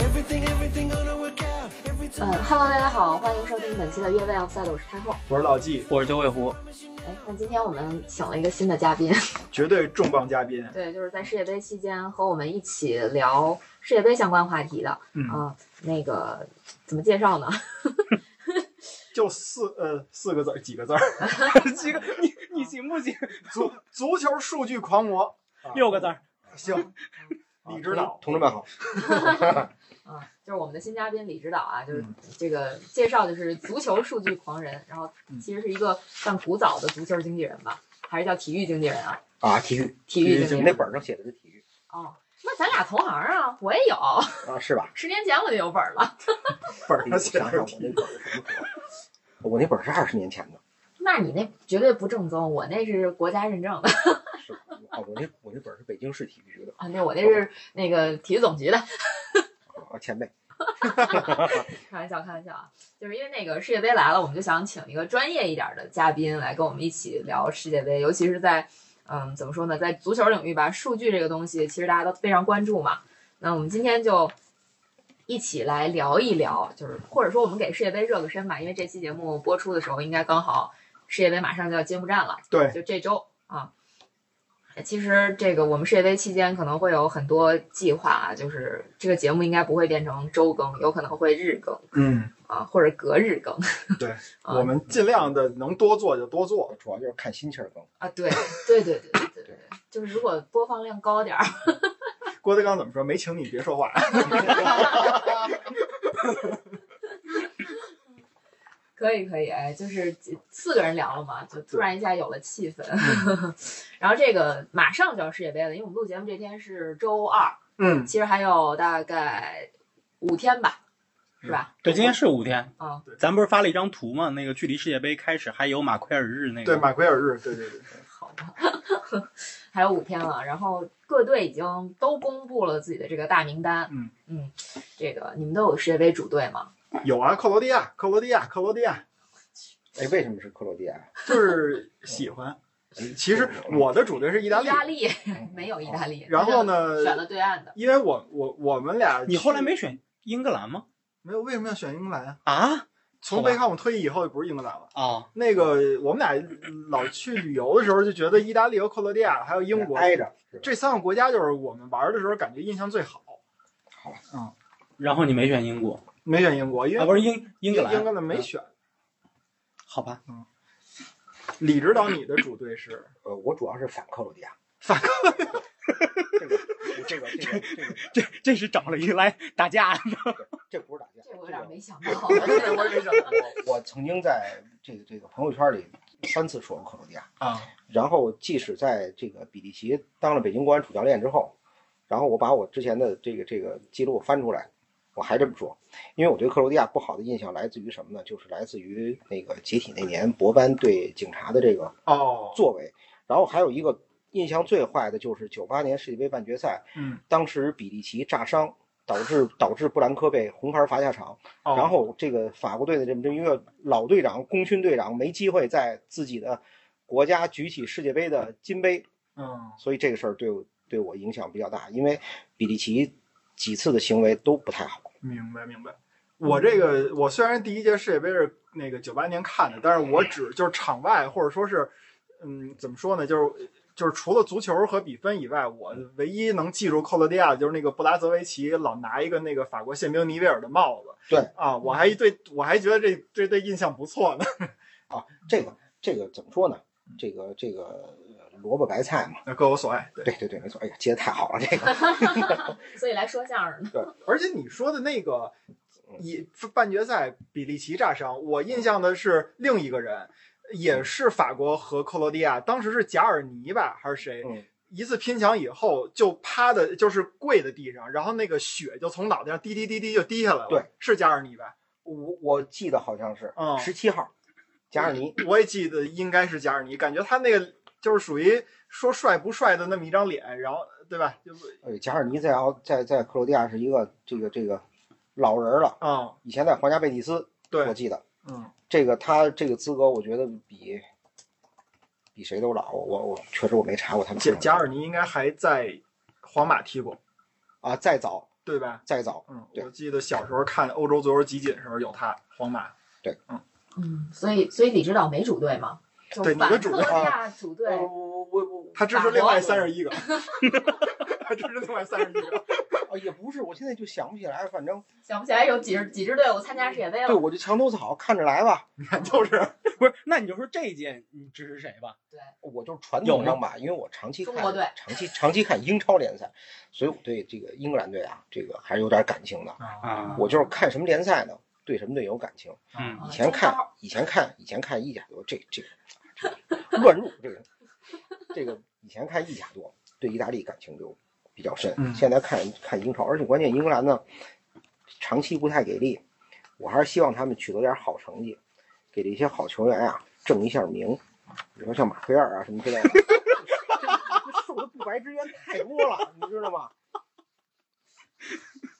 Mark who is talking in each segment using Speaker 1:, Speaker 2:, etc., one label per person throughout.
Speaker 1: Everything, everything gonna work out. Every time.
Speaker 2: 嗯哈喽，大家好，欢迎收听本期的越位 Outside，我是太后。
Speaker 3: 我是老纪，
Speaker 4: 我是九尾狐，
Speaker 2: 哎，那今天我们请了一个新的嘉 宾，
Speaker 3: 绝对重磅嘉宾。
Speaker 2: 对，就是在世界杯期间和我们一起聊世界杯相关话题的。
Speaker 3: 嗯
Speaker 2: 啊那个怎么介绍 呢？
Speaker 3: 就四呃四个字儿，几个字儿？
Speaker 4: 几个你你行不行？
Speaker 3: 足足球数据狂魔，啊
Speaker 4: 六个字儿，
Speaker 3: 行。李指导，
Speaker 5: 同志们好，
Speaker 2: 啊，就是我们的新嘉宾李指导啊，就是
Speaker 3: 嗯
Speaker 2: 这个介绍就是足球数据狂人，然后其实是一个算古早的足球经纪人吧，还是叫体育经纪人啊？
Speaker 5: 啊，体育，
Speaker 2: 体育经
Speaker 5: 你
Speaker 2: 纪
Speaker 5: 那
Speaker 2: 人
Speaker 5: 本儿上写的是体育
Speaker 2: 哦。那咱俩同行啊，我也有，
Speaker 5: 啊，是吧？
Speaker 2: 十年前我就有本儿了。
Speaker 3: 本儿
Speaker 5: 你
Speaker 3: 上
Speaker 5: 我
Speaker 3: 写
Speaker 5: 想
Speaker 3: 的
Speaker 5: 想我那本儿是什么时候？我那本儿是二十年前的，
Speaker 2: 那你那绝对不正宗，我那是国家认证的。
Speaker 5: 是吧？啊，我那我那本儿是北京市体育局的
Speaker 2: 啊，那我那是那个体育总局的，
Speaker 5: 啊，前辈，
Speaker 2: 开玩笑，开玩笑啊，就是因为那个世界杯来了，我们就想请一个专业一点的嘉宾来跟我们一起聊世界杯，尤其是在嗯怎么说呢，在足球领域吧，数据这个东西其实大家都非常关注嘛。那我们今天就一起来聊一聊，就是或者说我们给世界杯热个身吧，因为这期节目播出的时候应该刚好世界杯马上就要揭幕战了。
Speaker 3: 对，
Speaker 2: 就这周啊。其实这个我们世界杯期间可能会有很多计划啊，就是这个节目应该不会变成周更，有可能会日更
Speaker 3: 嗯，
Speaker 2: 啊，或者隔日更。
Speaker 3: 对，
Speaker 2: 啊
Speaker 3: 我们尽量的能多做就多做。
Speaker 5: 主要就是看心情儿更。
Speaker 2: 啊，对对对对对对对，就是如果播放量高点儿，
Speaker 3: 郭德纲怎么说？没请你别说话。
Speaker 2: 可以可以，哎，就是几四个人聊了嘛，就突然一下有了气氛。 然后这个马上就要世界杯了，因为我们录节目这天是周二，
Speaker 3: 嗯，
Speaker 2: 其实还有大概五天吧，是吧？
Speaker 4: 对，今天是五天。
Speaker 2: 啊，
Speaker 4: 咱不是发了一张图吗？那个距离世界杯开始还有马奎尔日那个。
Speaker 3: 对，马奎尔日，对对对，
Speaker 2: 好吧， 还有五天了，然后各队已经都公布了自己的这个大名单。
Speaker 3: 嗯
Speaker 2: 这个你们都有世界杯主队吗？
Speaker 3: 有啊，克罗地亚，克罗地亚，克罗地亚，
Speaker 5: 哎，为什么是克罗地亚？
Speaker 3: 就是 喜欢。其实我的主队是意大利，哦
Speaker 2: 利 没有意大利，
Speaker 3: 然后呢
Speaker 2: 选了对岸的。
Speaker 3: 因为我我我们俩
Speaker 4: 你后来
Speaker 3: 去
Speaker 4: 没选英格兰吗？
Speaker 3: 没有为什么要选英格兰啊？
Speaker 4: 啊
Speaker 3: 从
Speaker 4: 好吧
Speaker 3: 贝克汉姆退役以后就不是英格兰了。
Speaker 4: 哦，
Speaker 3: 那个我们俩老去旅游的时候就觉得意大利和克罗地亚还有英国
Speaker 4: 哎
Speaker 5: 挨着，是吧
Speaker 3: 这三个国家就是我们玩的时候感觉印象最好。
Speaker 4: 然后你没选英国
Speaker 3: 没选英国，因
Speaker 4: 啊？
Speaker 3: 为
Speaker 4: 不是英英格兰？
Speaker 3: 英格兰没选。
Speaker 4: 好吧，
Speaker 3: 李指导，你的主队是
Speaker 5: 呃，我主要是反克罗地亚，
Speaker 3: 反
Speaker 5: 克。这个这个这个这个
Speaker 4: 这这是找了一个来打架。
Speaker 5: 这不是打架，
Speaker 2: 这我有
Speaker 5: 这个
Speaker 2: 点没想到，
Speaker 3: 这我也没想到
Speaker 5: 我我曾经在这个这个朋友圈里三次说过克罗地亚，
Speaker 3: 啊，
Speaker 5: 然后即使在这个比利奇当了北京国安主教练之后，然后我把我之前的这个这个记录翻出来，我还这么说，因为我对克罗地亚不好的印象来自于什么呢？就是来自于那个解体那年博班对警察的这个
Speaker 3: 哦，
Speaker 5: 作为，然后还有一个印象最坏的就是九八年世界杯半决赛，
Speaker 3: 嗯，
Speaker 5: 当时比利奇炸伤。导致导致布兰科被红牌罚下场，
Speaker 3: 哦
Speaker 5: 然后这个法国队的这么这么一个老队长功勋队长没机会在自己的国家举起世界杯的金杯，
Speaker 3: 嗯，
Speaker 5: 所以这个事儿对我对我影响比较大，因为比利奇几次的行为都不太好。
Speaker 3: 明白明白。我这个我虽然第一届世界杯是那个九八年看的，但是我只就是场外或者说是，嗯，怎么说呢，就是。就是除了足球和比分以外，我唯一能记住克罗地亚的就是那个布拉泽维奇老拿一个那个法国宪兵尼维尔的帽子。
Speaker 5: 对
Speaker 3: 啊，我还对我还觉得这这对印象不错呢。
Speaker 5: 这个这个怎么说呢？这个这个呃萝卜白菜嘛，
Speaker 3: 那各有所爱，对。
Speaker 5: 对对对，没错。哎呀，接的太好了，这个
Speaker 2: 所以来说相声的。
Speaker 3: 而且你说的那个
Speaker 5: 嗯
Speaker 3: 以半决赛比利奇炸伤，我印象的是
Speaker 5: 嗯
Speaker 3: 另一个人，也是法国和克罗地亚，当时是贾尔尼吧还是谁？
Speaker 5: 嗯
Speaker 3: 一次拼抢以后就趴的，就是跪在地上，然后那个血就从脑袋上滴滴滴滴就滴下来了。
Speaker 5: 对，
Speaker 3: 是加尔尼吧？
Speaker 5: 我我记得好像是
Speaker 3: 嗯
Speaker 5: 十七号，加尔尼，
Speaker 3: 我也记得应该是加尔尼，感觉他那个就是属于说帅不帅的那么一张脸，然后对吧？就
Speaker 5: 呃，加尔尼在奥在在克罗地亚是一个这个这个老人儿了，
Speaker 3: 嗯，
Speaker 5: 以前在皇家贝蒂斯，我
Speaker 3: 对，
Speaker 5: 记得
Speaker 3: 嗯，
Speaker 5: 这个他这个资格，我觉得比比谁都老。我我确实我没查过他们
Speaker 3: 加加尔尼应该还在皇马踢过，
Speaker 5: 啊，再早
Speaker 3: 对吧？
Speaker 5: 再早，
Speaker 3: 嗯，
Speaker 5: 对
Speaker 3: 我记得小时候看欧洲足球集锦的时候有他，皇马。
Speaker 2: 嗯，所以所以李指导没组队吗？就
Speaker 3: 对你的
Speaker 2: 反
Speaker 3: 主
Speaker 2: 克
Speaker 3: 队啊哦
Speaker 2: 罗地亚组队，
Speaker 5: 我呃我我
Speaker 3: 他支持另外三十一个， 他支持另外三十一个。
Speaker 5: 我呃也不是，我现在就想不起来，反正
Speaker 2: 想不起来有几支几支队伍参加世界杯
Speaker 5: 对
Speaker 2: 了。
Speaker 5: 我就墙头草看着来吧，
Speaker 3: 你看，就是
Speaker 4: 不是，那你就说这一届你支持谁吧？
Speaker 5: 我就是传
Speaker 4: 有
Speaker 5: 统
Speaker 4: 吗
Speaker 5: 上吧，因为我长期
Speaker 2: 中
Speaker 5: 看
Speaker 2: 国队
Speaker 5: 长期长期看英超联赛，所以我对这个英格兰队啊，这个还是有点感情的。
Speaker 4: 啊
Speaker 5: 我就是看什么联赛呢，对什么队有感情。
Speaker 4: 嗯，
Speaker 2: 啊
Speaker 5: 以前
Speaker 2: 中
Speaker 5: 看
Speaker 2: 超
Speaker 5: 以前看以前看意甲多，这这这乱入这个这个以前看意甲多，对意大利感情就比较深。
Speaker 3: 嗯
Speaker 5: 现在看看英超，而且关键英格兰呢，长期不太给力，我还是希望他们取得点好成绩，给这些好球员啊正一下名。你说像马奎尔啊什么之类的， 这这受的不白之冤太多了，你知道吗？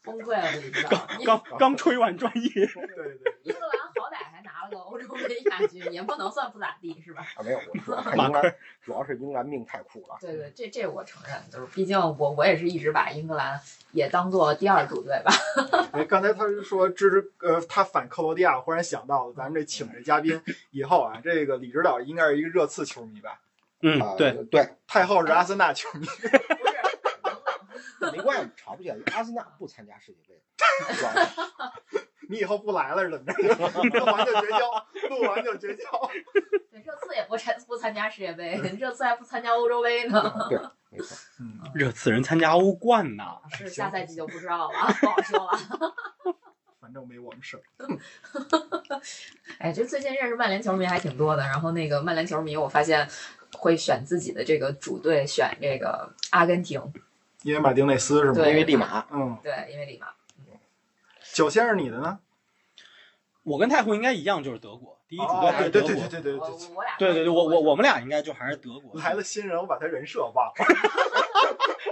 Speaker 2: 崩溃了，李 指导。你
Speaker 4: 刚刚吹完专业，
Speaker 3: 对对对，
Speaker 2: 英格兰好歹还拿了个欧洲杯亚军，也不能算不咋地，是吧？
Speaker 5: 啊，没有，我主要看英格兰，主要是英格兰命太苦了。
Speaker 2: 对对，这这我承认，就是毕竟我我也是一直把英格兰也当做第二主队吧。
Speaker 3: 哎，刚才他是说支持呃，他反克罗地亚，我忽然想到了咱们这请这嘉宾以后啊，这个李指导应该是一个热刺球迷吧？
Speaker 5: 啊
Speaker 4: 嗯，对，
Speaker 5: 对，
Speaker 3: 太后是阿森纳球迷，
Speaker 2: 不是，等等，
Speaker 5: 没关系，吵不起来。阿森纳不参加世界杯，是吧？
Speaker 3: 你以后不来了是怎么着？录完就绝交，录完就绝交。
Speaker 2: 对，热刺也不参不参加世界杯，热刺还不参加欧洲杯呢。
Speaker 5: 对，没错。
Speaker 3: 嗯，
Speaker 4: 热刺人参加欧冠呢，
Speaker 2: 是下赛季就不知道了，不好说了。
Speaker 3: 反正没我们事儿。
Speaker 2: 哎，就最近认识曼联球迷还挺多的，然后那个曼联球迷，我发现会选自己的这个主队，选这个阿根廷，
Speaker 3: 因为马丁内斯是吗？
Speaker 2: 对
Speaker 5: 因为利马，
Speaker 3: 嗯，
Speaker 2: 对，因为里马。
Speaker 3: 九先生你的呢？
Speaker 4: 我跟太后应该一样，就是德国，第一组队
Speaker 3: 哦
Speaker 4: 还是
Speaker 3: 对
Speaker 4: 德
Speaker 3: 对对
Speaker 4: 国。
Speaker 3: 对对
Speaker 2: 我
Speaker 3: 对。
Speaker 2: 我俩
Speaker 4: 对对对，我我我们俩应该就还是德国。
Speaker 3: 来了新人，我把他人设忘了。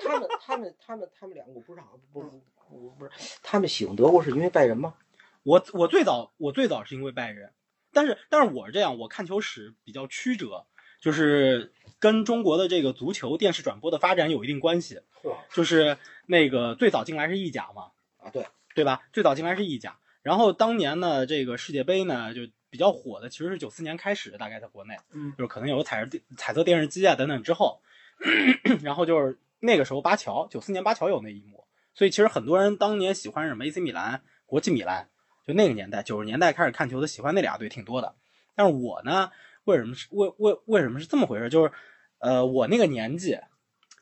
Speaker 5: 他们他们他们他们两个我不知道，啊不不不不是，他们喜欢德国是因为拜仁吗？
Speaker 4: 我我最早我最早是因为拜仁，但是但是我是这样，我看球史比较曲折，就是跟中国的这个足球电视转播的发展有一定关系。
Speaker 5: 嚯
Speaker 4: 就是那个最早进来是意甲嘛，
Speaker 5: 啊，对，
Speaker 4: 对吧？最早进来是意甲，然后当年呢，这个世界杯呢就比较火的，其实是九四年开始，大概在国内，
Speaker 3: 嗯
Speaker 4: 就是可能有彩色彩色电视机啊等等之后， 然后就是那个时候巴乔，九四年巴乔有那一幕，所以其实很多人当年喜欢什么 AC 米兰、国际米兰，就那个年代九十年代开始看球的，喜欢那俩队挺多的。但是我呢，为什么是为为为什么是这么回事？就是呃，我那个年纪，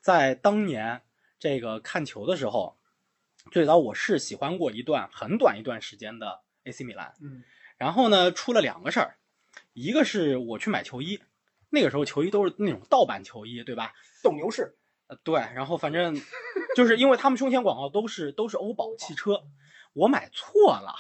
Speaker 4: 在当年这个看球的时候，最早我是喜欢过一段很短一段时间的 AC 米兰。
Speaker 3: 嗯，
Speaker 4: 然后呢，出了两个事儿，一个是我去买球衣，那个时候球衣都是那种盗版球衣，对吧？
Speaker 5: 斗牛士
Speaker 4: 呃，对，然后 反正就是因为他们胸前广告都是都是欧宝汽车，我买错了，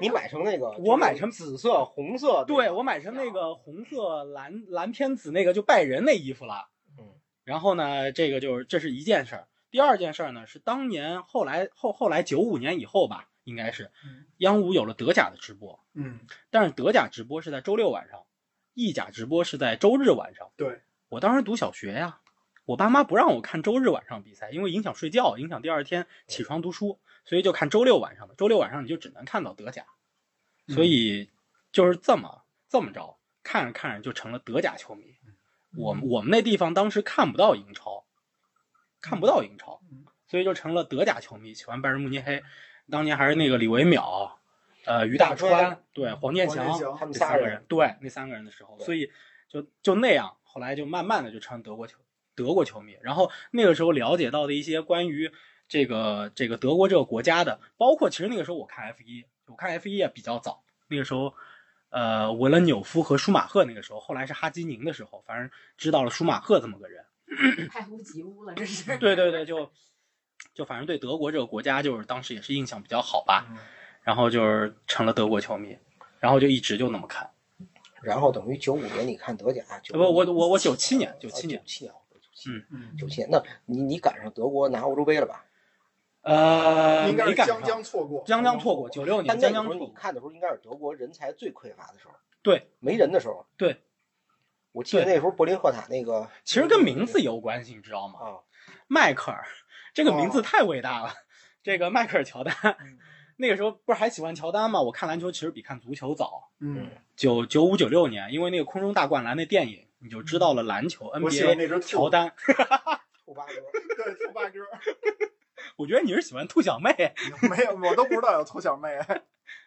Speaker 5: 你买成那个，
Speaker 4: 我买成
Speaker 5: 紫色、红色，
Speaker 4: 对我买成那个红色蓝蓝偏紫那个就拜仁那衣服了。
Speaker 5: 嗯，
Speaker 4: 然后呢，这个就是这是一件事儿。第二件事儿呢是当年后来后后来九五年以后吧，应该是
Speaker 3: 嗯
Speaker 4: 央五有了德甲的直播，
Speaker 3: 嗯，
Speaker 4: 但是德甲直播是在周六晚上，意甲直播是在周日晚上。
Speaker 3: 对，
Speaker 4: 我当时读小学呀，我爸妈不让我看周日晚上比赛，因为影响睡觉，影响第二天起床读书，所以就看周六晚上的。周六晚上你就只能看到德甲，
Speaker 3: 嗯
Speaker 4: 所以就是这么这么着，看着看着就成了德甲球迷。
Speaker 3: 嗯
Speaker 4: 我们我们那地方当时看不到英超，看不到英超
Speaker 3: 嗯，
Speaker 4: 所以就成了德甲球迷，喜欢拜仁慕尼黑。当年还是那个李维淼，呃，于大
Speaker 5: 大
Speaker 4: 川
Speaker 5: 川，
Speaker 4: 对，黄健翔，
Speaker 3: 黄健
Speaker 5: 他们
Speaker 4: 这
Speaker 5: 仨
Speaker 4: 三个
Speaker 5: 人
Speaker 4: 人，对，哦那三个人的时候，
Speaker 5: 对
Speaker 4: 所以就就那样，后来就慢慢的就成德国球德国球迷，然后那个时候了解到的一些关于这个这个德国这个国家的，包括其实那个时候我看 F 一，我看 F 一也比较早，那个时候。呃，维伦纽夫和舒马赫那个时候，后来是哈基宁的时候，反正知道了舒马赫这么个人，
Speaker 2: 太屋及乌了，这是。
Speaker 4: 对对对，就就反正对德国这个国家，就是当时也是印象比较好吧，
Speaker 3: 嗯
Speaker 4: 然后就是成了德国球迷，然后就一直就那么看。
Speaker 5: 然后等于九五年你看德甲，95
Speaker 4: 呃不，我我我九七年，九
Speaker 5: 啊
Speaker 4: 七年，
Speaker 5: 97年，九七年，
Speaker 3: 嗯，
Speaker 5: 九七年，那你你赶上德国拿欧洲杯了吧？
Speaker 4: 呃，
Speaker 3: 嗯应该
Speaker 4: 没
Speaker 3: 是
Speaker 4: 赶
Speaker 3: 将
Speaker 4: 上，
Speaker 3: 将错过，嗯
Speaker 4: 将将错过，九六
Speaker 5: 但
Speaker 4: 年
Speaker 5: 那
Speaker 4: 将
Speaker 5: 个时
Speaker 4: 将
Speaker 5: 候
Speaker 4: 错
Speaker 5: 你
Speaker 4: 过，
Speaker 5: 看的时候，应该是德国人才最匮乏的时候，
Speaker 4: 对，
Speaker 5: 没人的时候，
Speaker 4: 对。
Speaker 5: 我记得那时候柏林赫塔那个，
Speaker 4: 其实跟名字也有关系，你知道吗？
Speaker 5: 啊，
Speaker 4: 迈克尔这个名字
Speaker 5: 哦
Speaker 4: 太伟大了，这个迈克尔乔丹
Speaker 3: 嗯，
Speaker 4: 那个时候不是还喜欢乔丹吗？我看篮球其实比看足球早，
Speaker 3: 嗯，
Speaker 4: 九九五九六年，因为那个空中大灌篮那电影，你就知道了篮球
Speaker 3: 嗯我喜欢
Speaker 4: NBA
Speaker 3: 那只
Speaker 4: 乔
Speaker 3: 兔，
Speaker 4: 丹。
Speaker 5: 兔八哥，
Speaker 3: 对，兔八哥，
Speaker 4: 我觉得你是喜欢兔小妹，
Speaker 3: 没有，我都不知道有兔小妹，啊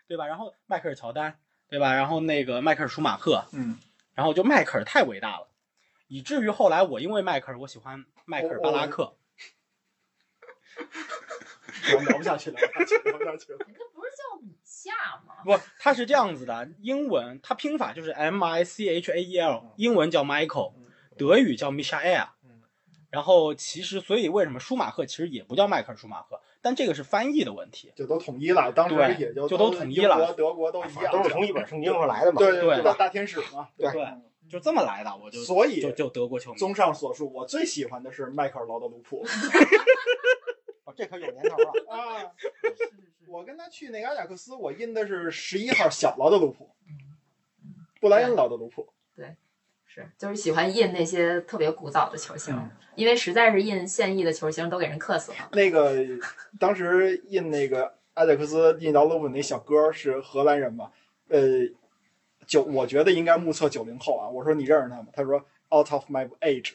Speaker 4: 对吧？然后迈克尔乔丹，对吧？然后那个迈克尔舒马赫，
Speaker 3: 嗯，
Speaker 4: 然后就迈克尔太伟大了，以至于后来我因为迈克尔，我喜欢迈克尔巴拉克。
Speaker 3: 嗯聊不下去，聊不下去，聊不下去了，
Speaker 2: 人家不是叫米夏 吗？
Speaker 4: 不，他是这样子的，英文他拼法就是 M I C H A E L，英文叫 Michael，德语叫 Mishael
Speaker 3: 嗯。
Speaker 4: 然后其实，所以为什么舒马赫其实也不叫迈克尔舒马赫，但这个是翻译的问题。
Speaker 3: 就都统一了，当时
Speaker 4: 对
Speaker 3: 也就
Speaker 4: 就
Speaker 3: 都
Speaker 4: 都统一了
Speaker 3: 英国德国都一样，
Speaker 5: 啊都是从一本圣经上来的嘛。
Speaker 3: 对对
Speaker 4: 对
Speaker 3: 大大天使嘛，
Speaker 5: 对
Speaker 4: 对，就这么来的。我就
Speaker 3: 所
Speaker 4: 就
Speaker 3: 以
Speaker 4: 就德国球迷。
Speaker 3: 综上所述，我最喜欢的是迈克尔劳德鲁普
Speaker 5: 哦这可有年头了。
Speaker 3: 啊，
Speaker 2: 是是是。
Speaker 3: 我跟他去那个阿贾克斯，我印的是十一号小劳德鲁普，布莱恩劳德鲁普，
Speaker 2: 是，就是喜欢印那些特别古早的球星，
Speaker 3: 嗯
Speaker 2: 因为实在是印现役的球星都给人克死了。
Speaker 3: 那个当时印那个阿贾克斯印劳德鲁普那小哥是荷兰人嘛，呃，九我觉得应该目测九零后啊，我说你认识他吗？他说 out of my age，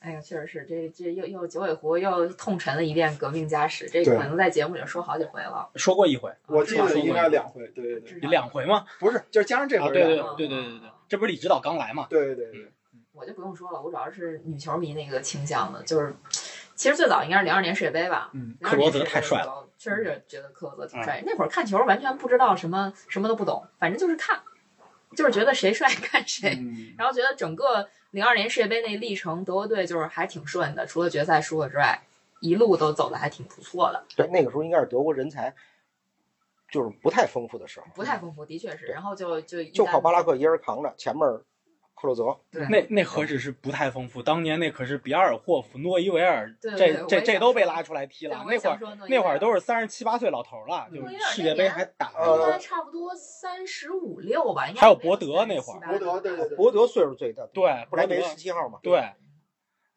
Speaker 2: 哎呀，确实是，这这又又九尾狐又痛陈了一遍革命家史，这
Speaker 3: 对
Speaker 2: 可能在节目里说好几回了。啊
Speaker 4: 说过一回，
Speaker 3: 我记
Speaker 4: 是吧
Speaker 3: 得
Speaker 4: 说过
Speaker 3: 应
Speaker 4: 一
Speaker 3: 该
Speaker 4: 回
Speaker 3: 两回，对对对，
Speaker 2: 至少
Speaker 4: 你两回吗？
Speaker 3: 不是，就是加上这
Speaker 4: 啊，
Speaker 3: 回
Speaker 4: 对对
Speaker 3: 两回
Speaker 4: 对对对对，这不是李指导刚来 嘛？
Speaker 3: 对对对，
Speaker 2: 我就不用说了，我主要是女球迷那个倾向的，就是其实最早应该是零二年世界杯吧。
Speaker 3: 嗯，
Speaker 4: 克罗泽太帅嗯
Speaker 2: 了，确实是觉得克罗泽挺帅。那会儿看球完全不知道什么，什么都不懂，反正就是看，就是觉得谁帅 看谁。
Speaker 3: 嗯
Speaker 2: 然后觉得整个零二年世界杯那历程，德国队就是还挺顺的，除了决赛输了之外，一路都走的还挺不错的，
Speaker 5: 对，那个时候应该是德国人才就是不太丰富的时候，
Speaker 2: 不太丰富，的确是。然后就就一
Speaker 5: 就
Speaker 2: 旦
Speaker 5: 靠巴拉克一人扛着，前面克洛泽，
Speaker 2: 对
Speaker 4: 那那何止是不太丰富，当年那可是比尔霍夫、诺伊维尔，
Speaker 2: 对对
Speaker 4: 这
Speaker 2: 我
Speaker 4: 这
Speaker 2: 也
Speaker 4: 这
Speaker 2: 想
Speaker 4: 都被
Speaker 2: 说
Speaker 4: 拉出来踢
Speaker 2: 对
Speaker 4: 了。
Speaker 2: 我也
Speaker 4: 那会
Speaker 2: 想
Speaker 4: 儿
Speaker 2: 说诺伊
Speaker 4: 那会
Speaker 2: 尔嗯
Speaker 4: 儿都是三十七八岁老头了，就
Speaker 2: 诺伊
Speaker 4: 是
Speaker 2: 尔
Speaker 4: 世
Speaker 2: 那
Speaker 4: 界杯
Speaker 2: 年
Speaker 4: 还打
Speaker 2: 应
Speaker 5: 呃
Speaker 4: 呢。
Speaker 2: 该差不多三十五六吧，应该
Speaker 4: 还有
Speaker 2: 没
Speaker 4: 伯德那
Speaker 2: 37
Speaker 4: 会儿
Speaker 2: 吧
Speaker 3: 伯德对对对
Speaker 5: 博德岁数最大，，
Speaker 4: 对，
Speaker 5: 布莱梅
Speaker 4: 梅
Speaker 5: 十七号嘛，
Speaker 4: 对，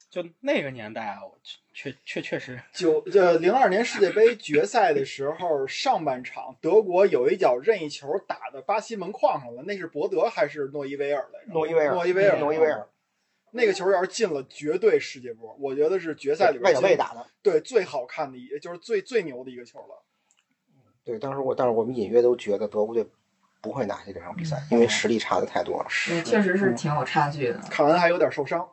Speaker 4: 就那个年代啊，我确确确确实，
Speaker 3: 九这零二年世界杯决赛的时候，上半场德国有一脚任意球打到巴西门框上了，那是博德还是诺伊维尔来着？
Speaker 5: 诺伊维尔嗯
Speaker 3: 诺伊维尔，
Speaker 5: 诺伊维尔，
Speaker 3: 那个球要是进了，绝对世界波，我觉得是决赛里
Speaker 5: 外
Speaker 3: 边
Speaker 5: 脚背打的。
Speaker 3: 对最好看的一，就是最最牛的一个球了。
Speaker 5: 对，当时我，但是我们隐约都觉得德国队不会拿下这场比赛，因为实力差的太多了。
Speaker 2: 对，确实是挺有差距的。
Speaker 3: 卡恩还有点受伤，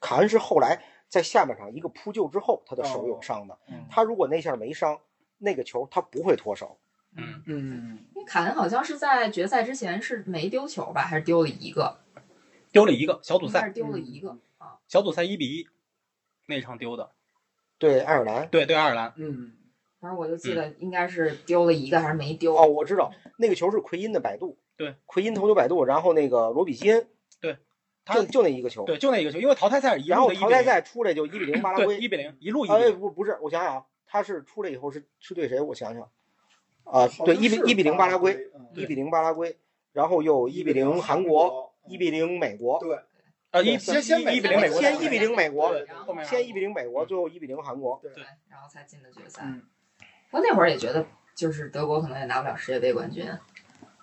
Speaker 5: 卡恩是后来在下半场一个扑救之后，他的手有伤的。
Speaker 3: 嗯
Speaker 5: 他如果那下没伤，那个球他不会脱手。
Speaker 4: 嗯，
Speaker 3: 嗯，
Speaker 2: 因为卡恩好像是在决赛之前是没丢球吧，还是丢了一个，
Speaker 4: 丢了一个小组
Speaker 2: 应该是
Speaker 4: 赛，嗯
Speaker 2: 丢了一个啊。
Speaker 4: 小组赛一比一那场丢的，
Speaker 5: 对爱尔兰，
Speaker 4: 对对爱尔兰，
Speaker 3: 嗯，
Speaker 2: 反正我就记得应该是丢了一个还是没丢。
Speaker 5: 哦，我知道那个球是奎因的摆渡，
Speaker 4: 对，
Speaker 5: 奎因头球摆渡，然后那个罗比金，
Speaker 4: 对，他
Speaker 5: 就就那一个球，
Speaker 4: 对，就那一个球，因为淘汰赛是一
Speaker 5: 然后
Speaker 4: 路的一比
Speaker 5: 淘汰
Speaker 4: 零，
Speaker 5: 赛出来就一比 零巴拉
Speaker 4: 对
Speaker 5: 圭
Speaker 4: 一，比零一路一比
Speaker 5: 哎
Speaker 4: 零，
Speaker 5: 不不是，我想想啊，他是出来以后是是对谁？我想想，啊，
Speaker 3: 好像
Speaker 5: 对一比
Speaker 3: 是
Speaker 5: 一比零巴拉圭，，
Speaker 3: 嗯
Speaker 5: 一比零巴拉圭，然后又一比零韩国，，一比零美国，
Speaker 3: 对，
Speaker 4: 呃一
Speaker 5: 先
Speaker 3: 先
Speaker 4: 一一
Speaker 2: 美
Speaker 4: 比
Speaker 2: 国
Speaker 4: 零美国
Speaker 5: 先
Speaker 4: 队
Speaker 5: 一比零美国，
Speaker 3: 对
Speaker 2: 然
Speaker 4: 后
Speaker 2: 后
Speaker 4: 面
Speaker 5: 先一比零美国，
Speaker 4: 嗯
Speaker 5: 最后一比零韩国。
Speaker 2: 对，然后才进的决赛。
Speaker 3: 嗯
Speaker 2: 不过那会儿也觉得，就是德国可能也拿不了世界杯冠军，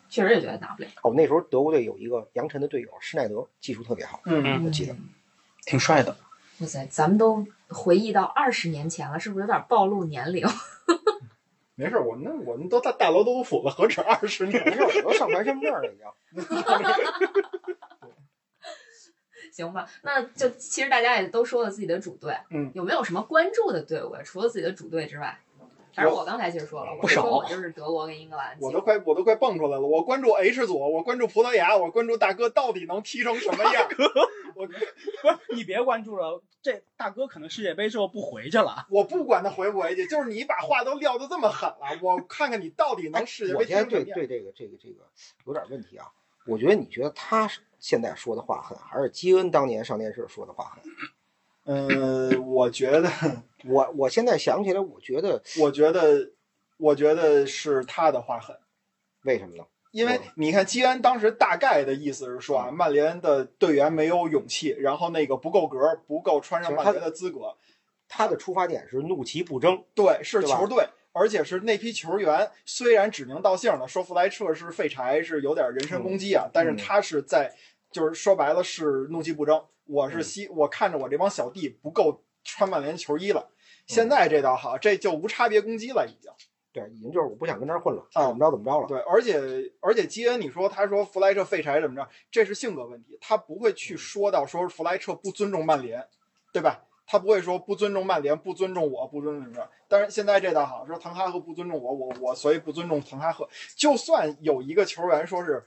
Speaker 2: 确实也觉得拿不了。
Speaker 5: 哦，那时候德国队有一个杨晨的队友施耐德，技术特别好。
Speaker 3: 嗯，
Speaker 5: 我记得
Speaker 2: 嗯
Speaker 4: 挺帅的，
Speaker 2: 哇塞，咱们都回忆到二十年前了，是不是有点暴露年龄？
Speaker 3: 没事，我们那我们都大大劳德鲁普了，何止二十年？
Speaker 5: 没事，我都上传身份证了已经。
Speaker 2: 行吧，那就其实大家也都说了自己的主队，
Speaker 3: 嗯
Speaker 2: 啊有没有什么关注的队伍呀？除了自己的主队之外，反正我刚才其实说了，我
Speaker 4: 不少
Speaker 2: 说我就是德国跟英格兰，
Speaker 3: 我都快我都快蹦出来了。我关注 H 组，我关注葡萄牙，我关注大哥到底能踢成什么样。
Speaker 4: 不是你别关注了，这大哥可能世界杯之后不回去了。
Speaker 3: 我不管他回不回去，就是你把话都撂得这么狠了，我看看你到底能世界
Speaker 5: 哎我
Speaker 3: 杯
Speaker 5: 现
Speaker 3: 踢
Speaker 5: 在
Speaker 3: 成
Speaker 5: 对
Speaker 3: 什么样。
Speaker 5: 对这个这个这个有点问题啊。我觉得你觉得他是现在说的话狠，还是基恩当年上电视说的话狠？
Speaker 3: 呃，我觉得，
Speaker 5: 我我现在想起来，我觉得
Speaker 3: 我觉得，我觉得是他的话狠。
Speaker 5: 为什么呢？
Speaker 3: 因为你看，基安当时大概的意思是说啊，曼联的队员没有勇气，然后那个不够格，不够穿上曼联的资格。
Speaker 5: 他的出发点是怒其不争，
Speaker 3: 对，是
Speaker 5: 对吧
Speaker 3: 球队，而且是那批球员，虽然指名道姓的说弗莱彻是废柴，是有点人身攻击
Speaker 5: 嗯
Speaker 3: 啊，但是他是在，就是说白了是怒其不争。我
Speaker 5: 嗯
Speaker 3: 是希，我看着我这帮小弟不够穿曼联球衣
Speaker 5: 嗯
Speaker 3: 了。现在这倒好，这就无差别攻击了，已经。
Speaker 5: 对，已经就是我不想跟这儿混了，
Speaker 3: 啊
Speaker 5: 怎么着怎么着了。
Speaker 3: 对，而且而且基恩，你说他说弗莱彻废柴怎么着，这是性格问题，他不会去说到说弗莱彻不尊重曼联，对吧？他不会说不尊重曼联，不尊重我，不尊重什么。但是现在这倒好，说滕哈赫不尊重我，我我所以不尊重滕哈赫。就算有一个球员说是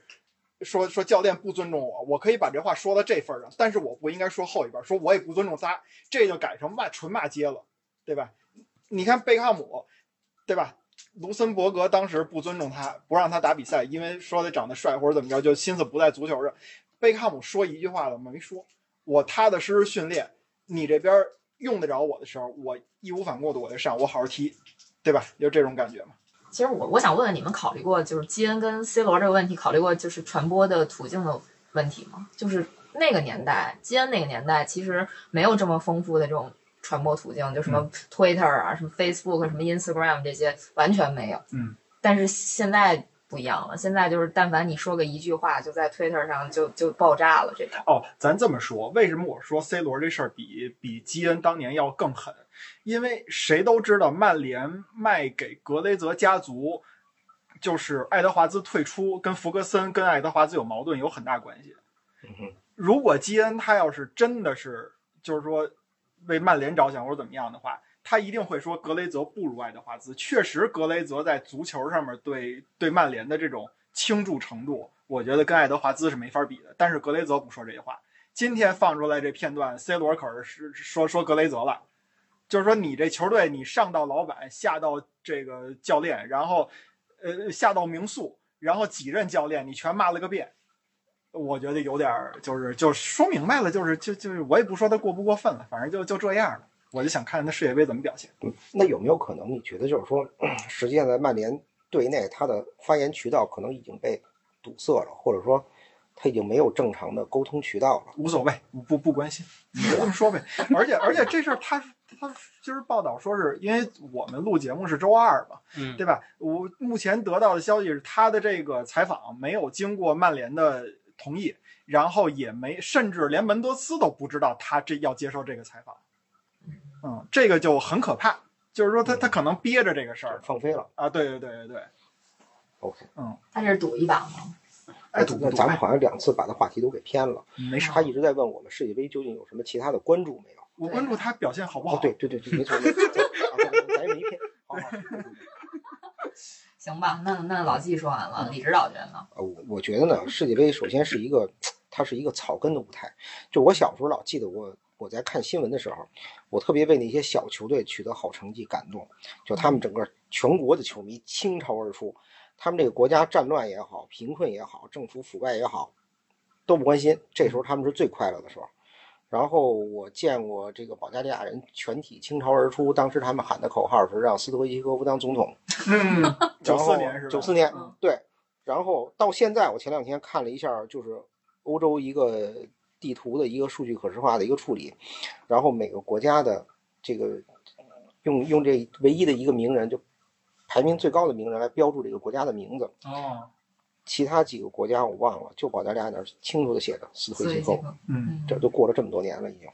Speaker 3: 说说教练不尊重我，我可以把这话说到这份儿上，但是我不应该说后一半，说我也不尊重他，这就改成骂纯骂街了，对吧？你看贝克汉姆，对吧？卢森伯格当时不尊重他，不让他打比赛，因为说他长得帅或者怎么着，就心思不在足球上。贝克汉姆说一句话了吗？没说。我踏踏实实训练，你这边用得着我的时候，我义无反顾的我就上，我好好踢，对吧？就这种感觉嘛。
Speaker 2: 其实我我想问问你们，考虑过就是基恩跟 C 罗这个问题，考虑过就是传播的途径的问题吗？就是那个年代，基恩那个年代其实没有这么丰富的这种传播途径，就什
Speaker 3: 嗯
Speaker 2: 么 Twitter 啊、什么 Facebook 啊、什么 Instagram 这些完全没有。
Speaker 3: 嗯。
Speaker 2: 但是现在不一样了，现在就是但凡你说个一句话，就在 Twitter 上就就爆炸了这种。
Speaker 3: 哦，咱这么说，为什么我说 C 罗这事儿比比基恩当年要更狠？因为谁都知道，曼联卖给格雷泽家族，就是爱德华兹退出，跟弗格森跟爱德华兹有矛盾有很大关系。
Speaker 5: 嗯哼
Speaker 3: 如果基恩他要是真的是，就是说为曼联着想或者怎么样的话，他一定会说格雷泽不如爱德华兹。确实，格雷泽在足球上面对对曼联的这种倾注程度，我觉得跟爱德华兹是没法比的。但是格雷泽不说这些话。今天放出来这片段，C 罗可是说说格雷泽了，就是说你这球队你上到老板，下到这个教练，然后呃下到名宿，然后几任教练你全骂了个遍。我觉得有点儿，就是就说明白了，就是就就是我也不说他过不过分了，反正就就这样了。我就想看他世界杯怎么表现。
Speaker 5: 那有没有可能，你觉得就是说，实际上在曼联队内，他的发言渠道可能已经被堵塞了，或者说他已经没有正常的沟通渠道了？
Speaker 3: 无所谓，不不关心，你就这么说呗。而且而且这事儿他他今儿报道说是因为我们录节目是周二嘛，
Speaker 4: 嗯，
Speaker 3: 对吧？我目前得到的消息是，他的这个采访没有经过曼联的同意，然后也没，甚至连门德斯都不知道他这要接受这个采访。嗯，这个就很可怕，就是说他他可能憋着这个事儿
Speaker 5: 放飞了。
Speaker 3: 啊。对对对对对，
Speaker 5: OK，
Speaker 2: 他这是赌一把吗？
Speaker 3: 爱赌哎不
Speaker 5: 那
Speaker 3: 赌
Speaker 5: 哎咱们哎好像两次把他话题都给偏了。
Speaker 3: 没事儿。
Speaker 5: 他一直在问我们世界杯究竟有什么其他的关注没有？
Speaker 3: 我关注他表现好不好。
Speaker 5: 哦，对对对，对没错没错，咱咱咱也没偏。好好，
Speaker 2: 行吧，那那老纪说完
Speaker 3: 嗯
Speaker 2: 了，李指导觉得呢？
Speaker 5: 呃我我觉得呢，世界杯首先是一个，它是一个草根的舞台。就我小时候老记得我我在看新闻的时候，我特别为那些小球队取得好成绩感动，就他们整个全国的球迷倾巢而出，他们这个国家战乱也好，贫困也好，政府腐败也好，都不关心，这时候他们是最快乐的时候。然后我见过这个保加利亚人全体倾巢而出，当时他们喊的口号是让斯托伊科夫当总统。
Speaker 3: 嗯，九四年是吧？
Speaker 5: 九四年
Speaker 2: 嗯，
Speaker 5: 对。然后到现在，我前两天看了一下，就是欧洲一个地图的一个数据可视化的一个处理，然后每个国家的这个用用这唯一的一个名人，就排名最高的名人来标注这个国家的名字。
Speaker 3: 哦，
Speaker 5: 其他几个国家我忘了，就保加利亚那儿清楚的写着斯
Speaker 2: 所
Speaker 5: 推西
Speaker 2: 以
Speaker 5: 后，
Speaker 3: 嗯，
Speaker 2: 嗯，
Speaker 5: 这都过了这么多年了，已经。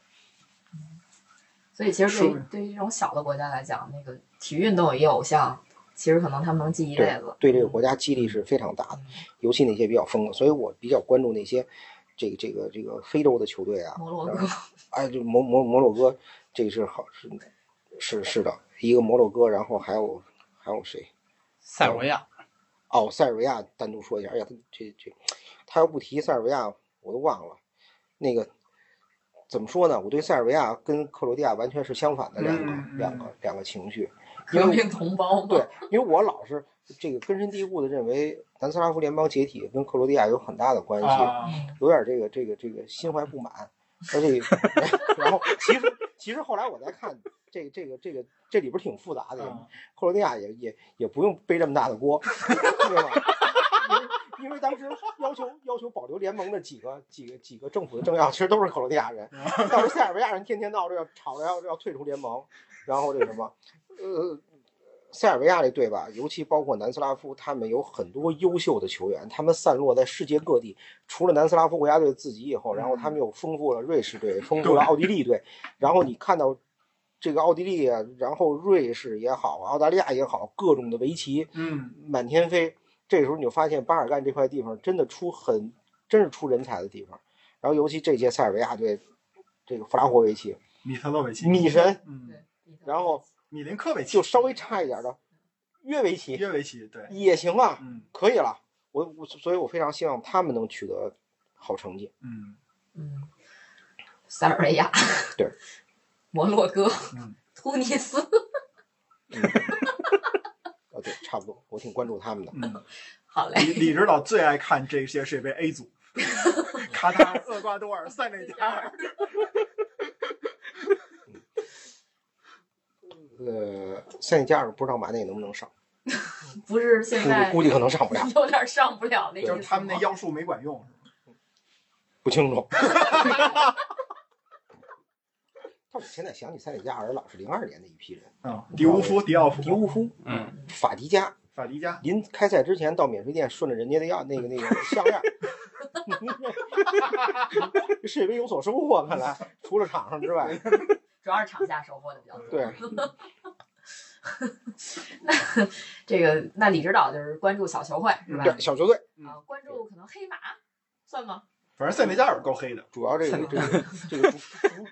Speaker 2: 所以其实对
Speaker 3: 是
Speaker 2: 于对于这种小的国家来讲，那个体育运动有一个偶像，其实可能他们能记一辈
Speaker 5: 对
Speaker 2: 子。嗯
Speaker 5: 对这个国家激励是非常大的，尤其那些比较疯的。所以我比较关注那些这个这个这个非洲的球队啊，
Speaker 2: 摩洛
Speaker 5: 然
Speaker 2: 哥
Speaker 5: 后，哎，就摩摩摩洛哥，这是好是是是的，一个摩洛哥，然后还有还有谁？
Speaker 4: 塞尔维亚，
Speaker 5: 哦，塞尔维亚单独说一下。哎呀，他这这，他要不提塞尔维亚，我都忘了。那个怎么说呢？我对塞尔维亚跟克罗地亚完全是相反的两个、
Speaker 3: 嗯嗯
Speaker 5: 两个两个情绪。
Speaker 2: 革命同胞嘛
Speaker 5: 对，因为我老是这个根深蒂固的认为南斯拉夫联邦解体跟克罗地亚有很大的关系，
Speaker 3: 啊，
Speaker 2: 嗯
Speaker 5: 有点这个这个这个心怀不满，而且然后其实其实后来我再看这这个这个这里边挺复杂的，
Speaker 3: 啊
Speaker 5: 克罗地亚也也也不用背这么大的锅， 对吧？因为因为当时要求要求保留联盟的几个几个几个政府的政要，其实都是克罗地亚人。当时塞尔维亚人天天闹着要吵着要要退出联盟，然后这什么，呃，塞尔维亚这队吧，尤其包括南斯拉夫，他们有很多优秀的球员，他们散落在世界各地。除了南斯拉夫国家队自己以后，然后他们又丰富了瑞士队，丰富了奥地利队，然后你看到这个奥地利啊，然后瑞士也好，澳大利亚也好，各种的围棋
Speaker 3: 嗯，
Speaker 5: 满天飞。这时候你就发现巴尔干这块地方真的出很，真是出人才的地方。然后尤其这届塞尔维亚队，这个弗拉霍维奇
Speaker 3: 米特洛维奇，
Speaker 5: 米神
Speaker 3: 嗯，
Speaker 2: 对
Speaker 5: 然后
Speaker 3: 米林科维奇
Speaker 5: 就，稍微差一点的约维奇
Speaker 3: 约维奇，对，
Speaker 5: 也行啊，
Speaker 3: 嗯
Speaker 5: 可以了。我我所以，我非常希望他们能取得好成绩。
Speaker 3: 嗯，
Speaker 2: 嗯，塞尔维亚，
Speaker 5: 对，
Speaker 2: 摩洛哥
Speaker 3: 嗯，
Speaker 2: 突尼斯，
Speaker 5: 呃，对，差不多，我挺关注他们的。
Speaker 3: 嗯，
Speaker 2: 好嘞，
Speaker 3: 李李指导最爱看这些世界杯 A 组，卡塔尔、厄瓜多尔、塞内加 尔，
Speaker 5: 呃，塞内加尔不知道马内能不能上，
Speaker 2: 不是
Speaker 5: 估
Speaker 2: 现
Speaker 5: 计
Speaker 2: 在
Speaker 5: 估计可能上不了，
Speaker 2: 有点上不了那意思
Speaker 3: 就
Speaker 2: 吗
Speaker 3: 是他们那妖术没管用，
Speaker 5: 不清 楚。 但我现在想起塞内加尔老是零二年的一批人，
Speaker 3: 啊，迪乌夫、迪奥夫、
Speaker 5: 迪乌夫、
Speaker 4: 嗯，
Speaker 5: 法迪加，
Speaker 3: 法迪加，
Speaker 5: 临开赛之前到免税店顺着人家的样那个那个项 链儿，世界杯有所收获，看来除了场上之外，
Speaker 2: 主要是场下收获的比较多。
Speaker 5: 对，
Speaker 2: 这个那李指导就是关注小球会是吧？
Speaker 5: 对小球队
Speaker 3: 嗯
Speaker 2: 啊，关注可能黑马算吗？
Speaker 3: 反正塞内加尔够黑的，
Speaker 5: 主要这个这个这个主主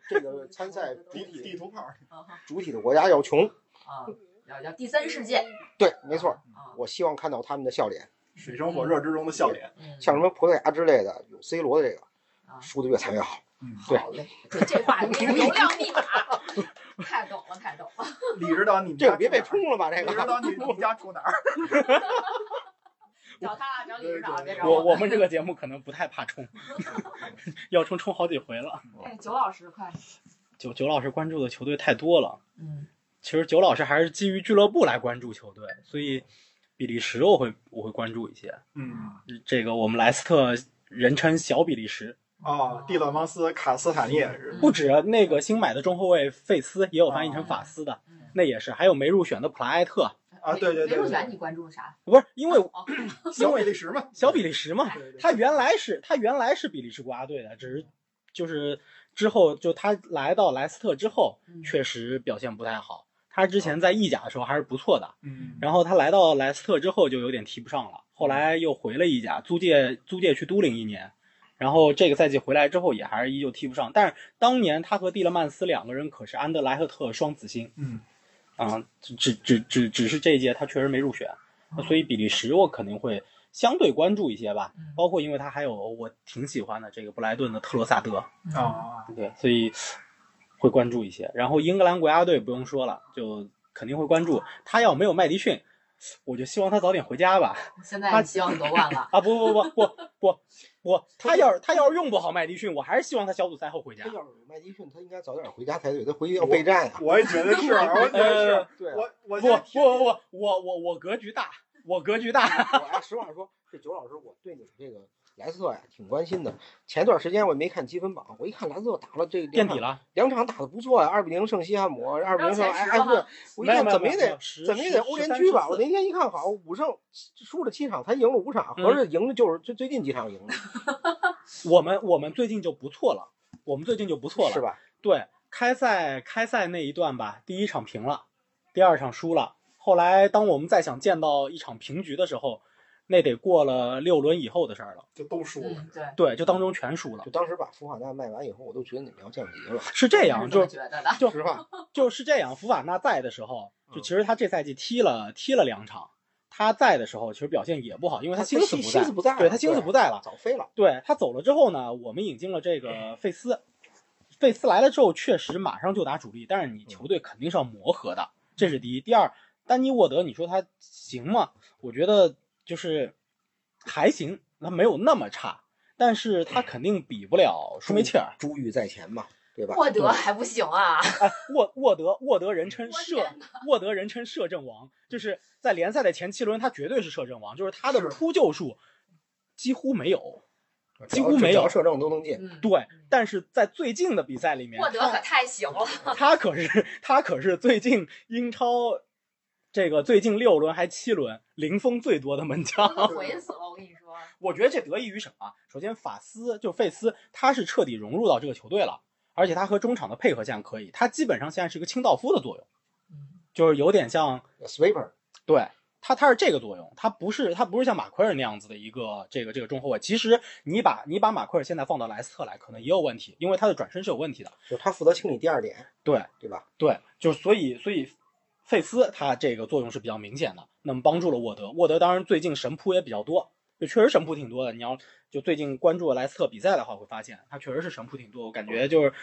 Speaker 5: 这个参赛主
Speaker 3: 地地
Speaker 5: 体
Speaker 3: 图炮，
Speaker 2: 啊哈
Speaker 5: 主体的国家要穷，
Speaker 2: 啊，要要第三世界
Speaker 5: 对，没错，
Speaker 2: 啊，
Speaker 5: 我希望看到他们的笑脸，
Speaker 3: 水深火热之中的笑脸，
Speaker 2: 嗯，
Speaker 5: 像什么葡萄牙之类的，有 C 罗的这个
Speaker 2: 啊，
Speaker 5: 输的越惨越好。对
Speaker 2: 好嘞，这这话这个流量密码，太懂了，太懂了。
Speaker 3: 李指导你们
Speaker 5: 这
Speaker 3: 家
Speaker 5: 个别被
Speaker 3: 住
Speaker 5: 冲了吧，这
Speaker 3: 哪儿，李指
Speaker 5: 个。
Speaker 3: 导你你们家住哪儿？
Speaker 2: 找他，找李指导，别找
Speaker 4: 我我们这个节目可能不太怕 冲，要冲冲好几回了。
Speaker 2: 哎，九老师快，
Speaker 4: 九九老师关注的球队太多了，
Speaker 2: 嗯
Speaker 4: 其实九老师还是基于俱乐部来关注球队，所以比利时我会我会关注一些。
Speaker 3: 嗯，
Speaker 4: 这个我们莱斯特人称小比利时，
Speaker 3: 哦，蒂勒芒斯、卡斯塔涅是
Speaker 4: 不止那个新买的中后卫费斯也有翻译成法斯
Speaker 3: 哦
Speaker 4: 的，
Speaker 2: 嗯
Speaker 4: 那也是，还有没入选的普拉埃特，
Speaker 3: 啊对对对
Speaker 2: 没入选
Speaker 3: 对
Speaker 2: 你关注啥？
Speaker 4: 不是因为
Speaker 2: 哦，
Speaker 3: 小比利时嘛，
Speaker 4: 小比利时嘛，
Speaker 3: 对对对
Speaker 4: 他原来是他原来是比利时国家队的，只是就是之后就他来到莱斯特之后，
Speaker 2: 嗯
Speaker 4: 确实表现不太好。他之前在意甲的时候还是不错的，
Speaker 3: 嗯，
Speaker 4: 然后他来到莱斯特之后就有点提不上了，后来又回了意甲，租借租借去都灵一年，然后这个赛季回来之后也还是依旧踢不上。但是当年他和蒂勒曼斯两个人可是安德莱赫特双子星，
Speaker 3: 嗯，
Speaker 4: 啊，只只只只只是这一届他确实没入选，所以比利时我肯定会相对关注一些吧
Speaker 2: 嗯，
Speaker 3: 哦
Speaker 4: 包括因为他还有我挺喜欢的这个布莱顿的特罗萨德，
Speaker 2: 嗯
Speaker 3: 啊，
Speaker 4: 对，所以会关注一些。然后英格兰国家队不用说了，就肯定会关注。他要没有麦迪逊，我就希望他早点回家吧。
Speaker 2: 现在希望你夺冠了。
Speaker 4: 啊，不不不不不不，他要是他要是用不好麦迪逊，我还是希望他小组赛后回家
Speaker 5: 他。要是有麦迪逊，他应该早点回家才对，他回去要备战啊。
Speaker 3: 我也觉得是，我也觉得
Speaker 4: 呃
Speaker 3: 是，，
Speaker 5: 对啊，
Speaker 3: 我我
Speaker 4: 不不不不，我我我格局大，我格局大。
Speaker 5: 我哎，实话说，这九老师，我对你们这个莱斯特呀挺关心的。前段时间我也没看积分榜，我一看莱斯特打了这
Speaker 4: 垫
Speaker 5: 两
Speaker 4: 底
Speaker 5: 场，
Speaker 4: 了，
Speaker 5: 两场打得不错呀，二比零胜西汉姆，二比零胜埃
Speaker 3: 哎
Speaker 2: 前十
Speaker 5: 埃弗顿我
Speaker 2: 了。
Speaker 5: 一
Speaker 4: 没有
Speaker 5: 看
Speaker 4: 没有
Speaker 5: 怎么
Speaker 4: 没
Speaker 5: 也
Speaker 4: 有
Speaker 5: 得
Speaker 4: 十
Speaker 5: 怎么也得欧联区吧？我那天一看，好，五胜输了七场，才赢了五场，
Speaker 4: 嗯
Speaker 5: 合着赢的就是最最近几场赢的，
Speaker 4: 我们我们最近就不错了，我们最近就不错了，
Speaker 5: 是？吧？
Speaker 4: 对，开赛开赛那一段吧，第一场平了，第二场输了。后来当我们再想见到一场平局的时候，那得过了六轮以后的事儿了。
Speaker 3: 就都输了，
Speaker 2: 嗯，对，
Speaker 4: 对，就当中全输了
Speaker 5: 就。当时把福法纳卖完以后，我都觉得你们要降级了，
Speaker 4: 是这样，
Speaker 2: 是这么
Speaker 4: 就
Speaker 2: 觉得的。
Speaker 4: 就
Speaker 5: 实话。
Speaker 4: 就是这样。福瓦纳在的时候，就
Speaker 5: 嗯
Speaker 4: 其实他这赛季踢了踢了两场，他在的时候其实表现也不好，因为
Speaker 5: 他
Speaker 4: 他心思不
Speaker 5: 心
Speaker 4: 在
Speaker 5: 思，不在了，
Speaker 4: 对他心思不在了。
Speaker 5: 早飞了。
Speaker 4: 对他走了之后呢，我们引进了这个费斯，费斯来了之后确实马上就打主力，但是你球队肯定是要磨合的，这是第一。第二，丹尼沃德，你说他行吗？我觉得就是还行，他没有那么差，但是他肯定比不了舒梅切尔。
Speaker 5: 珠玉在前嘛，对吧？嗯
Speaker 2: 沃德还不行啊，
Speaker 4: 哎，沃沃德沃德人称
Speaker 2: 我
Speaker 4: 射
Speaker 2: 天
Speaker 4: 沃德人称摄政王，就是在联赛的前七轮，他绝对是摄政王，就是他的
Speaker 3: 是
Speaker 4: 扑救数几乎没有。
Speaker 5: 只要
Speaker 4: 几乎没有
Speaker 5: 只要射正都能进。
Speaker 2: 嗯，
Speaker 4: 对，但是在最近的比赛里面，
Speaker 2: 沃德可太行 了，
Speaker 4: 他可是他可是最近英超这个最近六轮还七轮零封最多的门
Speaker 2: 我
Speaker 4: 将。
Speaker 2: 都悔死了，我跟你说，
Speaker 4: 我觉得这得益于什么啊？首先，法斯就费斯，他是彻底融入到这个球队了，而且他和中场的配合现在可以，他基本上现在是一个清道夫的作用，
Speaker 2: 嗯，
Speaker 4: 就是有点像
Speaker 5: Sweeper
Speaker 4: 对他，他是这个作用，他不是他不是像马奎尔那样子的一个这个这个中后卫。其实你把你把马奎尔现在放到莱斯特来，可能也有问题，因为他的转身是有问题的。
Speaker 5: 就是他负责清理第二点，
Speaker 4: 对
Speaker 5: 对吧？
Speaker 4: 对，就是所以所以费斯他这个作用是比较明显的，那么帮助了沃德。沃德当然最近神扑也比较多，就确实神扑挺多的。你要就最近关注莱斯特比赛的话，会发现他确实是神扑挺多。我感觉就是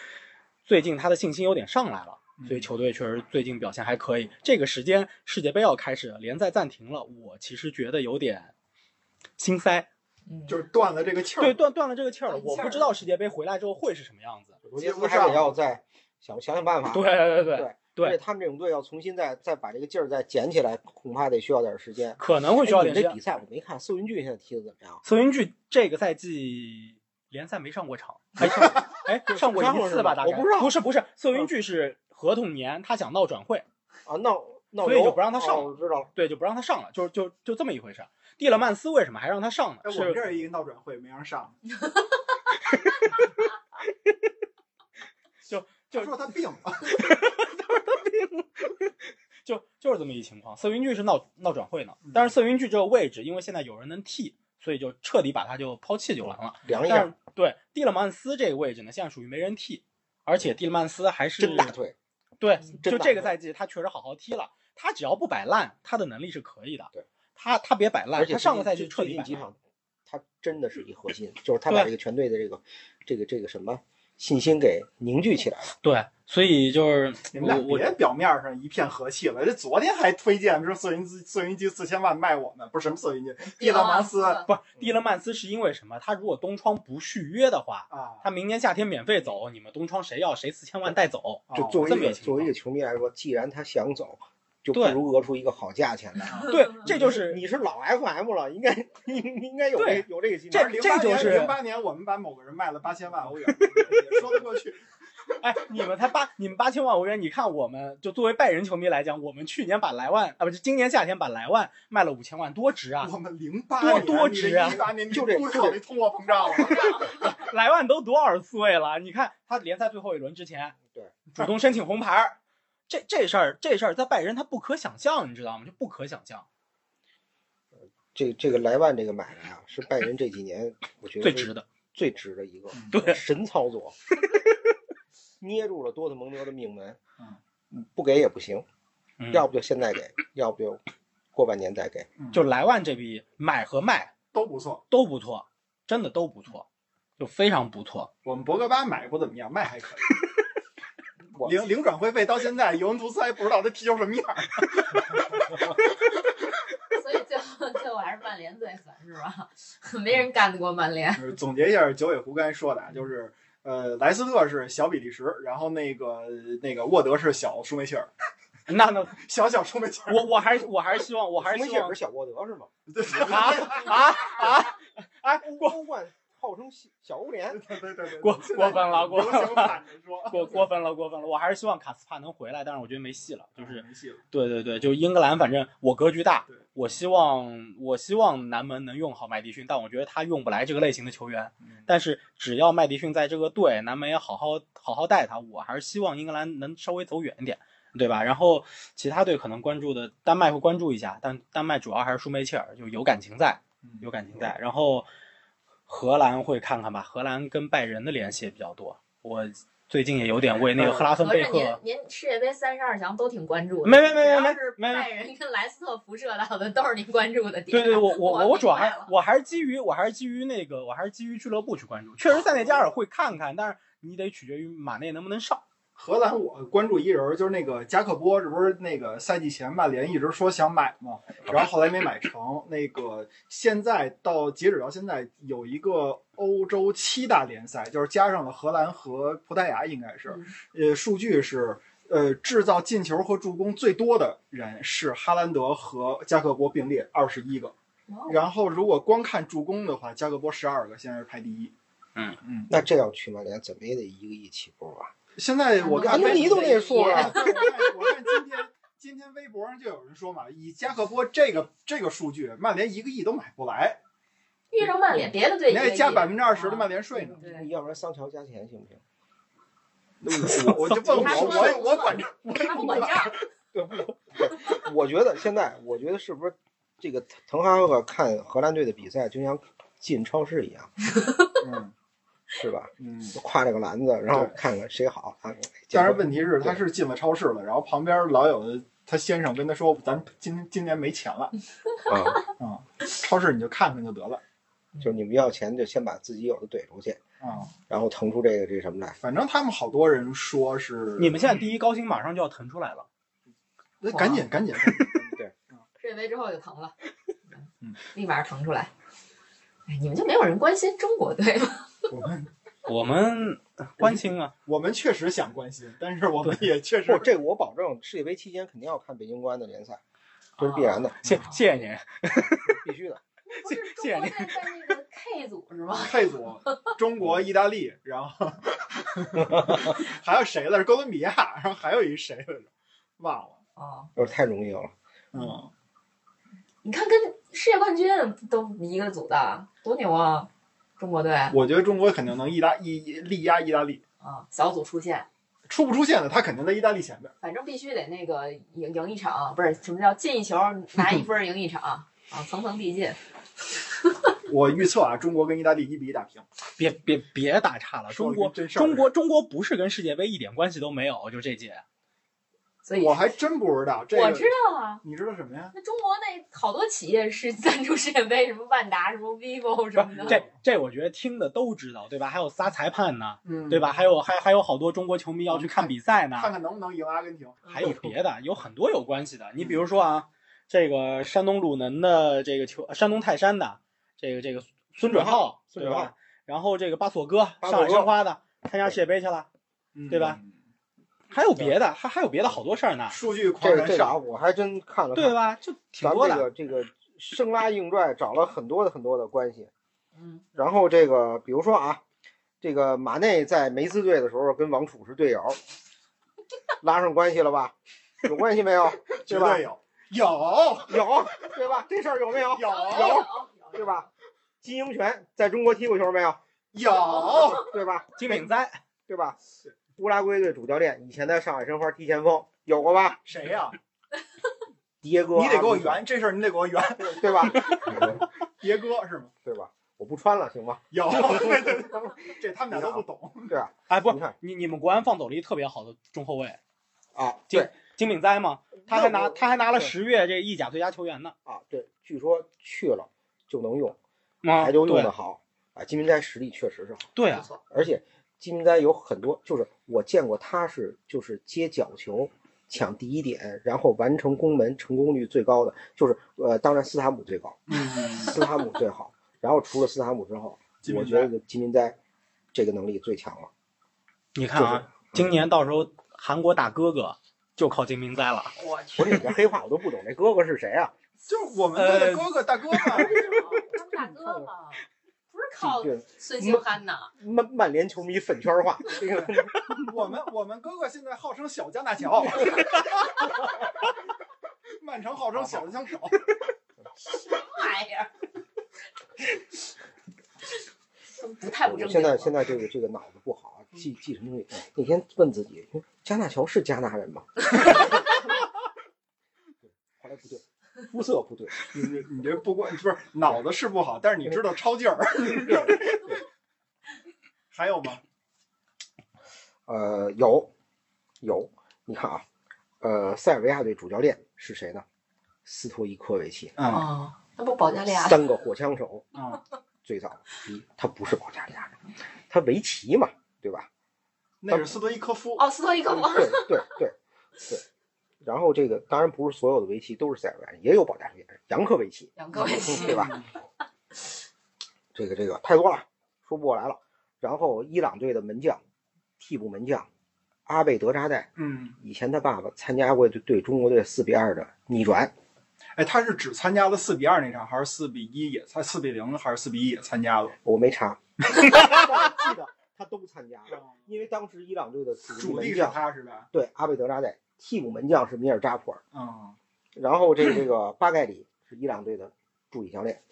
Speaker 4: 最近他的信心有点上来了。所以球队确实最近表现还可以。这个时间世界杯要开始了，联赛暂停了，我其实觉得有点心塞，
Speaker 2: 嗯
Speaker 3: 就是断了这个气儿。
Speaker 4: 对，断断了这个气儿了。
Speaker 2: 断气儿
Speaker 4: 我
Speaker 2: 了
Speaker 4: 不知道世界杯回来之后会是什么样子。
Speaker 5: 罗杰斯还得要再想想想办法。
Speaker 4: 对对对对
Speaker 5: 对，
Speaker 4: 对
Speaker 5: 而且他们这种队要重新再再把这个劲儿再捡起来，恐怕得需要点时间。
Speaker 4: 可能会需要
Speaker 5: 哎
Speaker 4: 点
Speaker 5: 你
Speaker 4: 时
Speaker 5: 们
Speaker 4: 间
Speaker 5: 这比。赛我没看，宋云俊现在踢的怎么样？
Speaker 4: 孙云俊这个赛季联赛没上过场，没上，哎，上过一次吧？大概
Speaker 5: 我不知道
Speaker 4: 不是不是，孙云俊是合同年，他想闹转会，
Speaker 5: 啊，闹闹
Speaker 4: 所以
Speaker 5: 流
Speaker 4: 就不让他上
Speaker 5: 哦我知道了，
Speaker 4: 对，就不让他上了，就就就这么一回事儿。蒂勒曼斯为什么还让他上
Speaker 3: 哎，
Speaker 4: 呢？
Speaker 3: 我们这
Speaker 4: 是
Speaker 3: 儿一个闹转会没让上，
Speaker 4: 就
Speaker 3: 他说他病了，
Speaker 4: 就就是这么一情况。瑟云俊是闹闹转会呢，但是瑟云俊这个位置，因为现在有人能替，所以就彻底把他就抛弃就完了。
Speaker 5: 量一
Speaker 4: 但
Speaker 5: 下
Speaker 4: 是对蒂勒曼斯这个位置呢，现在属于没人替，而且蒂勒曼斯还是
Speaker 5: 真大腿，
Speaker 4: 对，
Speaker 5: 真
Speaker 4: 就
Speaker 5: 大
Speaker 4: 这个
Speaker 5: 腿
Speaker 4: 赛季他确实好好踢了，他只要不摆烂，他的能力是可以的。
Speaker 5: 对，
Speaker 4: 他他别摆烂，
Speaker 5: 而且
Speaker 4: 他上个赛季
Speaker 5: 最
Speaker 4: 彻
Speaker 5: 最近
Speaker 4: 底摆
Speaker 5: 几
Speaker 4: 烂。
Speaker 5: 场，他真的是一核心，就是他把
Speaker 4: 对
Speaker 5: 这个全队的这个这个这个什么信心给凝聚起来了。
Speaker 4: 对，所以就是
Speaker 3: 你们
Speaker 4: 我
Speaker 3: 俩
Speaker 4: 我
Speaker 3: 别表面上一片和气了。这昨天还推荐说瑟云基瑟云基四千万卖我们，不是什么瑟云
Speaker 5: 啊
Speaker 3: 基，蒂勒
Speaker 2: 马
Speaker 3: 芒斯
Speaker 4: 不是蒂勒曼斯是因为什么？他如果东窗不续约的话，
Speaker 3: 啊，
Speaker 4: 他明年夏天免费走，你们东窗谁要谁四千万带走。
Speaker 5: 就
Speaker 3: 哦
Speaker 5: 作为
Speaker 4: 这
Speaker 5: 一
Speaker 4: 么
Speaker 5: 个
Speaker 4: 一情
Speaker 5: 作为一
Speaker 4: 况
Speaker 5: 个球迷来说，既然他想走，就不
Speaker 4: 对
Speaker 5: 如讹出一个好价钱来。
Speaker 4: 对，这就是
Speaker 5: 你是老 FM 了，应该 你你应该有
Speaker 4: 对
Speaker 5: 这有这个心
Speaker 4: 这
Speaker 5: 态。
Speaker 3: 零
Speaker 4: 这
Speaker 3: 八
Speaker 4: 就
Speaker 3: 年
Speaker 4: 是
Speaker 3: 零八年我们把某个人卖了八千万欧元，也说得过去。
Speaker 4: 哎，你们才八，你们八千万欧元，你看我们就作为拜仁球迷来讲，我们去年把莱万啊，不是今年夏天把莱万卖了五千万，多值啊！
Speaker 3: 我们零八
Speaker 4: 多
Speaker 3: 年
Speaker 4: 多值啊
Speaker 3: 零八年
Speaker 5: 就这
Speaker 3: 不
Speaker 5: 就
Speaker 3: 考虑通货膨胀了。
Speaker 4: 莱万都多少岁了？你看他联赛最后一轮之前，
Speaker 5: 嗯对，
Speaker 4: 主动申请红牌儿，这这事儿这事儿在拜仁他不可想象，你知道吗？就不可想象，
Speaker 5: 这这个莱万这个买卖啊，是拜仁这几 年我觉得
Speaker 4: 最
Speaker 5: 是
Speaker 4: 值的。嗯
Speaker 5: 最值的一个，
Speaker 4: 对
Speaker 5: 神操 作，捏住了多特蒙德的命门
Speaker 3: 嗯，
Speaker 5: 嗯不给也不行，
Speaker 4: 嗯
Speaker 5: 要不就现在给，要不就过半年再给。
Speaker 4: 就莱万这笔买和卖
Speaker 3: 都不错。
Speaker 4: 都不错，真的都不错，就非常不错。
Speaker 3: 我们博格巴买不怎么样，卖还可
Speaker 5: 我
Speaker 3: 以。零零转会费到现在，尤文图斯还不知道他踢成什么样儿。
Speaker 2: 所以最后最后还是曼联最狠是吧？ 没人干得过曼联，
Speaker 3: 就是总结一下九尾狐刚才说的，啊，就是呃，莱斯特是小比利时，然后那个那个沃德是小舒梅切尔，
Speaker 4: 那那
Speaker 3: 小小舒梅切尔。
Speaker 4: 我我还是我还是希望我还是
Speaker 5: 梅
Speaker 4: 希
Speaker 5: 切
Speaker 4: 望
Speaker 5: 尔是小沃德是吗？
Speaker 3: 对
Speaker 4: 啊啊啊！哎，我
Speaker 5: 欧冠号称小小欧联，
Speaker 4: 嗯
Speaker 3: 对对 对，
Speaker 4: 过过分了过分了
Speaker 3: 了。说
Speaker 4: 过过分了，过分了！我还是希望卡斯帕能回来，但是我觉得没戏了。就是
Speaker 3: 没戏了。
Speaker 4: 对对对，就英格兰，反正我格局大
Speaker 3: 对，
Speaker 4: 我希望我希望南门能用好麦迪逊，但我觉得他用不来这个类型的球员。
Speaker 3: 嗯
Speaker 4: 但是只要麦迪逊在这个队，南门也好好好好带他，我还是希望英格兰能稍微走远一点，对吧？然后其他队可能关注的丹麦会关注一下，但丹麦主要还是舒梅切尔，就有感情在，有感情在。然后荷兰会看看吧，荷兰跟拜仁的联系也比较多。我最近也有点为那个赫拉
Speaker 2: 合
Speaker 4: 芬贝
Speaker 2: 着您
Speaker 4: 克，
Speaker 2: 您世界杯三十二强都挺关注的，
Speaker 4: 没没没
Speaker 2: 只要
Speaker 4: 没
Speaker 2: 是
Speaker 4: 没
Speaker 2: 拜仁跟莱斯特辐射到的都是您关注的点。
Speaker 4: 对对，我我我
Speaker 2: 我
Speaker 4: 我主要
Speaker 2: 明白
Speaker 4: 还
Speaker 2: 了
Speaker 4: 我还是基于我还是基于那个我还是基于俱乐部去关注，确实塞内加尔会看看，但是你得取决于马内能不能上。
Speaker 3: 荷兰我关注一人，就是那个加克波，这不是那个赛季前曼联一直说想买嘛，然后后来没买成。那个现在到截止到现在，有一个欧洲七大联赛，就是加上了荷兰和葡萄牙，应该是，呃，数据是。呃，制造进球和助攻最多的人是哈兰德和加克波并列二十一个，
Speaker 2: 哦
Speaker 3: 然后如果光看助攻的话，加克波十二个，现在是排第一。
Speaker 4: 嗯
Speaker 3: 嗯，
Speaker 5: 那这要去曼联，怎么也得一个亿起步吧？
Speaker 3: 现在我看
Speaker 5: 安东
Speaker 3: 微
Speaker 5: 尼都那数啊了，
Speaker 3: 对，我看我看今天今天微博上就有人说嘛，以加克波这个这个数据，曼联一个亿都买不来，
Speaker 2: 遇上曼联，别的队
Speaker 3: 你还
Speaker 2: 也
Speaker 3: 加
Speaker 2: 一
Speaker 3: 百分之二十的
Speaker 2: 啊
Speaker 3: 曼联税呢。
Speaker 2: 对，
Speaker 5: 要不然桑乔加钱行不行？
Speaker 3: 我我就问
Speaker 2: 他
Speaker 3: 我
Speaker 2: 说
Speaker 3: 我
Speaker 2: 了
Speaker 3: 我管这，我
Speaker 2: 他不
Speaker 3: 不
Speaker 2: 管
Speaker 3: 管。
Speaker 2: 账，
Speaker 5: 我觉得现在，我觉得是不是这个滕哈赫看荷兰队的比赛就像进超市一样，
Speaker 3: 嗯
Speaker 5: 是吧？
Speaker 3: 嗯。
Speaker 5: 就挎着个篮子，然后
Speaker 3: 对
Speaker 5: 看看谁好。啊哎看看谁
Speaker 3: 但是问题是他是进了超市了，然后旁边老有他先生跟他说，咱今今年没钱了，嗯
Speaker 5: 啊，
Speaker 3: 超市你就看看就得了
Speaker 5: 就是你们要钱就先把自己有的怼出去，
Speaker 3: 啊、
Speaker 5: 然后腾出这个这什么来。
Speaker 3: 反正他们好多人说是
Speaker 4: 你们现在第一高薪马上就要腾出来了，
Speaker 3: 那赶紧 赶紧，赶紧
Speaker 2: 世界杯之后就疼了，
Speaker 3: 嗯，
Speaker 2: 立马疼出来。哎，你们就没有人关心中国队吗？
Speaker 3: 我们
Speaker 4: 我们关心啊，
Speaker 3: 我们确实想关心，但是我们也确实
Speaker 5: 不，这个我保证，世界杯期间肯定要看北京国安的联赛，这是必然
Speaker 3: 啊
Speaker 5: 的，
Speaker 4: 谢谢谢您。
Speaker 5: 必须的。
Speaker 2: 哦不是中国队在那个 K 组是吗？
Speaker 3: 配组，中国、意大利，然后还有谁来着？哥伦比亚，然后还有一谁来着？忘了。
Speaker 2: 哦，
Speaker 5: 就是太容易了。
Speaker 3: 嗯，
Speaker 2: 你看跟世界冠军都一个组的，多牛啊！中国队啊、
Speaker 3: 我觉得中国肯定能意大意力压意大利，
Speaker 2: 哦小组出线，
Speaker 3: 出不出线的他肯定在意大利前面。
Speaker 2: 反正必须得那个赢赢一场，不是什么叫进一球拿一分赢一场啊，层层递进。
Speaker 3: 我预测啊，中国跟意大利一比一打平。
Speaker 4: 别别别打岔了，
Speaker 3: 说
Speaker 4: 中
Speaker 3: 得
Speaker 4: 国
Speaker 3: 跟真事儿
Speaker 4: 中国中国不是跟世界杯一点关系都没有，就这届
Speaker 2: 所以
Speaker 3: 我还真不知道这
Speaker 2: 我
Speaker 3: 个，
Speaker 2: 知道啊，
Speaker 3: 你知道什么呀？
Speaker 2: 那中国那好多企业是赞助世界杯，什么万达、什么 vivo 什么的。
Speaker 4: 这这我觉得听的都知道，对吧？还有仨裁判呢，
Speaker 3: 嗯，
Speaker 4: 对吧？？还有还还有好多中国球迷要去看比赛呢，
Speaker 3: 看看能不能赢阿根廷。
Speaker 4: 还 有别的，有很多有关系的。你比如说
Speaker 5: 嗯
Speaker 4: 啊，这个山东鲁能的这个球，呃山东泰山的这个这个孙准浩，
Speaker 5: 孙
Speaker 4: 对
Speaker 5: 准浩
Speaker 4: 吧？然后这个巴索哥，
Speaker 5: 巴索哥
Speaker 4: 上海申花的参加世界杯去了，
Speaker 3: 嗯
Speaker 4: 对吧？还有别的，还还有别的好多事儿呢，
Speaker 3: 数据狂
Speaker 5: 这
Speaker 3: 人
Speaker 5: 这俩
Speaker 3: 上，
Speaker 5: 我还真看了看，
Speaker 3: 啊
Speaker 4: 对吧？就挺
Speaker 5: 咱
Speaker 4: 多
Speaker 5: 们这
Speaker 4: 的。
Speaker 5: 个这个生拉硬拽，找了很多的很多的关系。
Speaker 2: 嗯，
Speaker 5: 然后这个比如说啊，这个马内在梅斯队的时候跟王楚是队友，拉上关系了吧？有关系没有？
Speaker 3: 绝
Speaker 5: 对吧
Speaker 3: 对？有，有，
Speaker 5: 有，对吧？这事儿有没有？
Speaker 3: 有，
Speaker 2: 哦
Speaker 5: 有对吧？金英权在中国踢过球没有？哦
Speaker 3: 有，
Speaker 5: 对吧？
Speaker 4: 金领栽
Speaker 5: 对吧？乌拉圭队主教练以前在上海申花踢前锋，有过吧？啊
Speaker 3: 谁呀？
Speaker 5: 迭戈，
Speaker 3: 你得给我
Speaker 5: 阿
Speaker 3: 圆这事儿，你得给我圆。
Speaker 5: 姆斯，对吧？
Speaker 3: 别哥是吗？
Speaker 5: 对吧？我不穿了，行吗？
Speaker 3: 有，对对对，这他们俩都不懂。
Speaker 5: 对吧？
Speaker 4: 哎，不
Speaker 5: 你看，
Speaker 4: 你你们国安放走了一特别好的中后卫
Speaker 5: 啊，
Speaker 4: 金
Speaker 5: 对
Speaker 4: 金领栽嘛，他还
Speaker 5: 那
Speaker 4: 拿
Speaker 5: 我
Speaker 4: 他还拿了
Speaker 5: 对
Speaker 4: 十月这意甲最佳球员呢，
Speaker 5: 啊，对，据说去了就能用，
Speaker 4: 啊，
Speaker 5: 还都用
Speaker 4: 对
Speaker 5: 得好啊。金明斋实力确实是好，
Speaker 4: 对
Speaker 2: 不
Speaker 4: 啊，
Speaker 2: 错，
Speaker 5: 而且金明斋有很多，就是我见过他是就是接角球。抢第一点，然后完成攻门，成功率最高的就是呃，当然斯塔姆最高，
Speaker 3: 嗯，
Speaker 5: 斯塔姆最好。然后除了斯塔姆之后，
Speaker 3: 金
Speaker 5: 我
Speaker 3: 明
Speaker 5: 觉
Speaker 3: 斋
Speaker 5: 得金明斋这个能力最强了。
Speaker 4: 你看
Speaker 5: 就是
Speaker 4: 啊，今年到时候韩国打哥哥就靠金明哉了。
Speaker 2: 我去
Speaker 5: 不。是你这黑话我都不懂，这哥哥是谁啊？
Speaker 3: 就是我们队的哥哥大哥嘛，
Speaker 2: 他们大哥嘛，不是靠
Speaker 5: 这
Speaker 2: 孙兴慜呐，
Speaker 5: 曼曼联球迷粉圈化，这个
Speaker 3: 我们我们哥哥现在号称小 加纳乔，曼城号称小的像狗，
Speaker 2: 什么玩意儿？不太不正经。
Speaker 5: 现在现在这个这个脑子不好，啊记记什么东西？那天问自己，嗯加纳乔是加纳人吗？ 后来不对，肤色不对，
Speaker 3: 你这你这不光不是脑子是不好，但是你知 道超劲儿，还有吗？
Speaker 5: 呃，有有，你看啊，呃，塞尔维亚队主教练是谁呢？斯托伊科维奇，
Speaker 4: 啊
Speaker 2: 哦，那不保加利亚
Speaker 5: 三个火枪手，
Speaker 4: 啊，
Speaker 5: 最早第一，他不是保加利亚人，他围棋嘛，对吧？
Speaker 3: 那是斯多伊科夫。
Speaker 2: 哦，斯托伊科夫，
Speaker 5: 对对对对。然后这个当然不是所有的围棋都是塞尔维亚人，也有保加利亚人，扬科维奇，
Speaker 2: 杨科维奇，
Speaker 5: 对吧？这个这个太多了，说不过来了。然后伊朗队的门将，替补门将阿贝德扎代，
Speaker 3: 嗯，
Speaker 5: 以前他爸爸参加过对对中国队四比二的逆转，
Speaker 3: 哎，他是只参加了四比二那场，还是四比一也参四比零，还是四比一也参加了？
Speaker 5: 我没查， 但我记得他都参加了，因为当时伊朗队的主
Speaker 3: 主
Speaker 5: 力门
Speaker 3: 力是
Speaker 5: 将
Speaker 3: 他是吧？
Speaker 5: 对阿贝德扎代，替补门将是米尔扎普尔，
Speaker 3: 嗯
Speaker 5: 然后这个这个巴盖里是伊朗队的助理教练，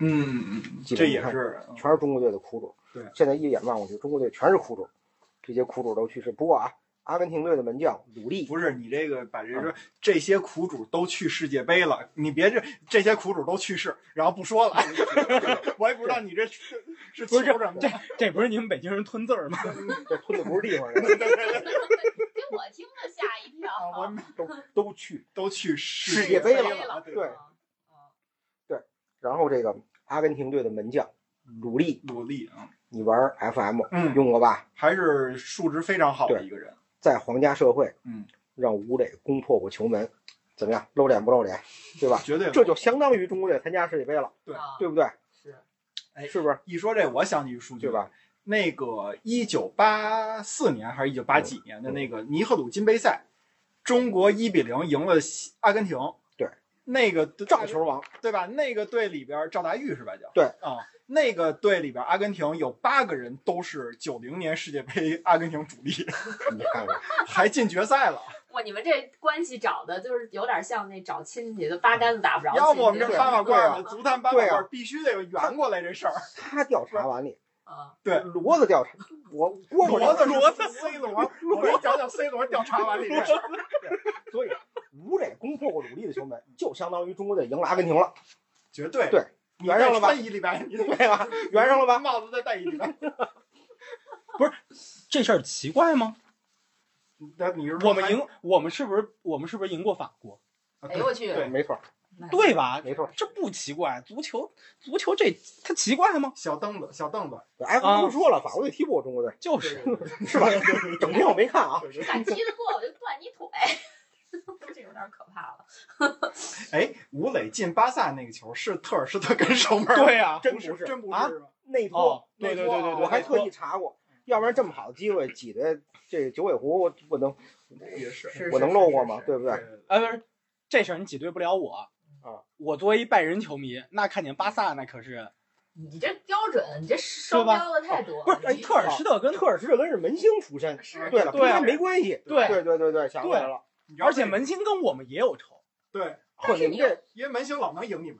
Speaker 3: 嗯，
Speaker 5: 基
Speaker 3: 这
Speaker 5: 本你
Speaker 3: 也
Speaker 5: 看
Speaker 3: 是
Speaker 5: 全是中国队的苦主。
Speaker 3: 对
Speaker 5: 现在一眼望过去，中国队全是苦主，这些苦主都去世。不过啊，阿根廷队的门将鲁利
Speaker 3: 不是你这个把这
Speaker 5: 嗯
Speaker 3: 说这些苦主都去世界杯了，你别这这些苦主都去世，然后不说了， 我也不知道你这是是
Speaker 4: 不
Speaker 3: 求
Speaker 4: 是
Speaker 3: 什么
Speaker 4: 这 这不是你们北京人吞字儿吗？
Speaker 5: 这推的不是地方人，
Speaker 2: 给 我听着吓一跳哦
Speaker 3: 啊，我
Speaker 5: 都都去。
Speaker 3: 都去世
Speaker 5: 世界杯
Speaker 3: 了啊
Speaker 2: 了，嗯
Speaker 3: 对
Speaker 5: 对，然后这个阿根廷队的门将鲁利，
Speaker 3: 努力啊，
Speaker 5: 你玩 FM
Speaker 3: 嗯，
Speaker 5: 用过吧？
Speaker 3: 还是数值非常好的一个人，
Speaker 5: 在皇家社会，
Speaker 3: 嗯，
Speaker 5: 让吴磊攻破过球门，怎么样？露脸不露脸？对吧？
Speaker 3: 绝对
Speaker 5: 这就相当于中国队参加世界杯了，
Speaker 3: 对
Speaker 2: 啊
Speaker 5: 对不对？
Speaker 2: 是，
Speaker 3: 哎
Speaker 5: 是不是？
Speaker 3: 一说这，我想起一数据
Speaker 5: 对吧？？
Speaker 3: 那个一九八四年还是一九八几
Speaker 5: 嗯
Speaker 3: 年的那个尼赫鲁金杯赛，中国一比零赢了西阿根廷。
Speaker 5: 对，
Speaker 3: 那个
Speaker 5: 炸球王
Speaker 3: 对吧？那个队里边赵达玉是吧？叫
Speaker 5: 对
Speaker 3: 啊，那个队里边阿根廷有八个人都是九零年世界杯阿根廷主力，
Speaker 5: 你看看，
Speaker 3: 还进决赛了。
Speaker 2: 哇，你们这关系找的就是有点像那找亲戚的八竿子打不着亲戚。
Speaker 3: 要不我们这
Speaker 5: 对
Speaker 3: 八马褂
Speaker 5: 对
Speaker 3: 儿的足坛八马
Speaker 5: 对
Speaker 3: 褂
Speaker 5: 啊
Speaker 3: 儿必须得圆过来这事儿。
Speaker 5: 他调查完了，
Speaker 2: 啊，
Speaker 3: 对
Speaker 5: 骡子调查，我蝈蝈
Speaker 3: 骡
Speaker 5: 调
Speaker 3: 子
Speaker 5: 查
Speaker 3: 骡子 C 罗，我给你讲讲 C 罗调查完里边。
Speaker 5: 所以吴磊攻破过鲁利的球门，就相当于中国队赢了阿根廷了，
Speaker 3: 绝对
Speaker 5: 对，
Speaker 3: 你
Speaker 5: 圆上了吧
Speaker 3: 再穿一礼拜，你
Speaker 5: 对 吧？圆上了吧？
Speaker 3: 帽子再戴一礼拜。
Speaker 4: 这事儿奇怪吗？
Speaker 3: 那你是说
Speaker 4: 我们赢，我们是不是我们是不是赢过法国？
Speaker 3: 还？
Speaker 2: 哎呦我去，
Speaker 3: 啊对
Speaker 5: 没错，
Speaker 4: 对吧？
Speaker 5: 没错。
Speaker 4: 这不奇怪，足球足球这它奇怪吗？
Speaker 3: 小凳子，小凳子，
Speaker 5: 哎，
Speaker 4: 啊
Speaker 5: 不说了，法国队踢不过中国队，
Speaker 4: 就是
Speaker 5: 是吧？整天我没看啊，
Speaker 2: 你敢踢得过我就断你腿， 这有点可怕了。
Speaker 3: 哎，吴磊进巴萨那个球是特尔施特根守门，，
Speaker 4: 对呀、
Speaker 5: 真
Speaker 3: 不
Speaker 5: 不
Speaker 3: 是，
Speaker 5: 是
Speaker 3: 真不
Speaker 4: 啊
Speaker 3: 是吧，
Speaker 5: 内托。
Speaker 4: 哦，对对对对对，
Speaker 5: 我还特
Speaker 4: 意
Speaker 5: 意查过，要不然这么好的机会挤得这九尾狐，我能
Speaker 3: 也是
Speaker 2: 是
Speaker 5: 我能漏过吗？对不对？
Speaker 3: 对，
Speaker 4: 呃，不是这事儿你挤兑不了我
Speaker 5: 啊。
Speaker 4: 我作为一拜仁球迷，那看见巴萨那可是
Speaker 2: 你这标准，你这双
Speaker 4: 吧
Speaker 2: 标的太多了。
Speaker 4: 不是哎
Speaker 2: 你
Speaker 4: 特尔施特根，
Speaker 5: 特尔施特根是门兴出身，
Speaker 2: 是
Speaker 5: 对了，
Speaker 4: 对
Speaker 5: 跟他没关系。
Speaker 4: 对
Speaker 5: 对对对对，想起来了，
Speaker 3: 你知道
Speaker 4: 而且
Speaker 3: 这
Speaker 4: 门兴跟我们也有仇，
Speaker 3: 对，
Speaker 5: 或者你这
Speaker 3: 因为门兴老能赢你们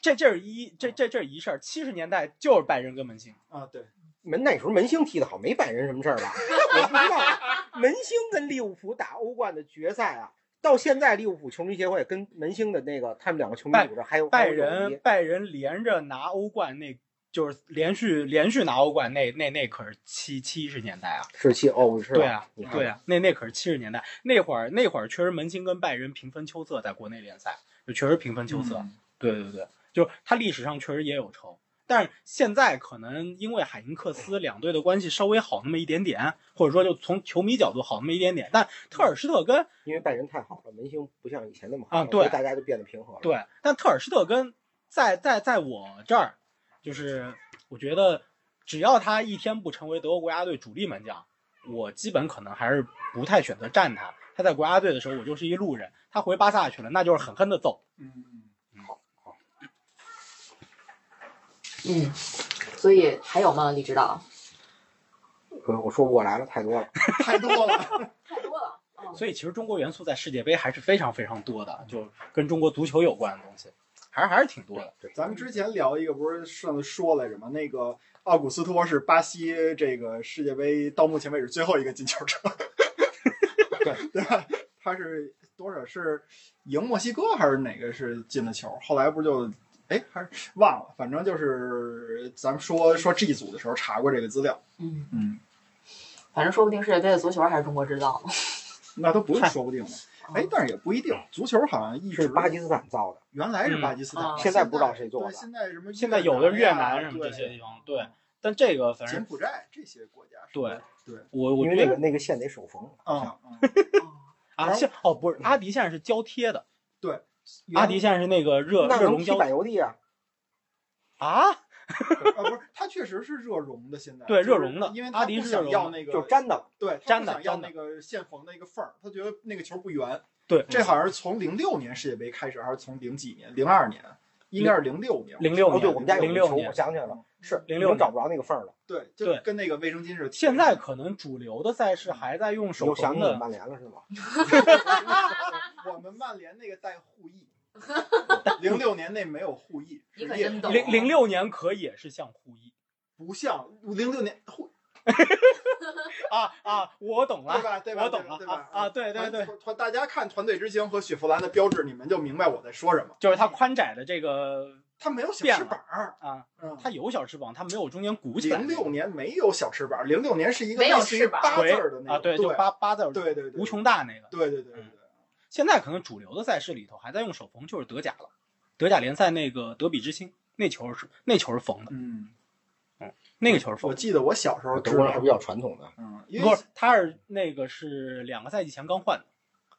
Speaker 4: 这这是一这这这是一事儿。七十年代就是拜仁跟门兴，
Speaker 3: 啊，对，
Speaker 5: 门那时候门兴踢得好，没拜仁什么事儿 吧？我不知道啊。门兴跟利物浦打欧冠的决赛啊，到现在利物浦球迷协会跟门兴的那个他们两个球迷
Speaker 4: 拜
Speaker 5: 组织还有
Speaker 4: 拜
Speaker 5: 还有友
Speaker 4: 仁
Speaker 5: 谊
Speaker 4: 拜仁连着拿欧冠那。就是连续连续拿欧冠，那那那可是七七十年代啊！
Speaker 5: 是七哦是吧
Speaker 4: 对啊
Speaker 5: 你，看
Speaker 4: 对啊，那那可是七十年代那会儿，那会儿确实门兴跟拜仁平分秋色，在国内联赛就确实平分秋色。
Speaker 3: 嗯
Speaker 4: 对对对，就是他历史上确实也有仇，但是现在可能因为海因克斯两队的关系稍微好那么一点点，或者说就从球迷角度好那么一点点，但特尔施特根
Speaker 5: 因为拜仁太好了，门兴不像以前那么好
Speaker 4: 啊
Speaker 5: 了
Speaker 4: 对
Speaker 5: 所以大家就变得平和了。，
Speaker 4: 对，但特尔施特根在在在我这儿，就是我觉得只要他一天不成为德国国家队主力门将，我基本可能还是不太选择站他。他在国家队的时候，我就是一路人；他回巴萨去了，那就是狠狠的揍。
Speaker 3: 嗯，
Speaker 2: 嗯，所以还有吗？李指导，
Speaker 5: 呃，我说不过来了，太多了。
Speaker 4: 嗯
Speaker 3: 太多了，
Speaker 2: 太多了。嗯，
Speaker 4: 所以其实中国元素在世界杯还是非常非常多的，就跟中国足球有关的东西，还是还是挺多的。
Speaker 3: 咱们之前聊一个，不是上次说来着吗？那个奥古斯托是巴西这个世界杯到目前为止最后一个进球者，对 对吧？他是多少是赢墨西哥还是哪个是进的球？后来不就哎还是忘了，反正就是咱们说说 G 组的时候查过这个资料。
Speaker 2: 嗯
Speaker 3: 嗯，
Speaker 2: 反反正说不定世界杯的足球还是中国制造嗯呢。
Speaker 3: 那都不是说不定的。
Speaker 4: 嗯
Speaker 3: 哎，但是也不一定，足球好像一直
Speaker 5: 是巴基斯坦造的，
Speaker 3: 原来是巴基斯坦，
Speaker 2: 嗯啊
Speaker 5: 现在不知道谁做
Speaker 3: 对
Speaker 5: 的
Speaker 3: 现在什么？
Speaker 4: 现在有的越南
Speaker 3: 南
Speaker 4: 什么
Speaker 3: 对
Speaker 4: 这些地方，对，
Speaker 5: 嗯
Speaker 4: 但这个反
Speaker 3: 柬
Speaker 4: 正
Speaker 3: 埔寨这些国家是
Speaker 4: 对
Speaker 3: 吧，对
Speaker 4: 我我
Speaker 5: 因为
Speaker 4: 觉
Speaker 5: 那
Speaker 4: 得
Speaker 5: 个那个线得手缝， 好像
Speaker 3: 啊，嗯
Speaker 4: 啊，现哦不是阿迪现在是胶贴的，阿迪现在是那个热
Speaker 5: 那
Speaker 4: 热
Speaker 5: 能
Speaker 4: 熔
Speaker 5: 踢
Speaker 4: 胶
Speaker 5: 柏油地啊？
Speaker 4: 啊，
Speaker 3: 啊，不是，它确实是热熔的，现在
Speaker 4: 对
Speaker 3: 就是
Speaker 4: 热熔的
Speaker 3: 因为
Speaker 4: 阿
Speaker 3: 他
Speaker 4: 迪
Speaker 3: 不
Speaker 4: 是
Speaker 3: 想
Speaker 4: 热
Speaker 3: 要
Speaker 4: 熔
Speaker 3: 那个，
Speaker 5: 就是粘的，
Speaker 3: 对，他
Speaker 4: 粘
Speaker 3: 不
Speaker 4: 的
Speaker 3: 想要
Speaker 4: 粘的嗯
Speaker 3: 那个线缝的一个缝儿，他觉得那个球不圆。
Speaker 4: 对，
Speaker 3: 这好像是从零六年世界杯开始，还是从零几年？零二年，应该是零六年。
Speaker 4: 零六
Speaker 5: 哦，
Speaker 4: 年，
Speaker 5: 对，我们家有
Speaker 4: 零
Speaker 5: 个
Speaker 4: 六
Speaker 5: 球，我
Speaker 4: 年。
Speaker 5: 想起来了，是
Speaker 4: 06
Speaker 5: 已经找不着那个缝儿了。
Speaker 3: 对，
Speaker 4: 对
Speaker 3: 就跟那个卫生巾似的。
Speaker 4: 现在可能主流的赛事还在用手
Speaker 5: 又想
Speaker 4: 横
Speaker 5: 起
Speaker 4: 的，
Speaker 5: 曼联了是吗？
Speaker 3: 我们曼联那个带护翼，零六年那没有护翼，
Speaker 2: 你可
Speaker 3: 是
Speaker 2: 真
Speaker 3: 液
Speaker 2: 懂
Speaker 4: 零零六年可也是像护翼
Speaker 3: 不像零六年护
Speaker 4: 啊啊！我懂
Speaker 3: 对
Speaker 4: 了，
Speaker 3: 吧？对吧？
Speaker 4: 我懂了
Speaker 3: 对吧
Speaker 4: 啊！啊！对对对，，
Speaker 3: 团大家看团队之星和雪佛兰的标志，你们就明白我在说什么。
Speaker 4: 就是它宽窄的这个
Speaker 3: 它没有小
Speaker 4: 变
Speaker 3: 翅
Speaker 4: 了
Speaker 3: 膀儿，
Speaker 4: 啊，
Speaker 3: 嗯，
Speaker 4: 它有小翅膀，它没有中间鼓起来
Speaker 3: 零六年没有小翅膀，零六年是一个
Speaker 2: 没有
Speaker 3: 类似于
Speaker 2: 翅膀
Speaker 3: 八字
Speaker 4: 回
Speaker 3: 儿的那
Speaker 4: 啊，
Speaker 3: 种，
Speaker 4: 对，就八八字儿
Speaker 3: 对对对，
Speaker 4: 无穷大那个。
Speaker 3: 对，对对对对
Speaker 4: 嗯现在可能主流的赛事里头还在用手缝，就是德甲了。德甲联赛那个德比之星，那球是那球是缝的，
Speaker 3: 嗯，
Speaker 4: 那个球是
Speaker 3: 我
Speaker 4: 缝的。
Speaker 3: 记得我小时候
Speaker 5: 德
Speaker 3: 知
Speaker 5: 国
Speaker 3: 道
Speaker 5: 人还，比较传统的，
Speaker 3: 嗯，因
Speaker 4: 不
Speaker 3: 为
Speaker 4: 是，他是那个是两个赛季前刚换的，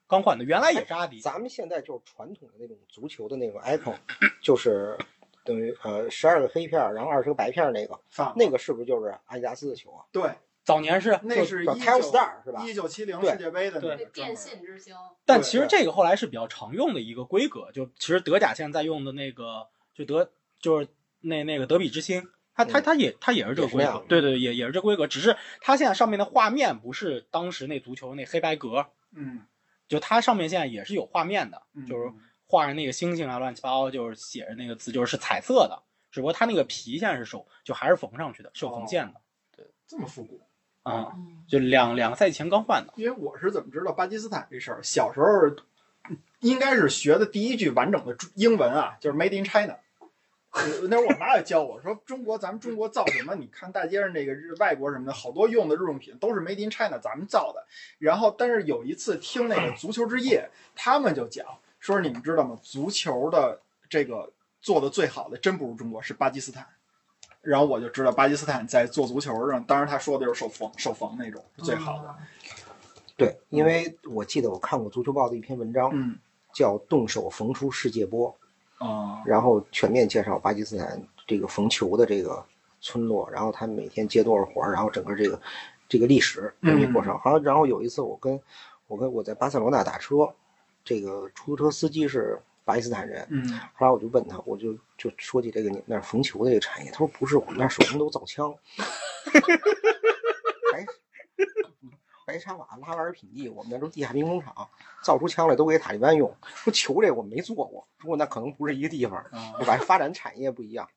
Speaker 4: 刚换的，原来也是阿迪。
Speaker 5: 咱们现在就是传统的那种足球的那个 icon，就是等于呃十二个黑片儿，然后二十个白片儿那个，
Speaker 3: 反
Speaker 5: 那个是不是就是阿迪达斯的球啊？
Speaker 3: 对，
Speaker 4: 早年是
Speaker 3: 那是一
Speaker 5: 叫 Cal Star 是吧？
Speaker 3: 一九七零
Speaker 5: 对
Speaker 3: 世界杯的那
Speaker 2: 对
Speaker 3: 个
Speaker 2: 电
Speaker 3: 专门
Speaker 2: 信之星，
Speaker 4: 但
Speaker 3: 对
Speaker 4: 其实
Speaker 5: 对
Speaker 4: 这个后来是比较常用的一个规格，就其实德甲现在用的那个，就德就是那那个德比之星，它它
Speaker 5: 嗯
Speaker 4: 它也它也是这个规
Speaker 5: 也是那
Speaker 4: 格
Speaker 5: 样，
Speaker 4: 对对，也也是这规格，只是它现在上面的画面不是当时那足球那黑白格，
Speaker 3: 嗯，
Speaker 4: 就它上面现在也是有画面的，
Speaker 3: 嗯
Speaker 4: 就是画着那个星星啊，乱七八糟，就是写着那个字，就是是彩色的，只不过它那个皮现在是手就还是缝上去的，是有缝线的
Speaker 3: 这么复古。
Speaker 4: 啊、
Speaker 2: 嗯，
Speaker 4: 就两两个赛季前刚换的，
Speaker 3: 因为我是怎么知道巴基斯坦这事儿？小时候应该是学的第一句完整的中英文啊，就是 Made in China。呃那会儿我妈也教我说，中国咱们中国造什么？你看大街上那个日外国什么的，好多用的日用品都是 Made in China，咱们造的。然后，但是有一次听那个足球之夜，他们就讲说，你们知道吗？足球的这个做的最好的，真不是中国，是巴基斯坦。然后我就知道巴基斯坦在做足球上，当然他说的就是手缝手缝那种是最好的。
Speaker 2: 的。
Speaker 5: 对，因为我记得我看过《足球报》的一篇文章，
Speaker 3: 嗯
Speaker 5: 叫《动手缝出世界波
Speaker 3: 啊》，
Speaker 5: 然后全面介绍巴基斯坦这个缝球的这个村落，然后他们每天接多少活儿，然后整个这个这个历史这个过程。好像然后有一次我跟我跟我在巴塞罗那打车，这个出租车司机是巴基斯坦人，
Speaker 3: 嗯
Speaker 5: 后来我就问他，我就就说起这个你们那儿缝球的这个产业，他说不是，我们那儿手工都造枪，白 白沙瓦、拉瓦尔品地，我们那都地下兵工厂，造出枪来都给塔利班用。说球这个我没做过，不过那可能不是一个地方，
Speaker 3: 啊，
Speaker 5: 反正发展产业不一样，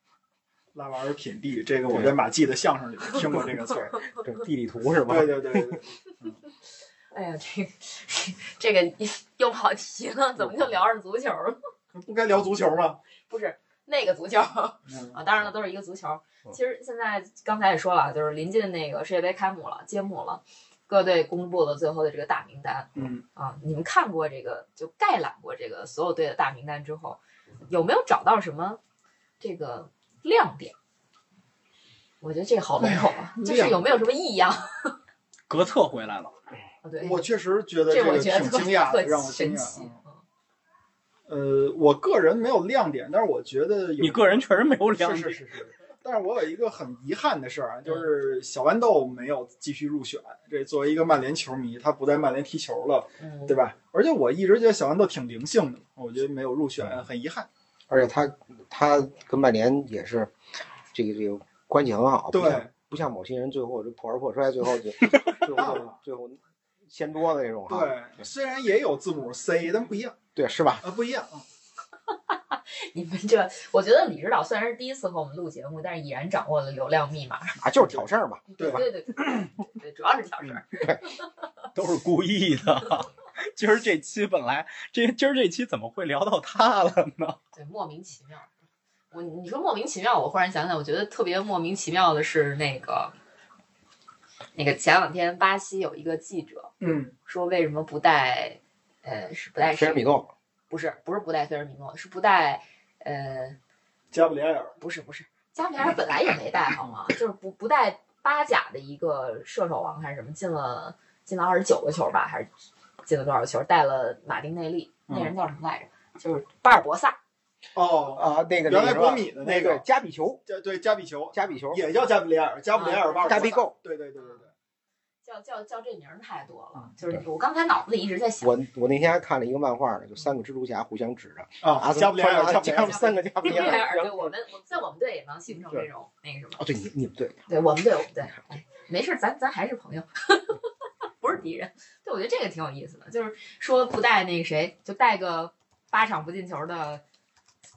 Speaker 3: 拉瓦尔品地，这个我在马季的相声里面听过这个词儿。
Speaker 5: 这地理图是吧？
Speaker 3: 对对对对，对
Speaker 2: 哎呀，这个这个又跑题了，怎么就聊上足球了？
Speaker 3: 不该聊足球吗？
Speaker 2: 不是那个足球。
Speaker 3: 嗯
Speaker 2: 啊，当然了，都是一个足球。
Speaker 5: 嗯
Speaker 2: 其实现在刚才也说了，啊就是临近那个世界杯开幕了，揭幕了，各队公布了最后的这个大名单
Speaker 3: 嗯，
Speaker 2: 啊。你们看过这个，就概览过这个所有队的大名单之后，有没有找到什么这个亮点？我觉得这个好笼统啊，就是有没有什么异样啊？
Speaker 4: 格策回来了，
Speaker 2: 对，
Speaker 3: 我确实觉得
Speaker 2: 这
Speaker 3: 个
Speaker 2: 我觉得
Speaker 3: 挺
Speaker 2: 特
Speaker 3: 惊讶的，
Speaker 2: 特
Speaker 3: 让我
Speaker 2: 神
Speaker 3: 惊
Speaker 2: 奇。
Speaker 3: 讶。啊
Speaker 2: 嗯
Speaker 3: 呃，我个人没有亮点，但是我觉得有
Speaker 4: 你个人确实没有两
Speaker 3: 是是是是。但是我有一个很遗憾的事儿啊，就是小豌豆没有继续入选。这作为一个曼联球迷，他不在曼联踢球了，
Speaker 2: 嗯，
Speaker 3: 对吧？而且我一直觉得小豌豆挺灵性的，我觉得没有入选很遗憾。
Speaker 5: 而且他他跟曼联也是这个这个关系很好，不
Speaker 3: 对
Speaker 5: 像不像某些人最后就破罐破摔，最后 就最后就最后掀桌子那种哈。
Speaker 3: 对，虽然也有字母 C，但不一样
Speaker 5: 对，是吧？
Speaker 3: 啊，不一样啊。
Speaker 2: 你们这，我觉得李指导虽然是第一次和我们录节目，但是已然掌握了流量密码。
Speaker 5: 啊，就是挑事儿嘛，
Speaker 3: 对吧嗯
Speaker 2: 对对对对，主要是挑事儿。
Speaker 4: 都是故意的。 今儿这期本来这今儿这期怎么会聊到他了呢？
Speaker 2: 对，莫名其妙。我你说莫名其妙，我忽然想起来，我觉得特别莫名其妙的是那个那个前两天巴西有一个记者
Speaker 3: 嗯，
Speaker 2: 说，为什么不带，呃，是不带
Speaker 5: 菲尔米诺
Speaker 2: 不是不是不带菲尔米诺，是不带，呃，
Speaker 3: 加布里埃尔，
Speaker 2: 不是不是，加比尔本来也没带好吗？就是不不带巴甲的一个射手王还是什么，进了进了二十九个球吧，还是进了多少个球？带了马丁内利，那人叫什么来着？就是巴尔博萨，
Speaker 3: 哦，
Speaker 5: 啊，那个
Speaker 3: 原来
Speaker 5: 那个是吧
Speaker 3: 国米的
Speaker 5: 那
Speaker 3: 那个
Speaker 5: 个加比球，
Speaker 3: 加对加比球，
Speaker 5: 加比球，
Speaker 3: 也叫加布里埃尔，啊加布里埃尔巴尔
Speaker 5: 加比
Speaker 3: 博萨
Speaker 5: 够。
Speaker 3: 对对对对对，
Speaker 2: 叫叫叫这名儿太多了，就是我刚才脑子里一直在想
Speaker 5: 我我那天还看了一个漫画呢，就三个蜘蛛侠互相指着，
Speaker 3: 啊，
Speaker 5: 阿森
Speaker 3: 加布里埃尔，加
Speaker 5: 穿
Speaker 3: 布
Speaker 5: 着他
Speaker 3: 里埃尔
Speaker 5: 们，三个加布
Speaker 2: 加
Speaker 5: 里
Speaker 2: 比
Speaker 5: 埃
Speaker 2: 尔
Speaker 5: 尔，
Speaker 2: 对我们我在我们队也能形成这种那个什么，
Speaker 5: 哦，对，你你们对，
Speaker 2: 对我们队我们队，哎，没事，儿，咱咱还是朋友， 不是敌人。对，我觉得这个挺有意思的，就是说不带那个谁，就带个八场不进球的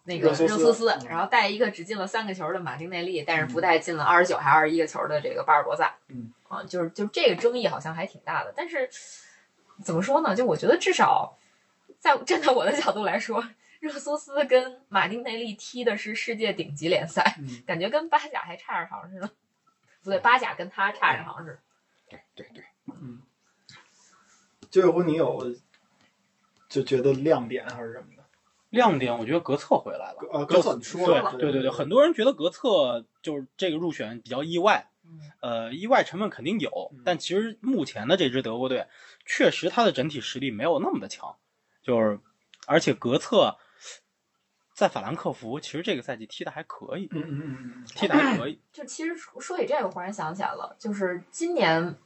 Speaker 2: 那个
Speaker 3: 热苏斯
Speaker 2: 热苏斯
Speaker 3: 嗯，
Speaker 2: 然后带一个只进了三个球的马丁内利，但是不带进了二十九还二十一个球的这个巴尔博萨。
Speaker 3: 嗯，
Speaker 2: 啊，就是就是这个争议好像还挺大的，但是怎么说呢？就我觉得至少在站在我的角度来说，热苏斯跟马丁内利踢的是世界顶级联赛。
Speaker 3: 嗯
Speaker 2: 感觉跟巴甲还差点行似的，不对，巴甲跟他差点行似的。
Speaker 5: 对对，
Speaker 3: 九尾狐你有就觉得亮点还是什么的？
Speaker 4: 亮点我觉得格策回来了。
Speaker 3: 呃，格索你说了，
Speaker 4: 对对对，很多人觉得格策就是这个入选比较意外，
Speaker 2: 嗯，
Speaker 4: 呃，意外成分肯定有
Speaker 3: 嗯，
Speaker 4: 但其实目前的这支德国队，确实它的整体实力没有那么的强，就是而且格策在法兰克福其实这个赛季踢的还可以，
Speaker 3: 嗯嗯嗯
Speaker 4: 踢的还可以，
Speaker 2: 就其实说说起这个，我忽然想起来了，就是今年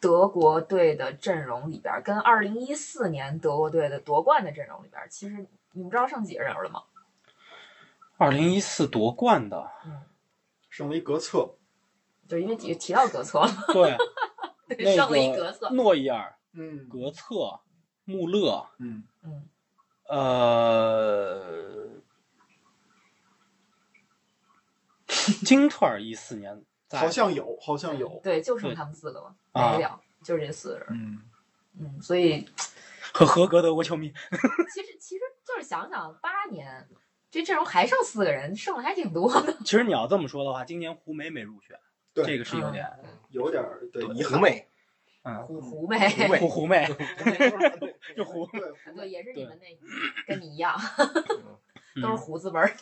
Speaker 2: 德国队的阵容里边儿，跟二零一四年德国队的夺冠的阵容里边儿，其实你们知道剩几个人了吗？
Speaker 4: 二零一四夺 冠的，
Speaker 3: 剩了一格策，
Speaker 2: 就因为提提到格策了，
Speaker 4: 对，那
Speaker 2: 对，
Speaker 4: 个
Speaker 2: 剩了一格策。
Speaker 4: 诺伊尔、
Speaker 3: 嗯
Speaker 4: 格策、穆勒，
Speaker 3: 嗯，
Speaker 2: 嗯，
Speaker 4: 呃，金特尔一四年在
Speaker 3: 好像有，好像有，
Speaker 2: 对，就剩他们四个了，
Speaker 4: 对
Speaker 2: 没了，就是这四个人。
Speaker 3: 嗯。
Speaker 2: 嗯，所以
Speaker 4: 和合格德国球迷
Speaker 2: 其实其实就是想想八年，这阵容还剩四个人，剩的还挺多的。
Speaker 4: 其实你要这么说的话，今年胡梅没入选，
Speaker 3: 对
Speaker 4: 这个是有点，
Speaker 2: 嗯
Speaker 3: 有点儿对遗
Speaker 5: 胡
Speaker 3: 憾，
Speaker 5: 梅，
Speaker 4: 嗯，
Speaker 2: 湖湖呗，
Speaker 5: 胡梅
Speaker 4: 胡胡梅，
Speaker 3: 对
Speaker 4: 就胡
Speaker 3: 对
Speaker 2: 对，也是你
Speaker 4: 对
Speaker 2: 们那，跟你一样，都是
Speaker 4: 嗯。
Speaker 2: 胡字辈儿。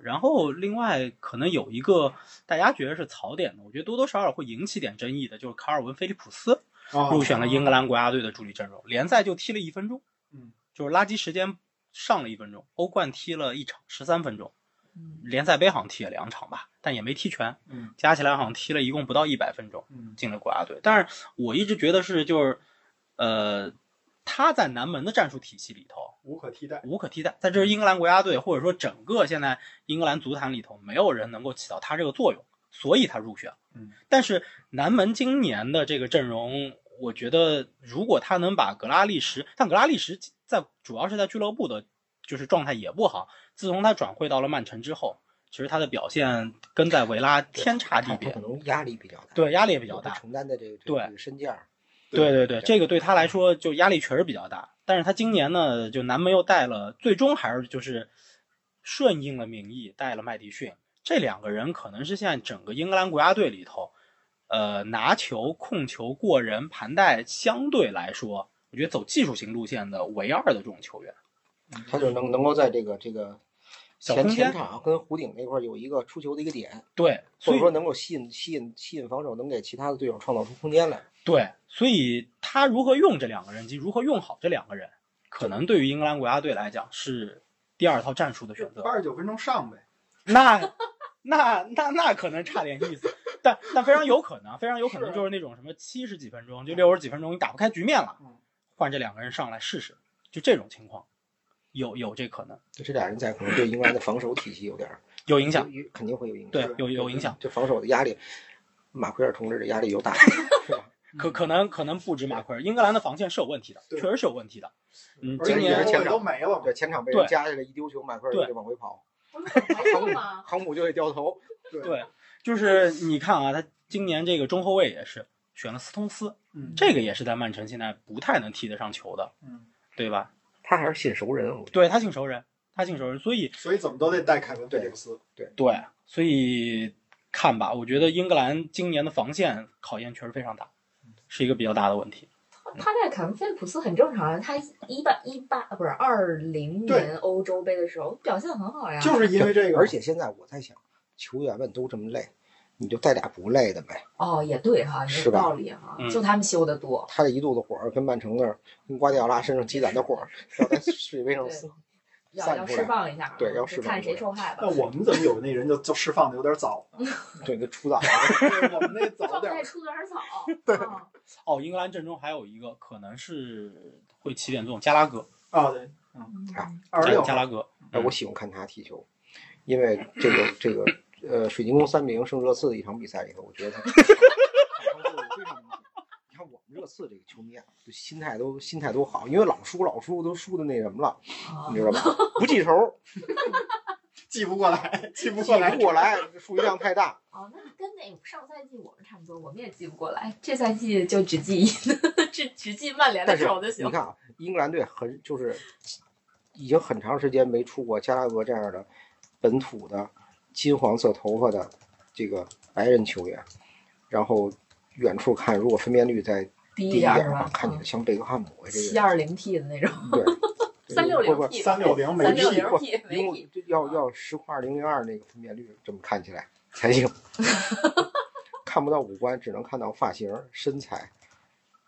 Speaker 4: 然后另外可能有一个大家觉得是槽点的，我觉得多多少少会引起点争议的，就是卡尔文·菲利普斯
Speaker 3: 啊
Speaker 4: 入选了英格兰国家队的主力阵容，联赛就踢了一分钟，
Speaker 3: 嗯，
Speaker 4: 就是垃圾时间上了一分钟，欧冠踢了一场十三分钟，
Speaker 2: 嗯
Speaker 4: 联赛杯好像踢了两场吧，但也没踢全，
Speaker 3: 嗯
Speaker 4: 加起来好像踢了一共不到一百分钟。
Speaker 3: 嗯
Speaker 4: 进了国家队。但是我一直觉得是就是，呃，他在南门的战术体系里头
Speaker 3: 无可替代，
Speaker 4: 无可替代，在这是英格兰国家队或者说整个现在英格兰足坛里头，没有人能够起到他这个作用，所以他入选。
Speaker 3: 嗯，
Speaker 4: 但是南门今年的这个阵容，我觉得如果他能把格拉利什，但格拉利什在主要是在俱乐部的，就是状态也不好。自从他转会到了曼城之后，其实他的表现跟在维拉天差地
Speaker 5: 他他
Speaker 4: 别
Speaker 5: 可，能压力比较大，
Speaker 4: 对压力也
Speaker 5: 比
Speaker 4: 比较大。
Speaker 5: 承担的这个
Speaker 4: 对
Speaker 5: 这个身价，
Speaker 4: 对对
Speaker 5: 对
Speaker 4: 对，这个对他来说就压力确实比较大。但是他今年呢，就南门又带了，最终还是就是顺应了民意，带了麦迪逊。这两个人可能是现在整个英格兰国家队里头，呃，拿球、控球、过人、盘带，相对来说，我觉得走技术型路线的唯二的这种球员。
Speaker 3: 嗯
Speaker 5: 他就能能够在这个这个
Speaker 4: 小
Speaker 5: 前
Speaker 4: 空间
Speaker 5: 前场跟弧顶那块儿有一个出球的一个点，
Speaker 4: 对，
Speaker 5: 所
Speaker 4: 所
Speaker 5: 以
Speaker 4: 以
Speaker 5: 说能够吸引吸引吸引防守，能给其他的队友创造出空间来。
Speaker 4: 对，所以他如何用这两个人及如何用好这两个人，可能对于英格兰国家队来讲是第二套战术的选择。
Speaker 3: 八十九分钟上呗，
Speaker 4: 那那那那可能差点意思，但但非常有可能，非常有可能
Speaker 3: 是
Speaker 4: 就是那种什么七十几分钟就六十几分钟你打不开局面了
Speaker 3: 嗯，
Speaker 4: 换这两个人上来试试，就这种情况，有有这可能，
Speaker 5: 这俩人在可能对英格兰的防守体系有点儿
Speaker 4: 有影响，
Speaker 5: 有，有肯定会有影响。
Speaker 4: 对
Speaker 3: 对，
Speaker 4: 有有影响，
Speaker 5: 这防守的压力，马奎尔同志的压力 又大。
Speaker 4: 可可能可能不止马奎尔，英格兰的防线是有问题的，
Speaker 3: 嗯对
Speaker 4: 确实是有问题的，嗯，
Speaker 3: 而且
Speaker 4: 今年
Speaker 3: 后卫都没了嘛，
Speaker 5: 对，前场被人
Speaker 4: 对
Speaker 5: 夹起来一丢球，马奎尔就得往回跑，
Speaker 2: 不是还剩吗？
Speaker 5: 航母就得掉头。
Speaker 3: 对
Speaker 4: 对，就是你看啊，他今年这个中后卫也是选了斯通斯，
Speaker 3: 嗯
Speaker 4: 这个也是在曼城现在不太能踢得上球的，
Speaker 3: 嗯，
Speaker 4: 对吧？
Speaker 5: 他还是信熟人，啊我觉得
Speaker 4: 对他姓熟人，他姓熟人，所以
Speaker 3: 所以怎么都得带凯文菲利普斯，
Speaker 4: 对，所以看吧，我觉得英格兰今年的防线考验确实非常大，是一个比较大的问题。
Speaker 2: 他在砍菲利普斯很正常啊，他一八一八不是二零年
Speaker 3: 对
Speaker 2: 欧洲杯的时候表现很好呀，
Speaker 3: 就是因为这个，
Speaker 5: 而且现在我在想，球员们都这么累，你就带俩不累的呗。
Speaker 2: 哦也对哈，也
Speaker 5: 是
Speaker 2: 有
Speaker 5: 吧
Speaker 2: 道理哈
Speaker 4: 嗯，
Speaker 2: 就他们修的多，
Speaker 5: 他这一肚子火儿，跟曼城那儿、跟瓜迪奥拉身上积攒的火儿，要在世界杯上
Speaker 2: 对
Speaker 5: 撕。
Speaker 2: 要
Speaker 5: 散
Speaker 2: 要
Speaker 5: 出
Speaker 2: 释
Speaker 5: 来
Speaker 2: 放一下啊，
Speaker 5: 对要
Speaker 2: 就
Speaker 5: 释放
Speaker 2: 看
Speaker 5: 出
Speaker 2: 谁
Speaker 5: 来
Speaker 2: 受害吧
Speaker 3: 那。我们怎么有那人就就释放的有点早呢？
Speaker 5: 对，那出道。
Speaker 3: 我们那早
Speaker 2: 状
Speaker 3: 点
Speaker 2: 态
Speaker 3: 儿。
Speaker 2: 出的有 点早，对，啊
Speaker 4: 哦，英格兰阵中还有一个可能是会起点作用，加拉格，
Speaker 3: 啊，对，
Speaker 2: 嗯
Speaker 3: 二十
Speaker 4: 加
Speaker 3: 六
Speaker 4: 加拉格，
Speaker 5: 哎，我喜欢看他踢球，因为这个这个呃，水晶宫三比零胜热刺的一场比赛里头，我觉得他场上作用非常明显。你看我们热刺这个球迷啊，就心态都心态都好，因为老输老输都输的那什么了，
Speaker 2: 啊
Speaker 5: 你知道吧？不记仇，
Speaker 3: 记不过来，记不
Speaker 5: 记
Speaker 3: 过来
Speaker 5: 不。过来，数据量太大。
Speaker 2: 哦，那跟那上赛季我们差不多，我们也记不过来，这赛季就只记一， 只只记曼联的
Speaker 5: 但是
Speaker 2: 球就行
Speaker 5: 你。看啊，英格兰队很就是已经很长时间没出过加拉格这样的本土的金黄色头发的这个白人球员，然后远处看，如果分辨率再
Speaker 2: 低
Speaker 5: 低
Speaker 2: 一
Speaker 5: 一
Speaker 2: 点
Speaker 5: 点
Speaker 2: 儿是
Speaker 5: 的话
Speaker 2: 吧，？嗯
Speaker 5: 看起来像贝克汉姆啊这
Speaker 2: 七
Speaker 5: 个人。
Speaker 2: 二零 P 的那种，
Speaker 5: 对，对
Speaker 2: 三六
Speaker 5: 会不
Speaker 2: 零
Speaker 5: 会
Speaker 2: P，
Speaker 3: 三六
Speaker 5: 哦
Speaker 3: 零没
Speaker 2: 三
Speaker 3: 屁
Speaker 2: 六零
Speaker 5: 不
Speaker 2: P 没
Speaker 5: 用
Speaker 2: P，
Speaker 5: 要要实况二零零二那个分辨率这么看起来才 行，看不到五官，只能看到发型、身材。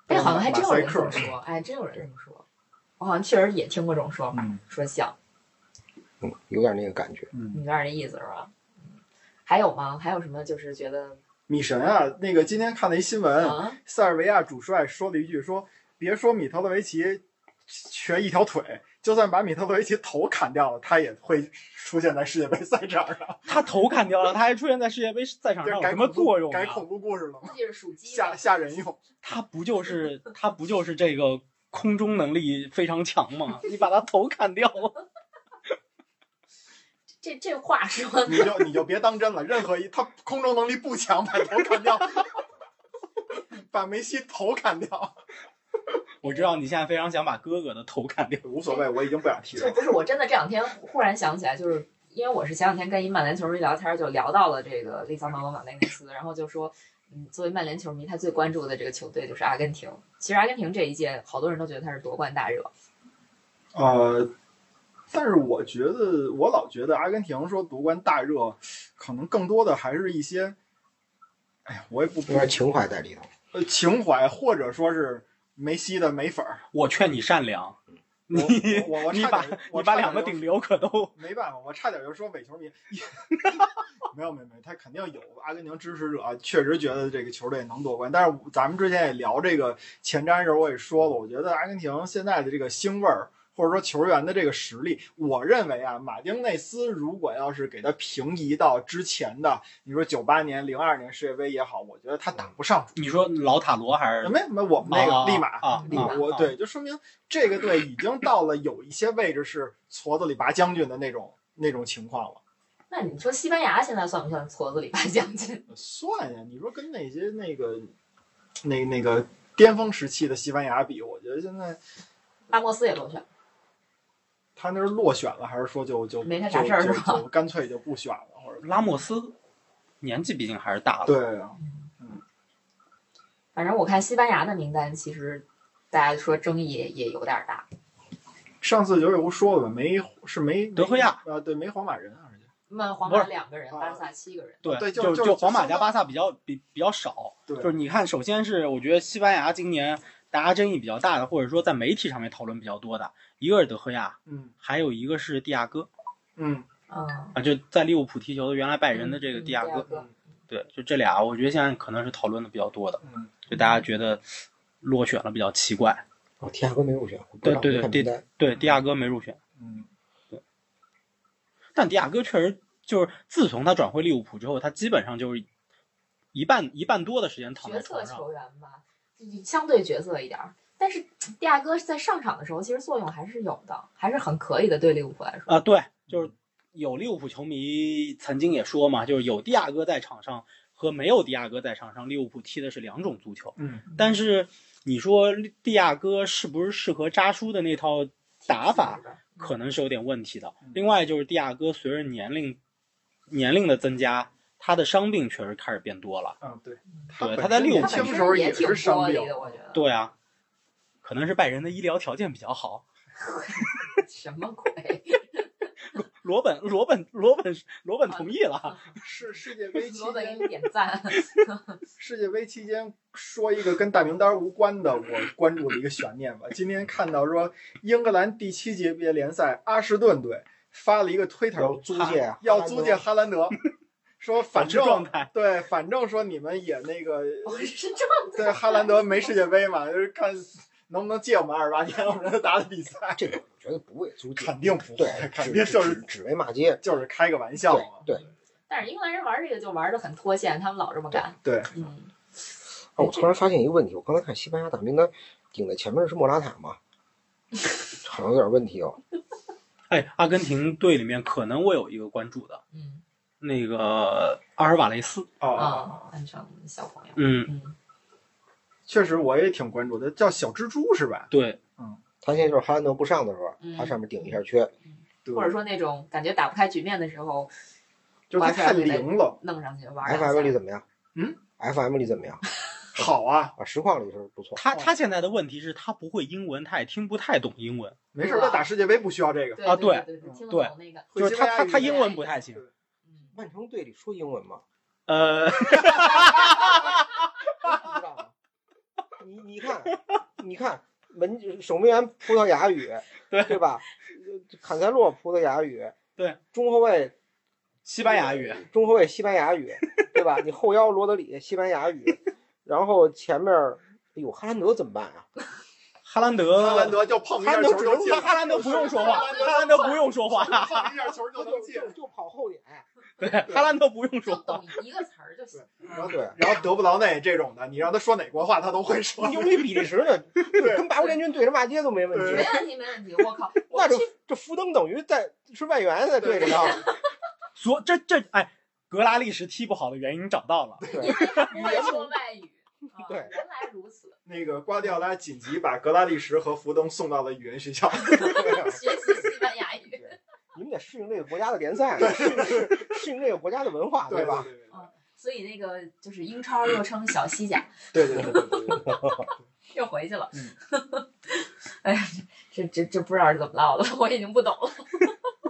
Speaker 2: 哎，好像还真有人
Speaker 3: 马
Speaker 2: 这
Speaker 3: 赛克
Speaker 2: 么说，哎，真有人这么说，我好像确实也听过这种说法，
Speaker 3: 嗯
Speaker 2: 说像
Speaker 5: 嗯，有点那个感觉。
Speaker 2: 你有点那意思是吧？嗯还有吗？还有什么？就是觉得
Speaker 3: 米神啊，那个今天看了一新 闻，
Speaker 2: 啊，
Speaker 3: 塞尔维亚主帅说了一句说：“别说米特洛维奇瘸一条腿，就算把米特洛维奇头砍掉了，他也会出现在世界杯赛场上。
Speaker 4: 他头砍掉了，他还出现在世界杯赛”场
Speaker 3: 这
Speaker 4: 上有
Speaker 3: 改
Speaker 4: 什么
Speaker 3: 恐怖
Speaker 4: 作用、啊
Speaker 3: 改？恐怖故事了
Speaker 2: 估
Speaker 3: 吗？
Speaker 2: 计是属鸡
Speaker 3: 吓
Speaker 2: 的，
Speaker 3: 吓人用。
Speaker 4: 他不就是他不就是这个空中能力非常强吗？ 你把他头砍掉了，
Speaker 2: 这这话 说
Speaker 3: 你就你就别当真了，任何一他空中能力不强，把头砍掉， 把梅西头砍掉
Speaker 4: 我知道你现在非常想把哥哥的头砍掉。
Speaker 3: 无所谓，我已经不想踢
Speaker 2: 就
Speaker 3: 了。
Speaker 2: 不是我真的这两天忽然想起来，就是因为我是前两天跟一曼联球迷聊天，就聊到了这个利桑德罗马内内斯，然后就说，嗯，作为曼联球迷，他最关注的这个球队就是阿根廷。其实阿根廷这一届，好多人都觉得他是夺冠大热，
Speaker 3: 呃，但是我觉得，我老觉得阿根廷说夺冠大热，可能更多的还是一些，哎呀，我也不
Speaker 5: 有点情怀在里头。
Speaker 3: 呃情怀，或者说是梅西的梅粉儿。
Speaker 4: 我劝你善良，
Speaker 3: 我
Speaker 4: 你
Speaker 3: 我我
Speaker 4: 你
Speaker 3: 差
Speaker 4: 把
Speaker 3: 点，
Speaker 4: 你
Speaker 3: 我
Speaker 4: 把
Speaker 3: 差点
Speaker 4: 两个
Speaker 3: 就
Speaker 4: 顶流可都
Speaker 3: 没办法，我差点就说伪球迷。 没有没有没有，他肯定有阿根廷支持者啊，确实觉得这个球队能夺冠。但是咱们之前也聊这个前瞻的时候，我也说了，我觉得阿根廷现在的这个腥味儿，或者说球员的这个实力，我认为啊，马丁内斯如果要是给他平移到之前的，你说九八年、零二年世界杯也好，我觉得他打不上主。
Speaker 4: 你说老塔罗还是
Speaker 3: 没没，我们那
Speaker 4: 啊
Speaker 3: 个利马，
Speaker 4: 啊？
Speaker 2: 立马
Speaker 4: 啊
Speaker 3: 我
Speaker 4: 啊
Speaker 3: 对，就说明这个队已经到了有一些位置是矬子里拔将军的那种那种情况了。
Speaker 2: 那你说西班牙现在算不算矬子里拔将军？
Speaker 3: 算呀，你说跟那些那个那那个巅峰时期的西班牙比，我觉得现在
Speaker 2: 拉莫斯也落选了，
Speaker 3: 他那是落选了，还是说就就
Speaker 2: 没他啥事儿
Speaker 3: 就是
Speaker 2: 吧
Speaker 3: 就就干脆就不选了，或者
Speaker 4: 拉莫斯年纪毕竟还是大了，
Speaker 3: 对啊，
Speaker 2: 反正我看西班牙的名单，其实大家说争议也也有点大。
Speaker 3: 上次九尾狐说了吧，没是没
Speaker 4: 德赫亚
Speaker 3: 啊，对，没皇马人啊，而且
Speaker 2: 那皇
Speaker 4: 不
Speaker 2: 马
Speaker 4: 是
Speaker 2: 两个人，
Speaker 3: 啊
Speaker 2: 巴萨七个人，
Speaker 4: 对
Speaker 3: 对就
Speaker 4: 就
Speaker 3: 就
Speaker 4: 皇马
Speaker 3: 就
Speaker 4: 加巴萨比较比比较少。
Speaker 3: 对
Speaker 4: 就是你看，首先是我觉得西班牙今年大家争议比较大的，或者说在媒体上面讨论比较多的，一个是德赫亚，
Speaker 3: 嗯
Speaker 4: 还有一个是蒂亚戈
Speaker 3: 嗯，
Speaker 2: 嗯，
Speaker 4: 啊，就在利物浦踢球的原来拜仁的这个
Speaker 2: 嗯
Speaker 4: 蒂亚戈。
Speaker 2: 戈，
Speaker 4: 对，就这俩，我觉得现在可能是讨论的比较多的，
Speaker 3: 嗯
Speaker 4: 就大家觉得落选了比较奇怪。
Speaker 5: 哦，天下哥没入选，我不
Speaker 4: 对
Speaker 5: 知道
Speaker 4: 对
Speaker 5: 没
Speaker 4: 对
Speaker 5: 看
Speaker 4: 对
Speaker 5: 名单
Speaker 4: 对，迪亚哥没入选，
Speaker 3: 嗯，
Speaker 4: 但迪亚哥确实就是自从他转会利物浦之后，他基本上就是一半一半多的时间躺在
Speaker 2: 角色
Speaker 4: 床上。
Speaker 2: 球员吧，相对角色一点儿。但是蒂亚戈在上场的时候，其实作用还是有的，还是很可以的，对利物浦来说。
Speaker 4: 啊，对，
Speaker 3: 嗯
Speaker 4: 就是有利物浦球迷曾经也说嘛，就是有迪亚哥在场上和没有迪亚哥在场上，利物浦踢的是两种足球。
Speaker 3: 嗯，
Speaker 4: 但是你说迪亚哥是不是适合扎叔的那套打法？
Speaker 2: 嗯
Speaker 4: 可能是有点问题的
Speaker 3: 嗯。
Speaker 4: 另外就是蒂亚戈随着年龄年龄的增加，他的伤病确实开始变多了。
Speaker 3: 啊，对，
Speaker 4: 对
Speaker 3: 本
Speaker 4: 他在
Speaker 3: 身
Speaker 4: 利物
Speaker 3: 年
Speaker 4: 浦
Speaker 3: 轻
Speaker 2: 本
Speaker 3: 时候
Speaker 2: 身也挺
Speaker 3: 是伤
Speaker 2: 玻
Speaker 3: 病
Speaker 2: 璃，的，我觉得。
Speaker 4: 对啊，可能是拜仁的医疗条件比较好。
Speaker 2: 什么 鬼？
Speaker 4: 罗本，罗本，罗本，罗本同意了。
Speaker 3: 啊是世界杯期
Speaker 2: 罗本给
Speaker 3: 间
Speaker 2: 你点赞。
Speaker 3: 世界杯期间说一个跟大名单无关的，我关注了一个悬念吧。今天看到说，英格兰第七级别联赛阿什顿队发了一个推
Speaker 5: 要
Speaker 3: 特，
Speaker 5: 租借啊，
Speaker 3: 要租借哈兰德，说反
Speaker 4: 保持状
Speaker 3: 正
Speaker 4: 态
Speaker 3: 对，反正说你们也那个
Speaker 2: 我是这么
Speaker 3: 对哈兰德没世界杯嘛，就是看能不能借我们二十八天，我们让他打打比赛。
Speaker 5: 这个我觉得不为租借，
Speaker 3: 肯定不
Speaker 5: 对
Speaker 3: 会，肯
Speaker 5: 只
Speaker 3: 定
Speaker 5: 只
Speaker 3: 就是啊
Speaker 5: 只为骂街，
Speaker 3: 就是开个玩笑
Speaker 5: 对
Speaker 3: 嘛。
Speaker 5: 对。
Speaker 2: 但是英格兰人玩这个就玩的很脱线，他们老这么干。
Speaker 3: 对，
Speaker 2: 嗯，
Speaker 5: 啊，我突然发现一个问题，我刚才看西班牙打名单，顶在前面的是莫拉塔 吗？好像有点问题哦。
Speaker 4: 哎，阿根廷队里面可能我有一个关注的，
Speaker 2: 嗯
Speaker 4: 那个阿尔瓦雷斯。
Speaker 3: 哦，
Speaker 2: 啊，安上小朋友。
Speaker 4: 嗯，
Speaker 2: 嗯，
Speaker 3: 确实我也挺关注的，叫小蜘蛛是吧？
Speaker 4: 对，
Speaker 5: 他现在就是哈兰德不上的时候，
Speaker 3: 嗯
Speaker 5: 他上面顶一下缺，
Speaker 3: 对，
Speaker 2: 或者说那种感觉打不开局面的时候，
Speaker 3: 就是它太灵了。
Speaker 2: 弄上去玩两
Speaker 5: FM 里
Speaker 2: 下。
Speaker 5: 怎么样？
Speaker 3: 哎嗯
Speaker 5: ，FM 里怎么样？
Speaker 3: 好啊，
Speaker 5: 啊，实况里是不错。
Speaker 4: 他他现在的问题是，他不会英文，他也听不太懂英文，
Speaker 3: 没事儿，
Speaker 2: 对吧
Speaker 3: 他打世界杯不需要这个。
Speaker 2: 对
Speaker 4: 啊
Speaker 2: 对对，对
Speaker 3: 对
Speaker 2: 听得
Speaker 4: 对
Speaker 2: 懂那个。
Speaker 4: 就
Speaker 3: 会
Speaker 4: 是
Speaker 3: 西
Speaker 4: 他
Speaker 3: 班牙
Speaker 4: 他
Speaker 3: 语
Speaker 4: 他英文不太行。
Speaker 2: 嗯，
Speaker 5: 曼城队里说英文 吗？
Speaker 4: 呃，
Speaker 5: 我不知道啊。你你看，你看，门守门员葡萄牙语，
Speaker 4: 对
Speaker 5: 对 吧？呃坎塞洛葡萄牙语，
Speaker 4: 对，
Speaker 5: 中后卫
Speaker 4: 西班牙语，
Speaker 5: 中后卫西班牙语， 对吧？你后腰罗德里西班牙语，然后前面儿，哎呦，哈兰德怎么办啊？
Speaker 4: 哈兰德，
Speaker 3: 哈兰德就碰一
Speaker 4: 哈
Speaker 3: 下
Speaker 4: 兰德
Speaker 3: 球
Speaker 4: 只
Speaker 3: 就
Speaker 4: 能
Speaker 3: 进
Speaker 4: 他
Speaker 3: 了，
Speaker 4: 哈兰德不用说话，
Speaker 3: 哈兰德
Speaker 4: 哈兰德不用说话，
Speaker 3: 碰一下球就能进
Speaker 5: 就。就跑后点，
Speaker 4: 对，哈兰德不用
Speaker 2: 就
Speaker 4: 说话。
Speaker 2: 懂一个词儿就行。
Speaker 3: 然后
Speaker 5: 对。
Speaker 3: 然后德布劳内这种的，你让他说哪国话他都会 说。
Speaker 5: 尤其比利时呢，
Speaker 3: 对
Speaker 5: 跟八国联军对着骂街都没问
Speaker 2: 没
Speaker 5: 题。
Speaker 2: 问题，没问题。我靠，我
Speaker 5: 那这
Speaker 2: 去
Speaker 5: 这福登等于在是外援在对着呢，
Speaker 4: 所这这哎，格拉利什踢不好的原因找到了，
Speaker 5: 对，
Speaker 2: 不会说外语。啊
Speaker 5: 对
Speaker 2: 原来如 此，
Speaker 3: 那个瓜迪奥拉紧急把格拉利什和福登送到了语言学校。
Speaker 2: 学习西班牙语。
Speaker 5: 你们得适应这个国家的联赛，适应适适应这个国家的文化，
Speaker 3: 对
Speaker 5: 吧？？
Speaker 2: 所以那个就是英超又称小西甲，
Speaker 3: 对对对对对对对。
Speaker 2: 又回去了
Speaker 3: 嗯。
Speaker 2: 哎呀，这这这不知道是怎么唠的，我已经不懂了，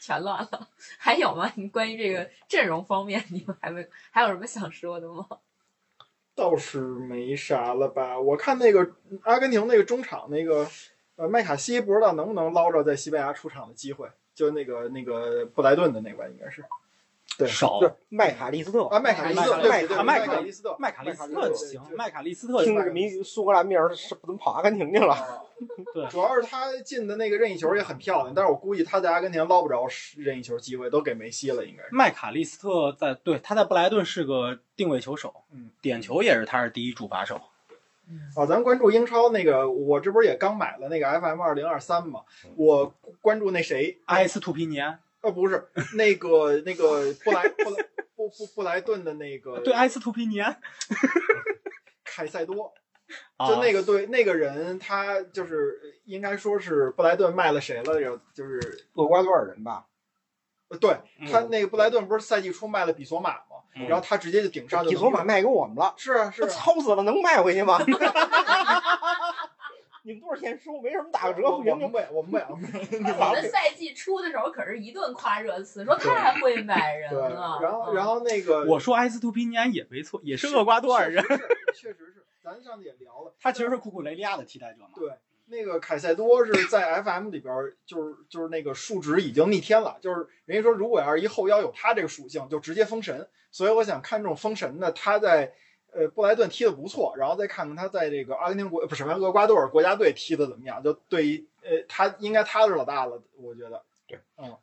Speaker 2: 全乱了。还有吗？你关于这个阵容方面，你们还没还有什么想说的吗？
Speaker 3: 倒是没啥了吧？我看那个阿根廷那个中场那个呃麦卡锡，不知道能不能捞着在西班牙出场的机会，就那个那个布莱顿的那关应该是对
Speaker 4: 少
Speaker 5: 对，麦卡利斯特，
Speaker 3: 啊麦卡利斯特，
Speaker 5: 麦
Speaker 3: 对对
Speaker 5: 卡
Speaker 3: 对
Speaker 4: 麦
Speaker 3: 麦
Speaker 4: 卡
Speaker 3: 卡利斯特。
Speaker 4: 麦卡利斯
Speaker 3: 麦卡
Speaker 4: 特
Speaker 3: 利斯特
Speaker 4: 行
Speaker 3: 对，
Speaker 4: 麦卡利斯特
Speaker 5: 听着名苏格兰名儿是不怎么跑阿根廷去了，
Speaker 3: 啊
Speaker 4: 对
Speaker 3: 主要是他进的那个任意球也很漂亮，但是我估计他在阿根廷捞不着任意球机会，都给梅西了，应该是。
Speaker 4: 麦卡利斯特在对他在布莱顿是个定位球手，
Speaker 3: 嗯，
Speaker 4: 点球也是他是第一主罚手，
Speaker 3: 啊，咱们关注英超那个，我这不是也刚买了那个 FM 二零二三嘛？
Speaker 4: 嗯
Speaker 3: 我关注那谁，
Speaker 4: 埃斯图皮尼安
Speaker 3: 呃，不是那个那个布莱布莱布布布莱顿的那个
Speaker 5: 啊
Speaker 4: 对埃斯图皮尼安
Speaker 3: 凯塞多，
Speaker 4: 啊，
Speaker 3: 就那个对那个人，他就是应该说是布莱顿卖了谁了？有就是
Speaker 5: 厄瓜多尔人吧？
Speaker 3: 呃对
Speaker 4: 嗯
Speaker 3: 他那个布莱顿不是赛季初卖了比索马嘛，
Speaker 4: 嗯
Speaker 3: 然后他直接就顶上就
Speaker 5: 哦比索马卖给我们了，
Speaker 3: 是啊是
Speaker 5: 这
Speaker 3: 啊。
Speaker 5: 操死了，能卖回去吗？ 你们多少钱收？没什么打个折，
Speaker 3: 我
Speaker 5: 不
Speaker 3: 我
Speaker 5: 行就
Speaker 3: 们不我们不
Speaker 2: 我们赛季初的时候可是一顿夸热刺，说太会买人
Speaker 3: 对，
Speaker 5: 啊
Speaker 2: 了。
Speaker 3: 然后
Speaker 2: 嗯
Speaker 3: 然后那个
Speaker 4: 我说埃斯图皮尼安也没错，也是厄瓜多尔人，
Speaker 3: 确实是，确实是，咱上次也聊了，
Speaker 4: 他其实是库库雷利亚的替代者嘛。
Speaker 3: 对，
Speaker 5: 嗯
Speaker 3: 那个凯塞多是在 FM 里边儿，就是就是那个数值已经逆天了，就是人家说如果要是一后腰有他这个属性，就直接封神。所以我想看这种封神的，他在呃布莱顿踢得不错，然后再看看他在这个阿根廷国不是什么厄瓜多尔国家队踢得怎么样，就对呃他应该他是老大了，我觉得。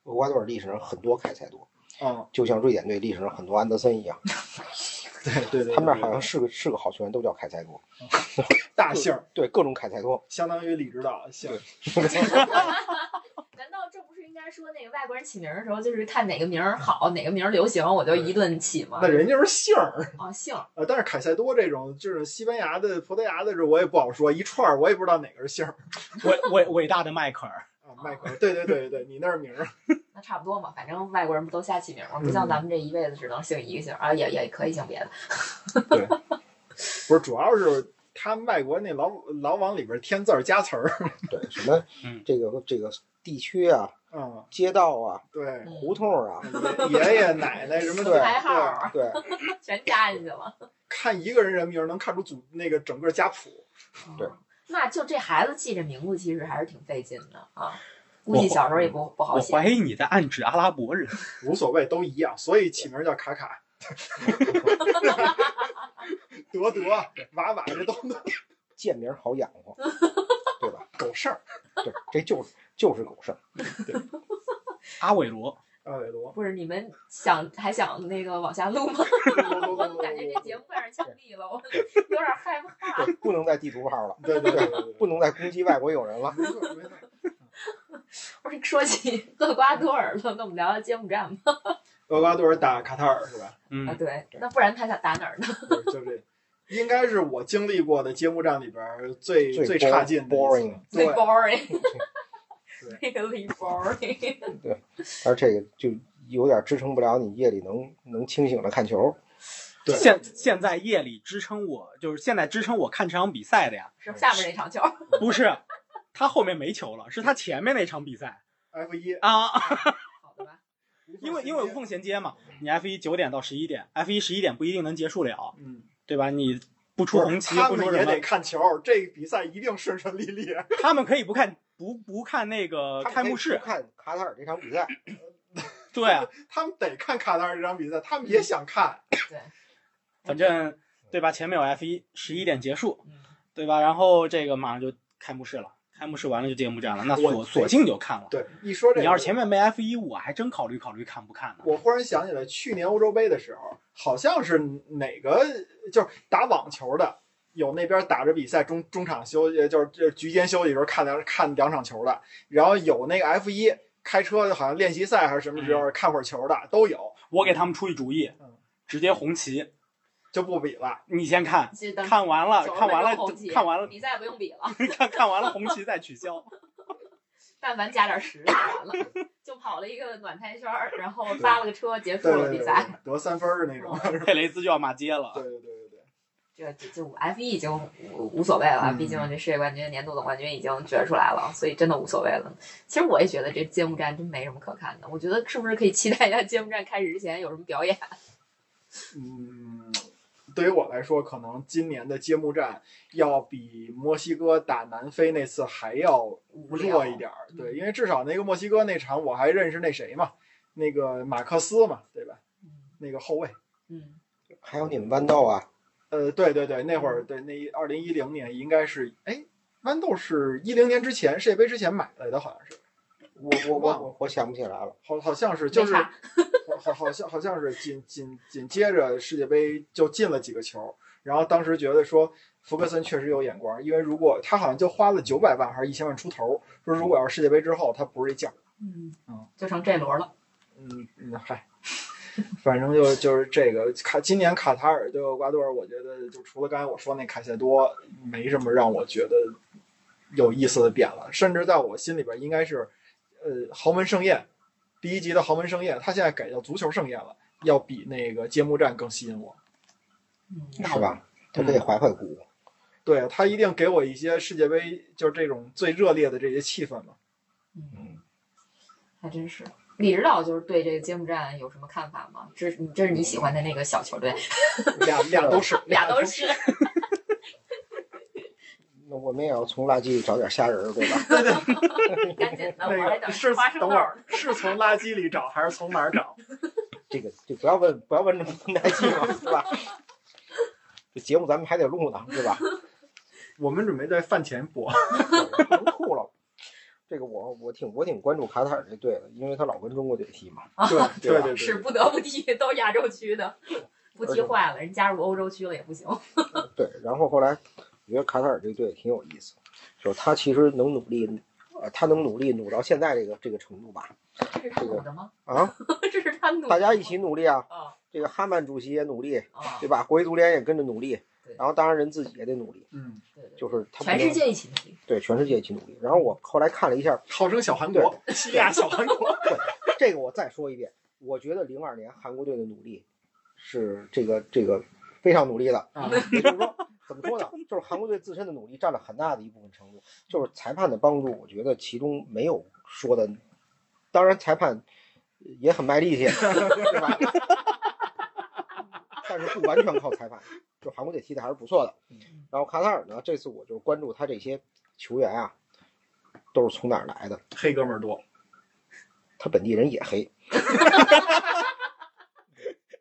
Speaker 5: 厄瓜多尔历史上很多凯塞多，
Speaker 3: 嗯，
Speaker 5: 就像瑞典队历史上很多安德森一样，
Speaker 3: 对对对，
Speaker 5: 他们那儿好
Speaker 3: 对
Speaker 5: 像是个是个好球员都叫凯塞多，
Speaker 3: 大姓儿，
Speaker 5: 对各种凯塞 多。
Speaker 3: 相当于李指导姓儿。
Speaker 2: 难道这不是应该说那个外国人起名的时候，就是看哪个名儿好，哪个名儿流行，我就一顿起吗
Speaker 3: 那？人家是姓儿，
Speaker 2: 啊，姓儿
Speaker 3: 呃，但是凯塞多这种就是西班牙的、葡萄牙的，这我也不好说，一串儿我也不知道哪个是姓儿。
Speaker 4: 伟伟伟大的迈克尔，
Speaker 3: 啊，迈克尔，对对对对对，你那是名儿。
Speaker 2: 那差不多嘛，反正外国人不都瞎起名吗？不像咱们这一辈子只能姓一个姓啊，也也可以姓别的。
Speaker 3: 不是，主要是他们外国那老老往里边添字儿加词儿。
Speaker 5: 对，什么
Speaker 4: 嗯
Speaker 5: 这个这个地区啊、
Speaker 3: 嗯，
Speaker 5: 街道啊、
Speaker 3: 对，
Speaker 2: 嗯
Speaker 5: 胡同啊，
Speaker 3: 爷爷爷奶奶什么
Speaker 5: 对
Speaker 3: 的，
Speaker 2: 排号儿
Speaker 5: 对，
Speaker 2: 全加进去了。
Speaker 3: 看一个人人名儿能看出组那个整个家谱。
Speaker 5: 对
Speaker 2: 哦，那就这孩子记这名字其实还是挺费劲的啊，估
Speaker 4: 我
Speaker 2: 计小时候也不不好
Speaker 4: 我
Speaker 2: 写。
Speaker 4: 怀疑你在暗指阿拉伯人。
Speaker 3: 无所谓，都一样，所以起名叫卡卡。 德德、瓦瓦，这都
Speaker 5: 贱名好养活，对吧？
Speaker 3: 狗剩儿。
Speaker 5: 对，这就是就是狗剩。
Speaker 4: 阿韦罗，
Speaker 3: 阿韦 罗，
Speaker 2: 不是你们想还想那个往下录吗？我怎么感觉这节目快让人枪毙了？我有点害怕。
Speaker 5: 对，不能再地图号了，
Speaker 3: 对对对 对，
Speaker 5: 不能再攻击外国友人了。
Speaker 3: 没错没错。
Speaker 2: 不是说起厄瓜多尔了，那我们聊聊揭幕战吧。
Speaker 3: 厄瓜多尔打卡塔尔是吧？
Speaker 2: 啊，
Speaker 4: 嗯，
Speaker 2: 对，那不然他想打哪儿呢？
Speaker 3: 就是就这，应该是我经历过的揭幕战里边儿最
Speaker 5: 最
Speaker 3: 最差劲的一次
Speaker 5: boring
Speaker 2: 最
Speaker 3: 对
Speaker 2: boring，
Speaker 3: 对
Speaker 2: 那个最 boring。
Speaker 5: 而这个就有点支撑不了你夜里能能清醒的看球。
Speaker 3: 对
Speaker 4: 现现在夜里支撑我，就是现在支撑我看这场比赛的呀，
Speaker 2: 是下面那场球，
Speaker 4: 不是他后面没球了，是他前面那场比赛
Speaker 3: F 一，
Speaker 4: 啊，
Speaker 2: 好的吧？
Speaker 4: 因为因为无缝衔接嘛，你 F 一九点到十一点，F 一十一点不一定能结束了，
Speaker 3: 嗯，
Speaker 4: 对吧？你不出红旗，
Speaker 3: 他
Speaker 4: 不
Speaker 3: 们
Speaker 4: 出什
Speaker 3: 也
Speaker 4: 么
Speaker 3: 得，看球，这比赛一定顺顺利利。
Speaker 4: 他们可以不看不不看那个开幕式，
Speaker 5: 看卡塔尔这场比赛，
Speaker 4: 对啊，
Speaker 3: 他们得看卡塔尔这场比赛，他们也想看。
Speaker 2: 对，
Speaker 4: 反正对吧？前面有 F 一十一点结束，
Speaker 2: 嗯，
Speaker 4: 对吧？然后这个马上就开幕式了，开幕式完了就揭幕战了，那
Speaker 3: 我
Speaker 4: 索索性就看了。
Speaker 3: 对，一说这个，
Speaker 4: 你要是前面没 F 一，我还真考虑考虑看不看呢。
Speaker 3: 我忽然想起来，去年欧洲杯的时候，好像是哪个就是打网球的，有那边打着比赛中中场休息，就是就是局间休息的时候看两看两场球的，然后有那个 F 一开车好像练习赛还是什么时
Speaker 2: 嗯
Speaker 3: 候看会儿球的都有，
Speaker 4: 我给他们出一主意
Speaker 3: 嗯，
Speaker 4: 直接红旗，
Speaker 3: 就不比了。
Speaker 4: 你先看，
Speaker 2: 其实等
Speaker 4: 看完了，
Speaker 2: 90
Speaker 4: 看完了
Speaker 2: 分钟红旗，
Speaker 4: 看 完了，
Speaker 2: 嗯比赛不用比了，
Speaker 4: 看看完了红旗再取消。
Speaker 2: 但凡加点实力完 了，就跑了一个暖胎圈儿，然后发了个车，结束
Speaker 3: 对
Speaker 2: 了
Speaker 3: 对
Speaker 2: 比
Speaker 3: 对
Speaker 2: 赛。哦
Speaker 3: 对，得三分儿那种。
Speaker 4: 佩雷兹就要骂街
Speaker 3: 对
Speaker 4: 了，
Speaker 3: 对对对对。
Speaker 2: 这这就 F 一已经无无所谓了，
Speaker 3: 嗯
Speaker 2: 毕竟这世界冠军、年度总冠军已经决出来了，所以真的无所谓了。其实我也觉得这揭幕战真没什么可看的，我觉得是不是可以期待一下揭幕战开始之前有什么表演？
Speaker 3: 嗯，对于我来说，可能今年的揭幕战要比墨西哥打南非那次还要弱一点儿。
Speaker 2: 无聊嗯
Speaker 3: 对，因为至少那个墨西哥那场我还认识那谁嘛，那个马克思嘛，对吧？那个后卫。
Speaker 2: 嗯，
Speaker 5: 还有你们弯道啊，
Speaker 3: 呃，对对对，那会儿对那二零一零年应该是哎。豌豆是一零年之前世界杯之前买来的，好像是，
Speaker 5: 我我我我想不起来了。
Speaker 3: 好好像是就是
Speaker 2: 没啥
Speaker 3: 好好好像好像是紧紧紧接着世界杯就进了几个球，然后当时觉得说福格森确实有眼光，因为如果他好像就花了九百万还是一千万出头，说如果要是世界杯之后他不是一将，
Speaker 2: 嗯
Speaker 3: 嗯，
Speaker 2: 就成这轮了。
Speaker 3: 嗯嗯嗨，反正就就是这个卡今年卡塔尔对厄瓜多尔，我觉得就除了刚才我说那凯塞多，没什么让我觉得有意思的点了，甚至在我心里边应该是呃豪门盛宴，第一集的豪门盛宴，他现在改叫足球盛宴了。要比那个揭幕战更吸引我，
Speaker 2: 嗯，
Speaker 5: 是吧？他可以怀怀古，
Speaker 3: 对他一定给我一些世界杯就是这种最热烈的这些气氛 嘛。
Speaker 2: 嗯，还真是。李指导就是对这个揭幕战有什么看法吗？这是你这是你喜欢的那个小球队，
Speaker 3: 俩俩都是，
Speaker 2: 俩都是。
Speaker 5: 那我们也要从垃圾里找点虾仁儿，对吧？
Speaker 2: 赶紧 的，我还
Speaker 3: 那个
Speaker 2: 等
Speaker 3: 是
Speaker 2: 花生豆
Speaker 3: 等会
Speaker 2: 儿
Speaker 3: 儿
Speaker 2: 呢。
Speaker 3: 是从垃圾里找还是从哪儿找？
Speaker 5: 这个就不要问，不要问这么难听了，对吧？这节目咱们还得录呢，对吧？
Speaker 3: 我们准备在饭前播。
Speaker 5: 能吐了。这个我我挺我挺关注卡塔尔这队的，因为他老跟中国队踢嘛。
Speaker 3: 对
Speaker 5: 对吧
Speaker 3: 对对，
Speaker 2: 是不得不踢，都亚洲区的， 不踢坏了，人加入欧洲区了也不行。
Speaker 5: 对，然后后来我觉得卡塔尔这队挺有意思，就是他其实能努力，呃，他能努力努到现在这个这个程度吧。
Speaker 2: 这是他努的吗？
Speaker 5: 啊，
Speaker 2: 这是他努的
Speaker 5: 大
Speaker 2: 吗。
Speaker 5: 家一起努力啊！
Speaker 2: 啊
Speaker 5: 这个哈曼主席也努力，
Speaker 2: 啊！
Speaker 5: 对吧？国际足联也跟着努力
Speaker 2: 对，
Speaker 5: 然后当然人自己也得努力，
Speaker 3: 嗯，
Speaker 2: 对对对
Speaker 5: 就是他不
Speaker 2: 全世
Speaker 5: 能
Speaker 2: 界一起努力。
Speaker 5: 对全世界一起努力。然后我后来看了一下，
Speaker 3: 号称小韩国，西亚小韩国，
Speaker 5: 这个我再说一遍，我觉得零二年韩国队的努力是这个这个非常努力的，
Speaker 4: 啊，
Speaker 5: 也就是说，怎么说呢？就是韩国队自身的努力占了很大的一部分程度，就是裁判的帮助，我觉得其中没有说的。当然，裁判也很卖力气，啊 对吧？但是不完全靠裁判，就韩国队踢的还是不错的。然后卡塔尔呢，这次我就关注他这些球员啊，都是从哪儿来的？
Speaker 3: 黑哥们儿多，
Speaker 5: 他本地人也黑，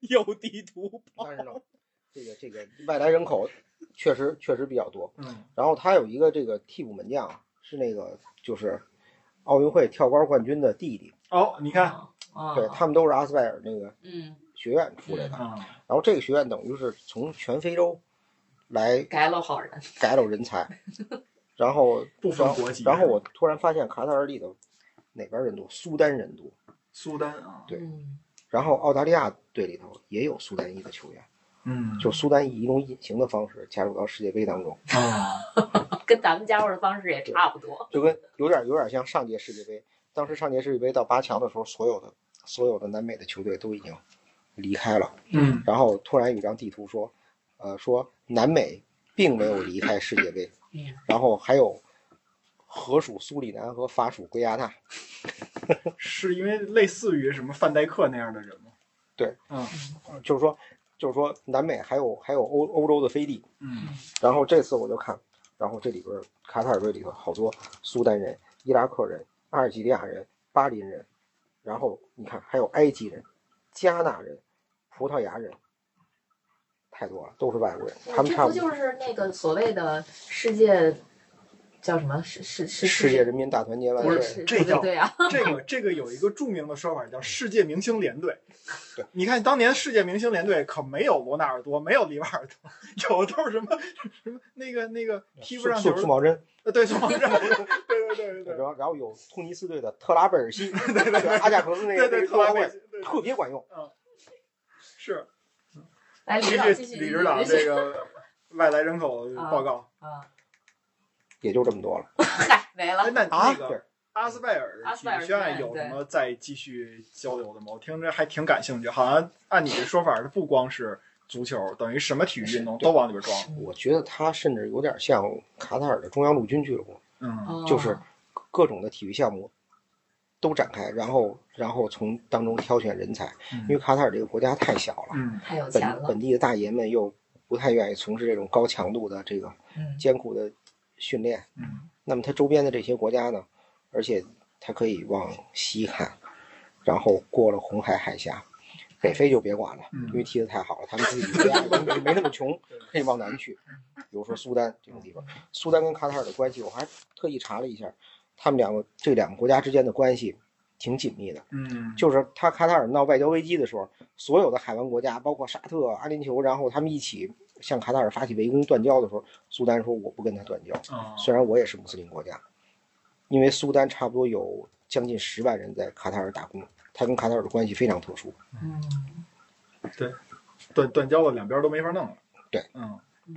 Speaker 4: 有地图炮
Speaker 5: 但是呢，这个这个外来人口确实确实比较多。
Speaker 3: 嗯，
Speaker 5: 然后他有一个这个替补门将啊是那个就是奥运会跳高冠军的弟弟，
Speaker 3: 哦，你看，
Speaker 2: 啊，
Speaker 5: 对他们都是阿斯拜尔那个
Speaker 2: 嗯，
Speaker 5: 学院出来的。
Speaker 3: 啊，
Speaker 5: 然后这个学院等于是从全非洲来
Speaker 2: 改了好人，
Speaker 5: 改造人 才，然后
Speaker 3: 不分国籍。
Speaker 5: 然后我突然发现卡塔尔里头哪边人多，苏丹人多，
Speaker 3: 苏丹啊，
Speaker 5: 对
Speaker 2: 嗯
Speaker 5: 然后澳大利亚队里头也有苏丹裔的球员，
Speaker 3: 嗯，
Speaker 5: 就苏丹以一种隐形的方式加入到世界杯当中，
Speaker 3: 啊，
Speaker 2: 跟咱们加入的方式也差不多。
Speaker 5: 就跟有点有点像上届世界杯，当时上届世界杯到八强的时候，所有的所有的南美的球队都已经离开了，
Speaker 3: 嗯，
Speaker 5: 然后突然有一张地图说，呃，说南美并没有离开世界杯
Speaker 2: 嗯，
Speaker 5: 然后还有荷属苏里南和法属圭亚那，
Speaker 3: 是因为类似于什么范戴克那样的人吗？
Speaker 5: 对，
Speaker 3: 嗯
Speaker 5: 呃就是说就是说南美还有还有欧欧洲的飞地，
Speaker 3: 嗯
Speaker 5: 然后这次我就看，然后这里边儿卡塔尔队里头好多苏丹人、伊拉克人、阿尔及利亚人、巴林人，然后你看还有埃及人、加纳人、葡萄牙人，太多了，都是外国人。他们
Speaker 2: 这
Speaker 5: 差
Speaker 2: 不
Speaker 5: 不多
Speaker 2: 就是那个所谓的世界叫什么？是是是
Speaker 5: 世界人民大团结万
Speaker 3: 不
Speaker 5: 岁
Speaker 3: 是。
Speaker 2: 是
Speaker 3: 这叫
Speaker 2: 对啊，
Speaker 3: 这个这个有一个著名的说法叫世界明星联队。你看当年世界明星联队可没有罗纳尔多，没有里瓦尔多，有的都是什么什么那个那个踢不上球
Speaker 5: 素，素毛真，
Speaker 3: 呃，对，宋王正，对对对对
Speaker 5: 然
Speaker 3: 对
Speaker 5: 后然后有突尼斯队的特拉贝尔西，对对对，阿贾克斯那
Speaker 3: 对
Speaker 5: 个
Speaker 3: 对，
Speaker 5: 那个
Speaker 3: 特拉
Speaker 5: 特
Speaker 3: 贝
Speaker 5: 别
Speaker 3: 尔对
Speaker 5: 特别管用。
Speaker 3: 是。
Speaker 2: 来李指导
Speaker 3: 这
Speaker 2: 继续
Speaker 3: 李指导 这个外来人口报告，
Speaker 2: 啊，
Speaker 5: 也就这么多了。
Speaker 2: 嗨，没了
Speaker 3: 哎，。那
Speaker 4: 啊
Speaker 3: 那
Speaker 5: 对
Speaker 3: 个阿斯拜尔
Speaker 2: 阿斯
Speaker 3: 体
Speaker 2: 拜尔
Speaker 3: 育学院有什么再继续交流的吗？我听着还挺感兴趣，好像按你的说法，它不光是足球，等于什么体育运动
Speaker 5: 是
Speaker 3: 都往里边装。
Speaker 5: 我觉得他甚至有点像卡塔尔的中央陆军俱乐部，
Speaker 3: 嗯，
Speaker 2: 哦
Speaker 5: 就是各种的体育项目都展开，然后然后从当中挑选人才，因为卡塔尔这个国家太小了，
Speaker 3: 嗯
Speaker 2: 嗯太有
Speaker 5: 本
Speaker 2: 钱了，
Speaker 5: 本地的大爷们又不太愿意从事这种高强度的这个
Speaker 2: 嗯
Speaker 5: 艰苦的训练，
Speaker 3: 嗯
Speaker 5: 那么它周边的这些国家呢，而且它可以往西看，然后过了红海海峡，北非就别管了，
Speaker 3: 嗯
Speaker 5: 因为踢得太好了，他们自己国家也没没那么 穷，可以往南去，比如说苏丹这种地方。
Speaker 3: 嗯
Speaker 5: 苏丹跟卡塔尔的关系，我还特意查了一下，他们两个这两个国家之间的关系挺紧密的。
Speaker 3: 嗯，
Speaker 5: 就是他卡塔尔闹外交危机的时候，所有的海湾国家，包括沙特、阿联酋，然后他们一起向卡塔尔发起围攻断交的时候，苏丹说我不跟他断交。
Speaker 3: 啊
Speaker 5: 虽然我也是穆斯林国家，因为苏丹差不多有将近十万人在卡塔尔打工，他跟卡塔尔的关系非常特殊。
Speaker 2: 嗯
Speaker 3: 断断交了，两边都没法弄了。
Speaker 5: 对，
Speaker 3: 嗯，
Speaker 2: 嗯，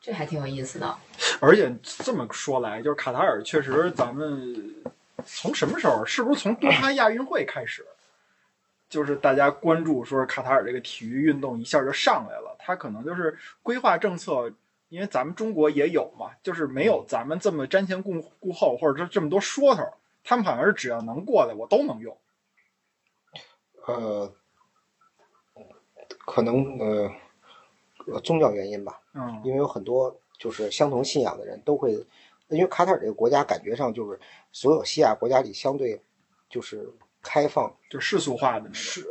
Speaker 2: 这还挺有意思的。
Speaker 3: 而且这么说来，就是卡塔尔确实，咱们从什么时候？是不是从 多哈亚运会开始？就是大家关注说卡塔尔这个体育运动一下就上来了，它可能就是规划政策，因为咱们中国也有嘛，就是没有咱们这么瞻前顾顾后，或者说这么多说头。他们好像是只要能过来，我都能用。
Speaker 5: 呃，可能呃呃宗教原因吧，
Speaker 3: 嗯
Speaker 5: 因为有很多就是相同信仰的人都会，因为卡塔尔这个国家感觉上就是所有西亚国家里相对就是开放，
Speaker 3: 就世俗化的那种。
Speaker 5: 是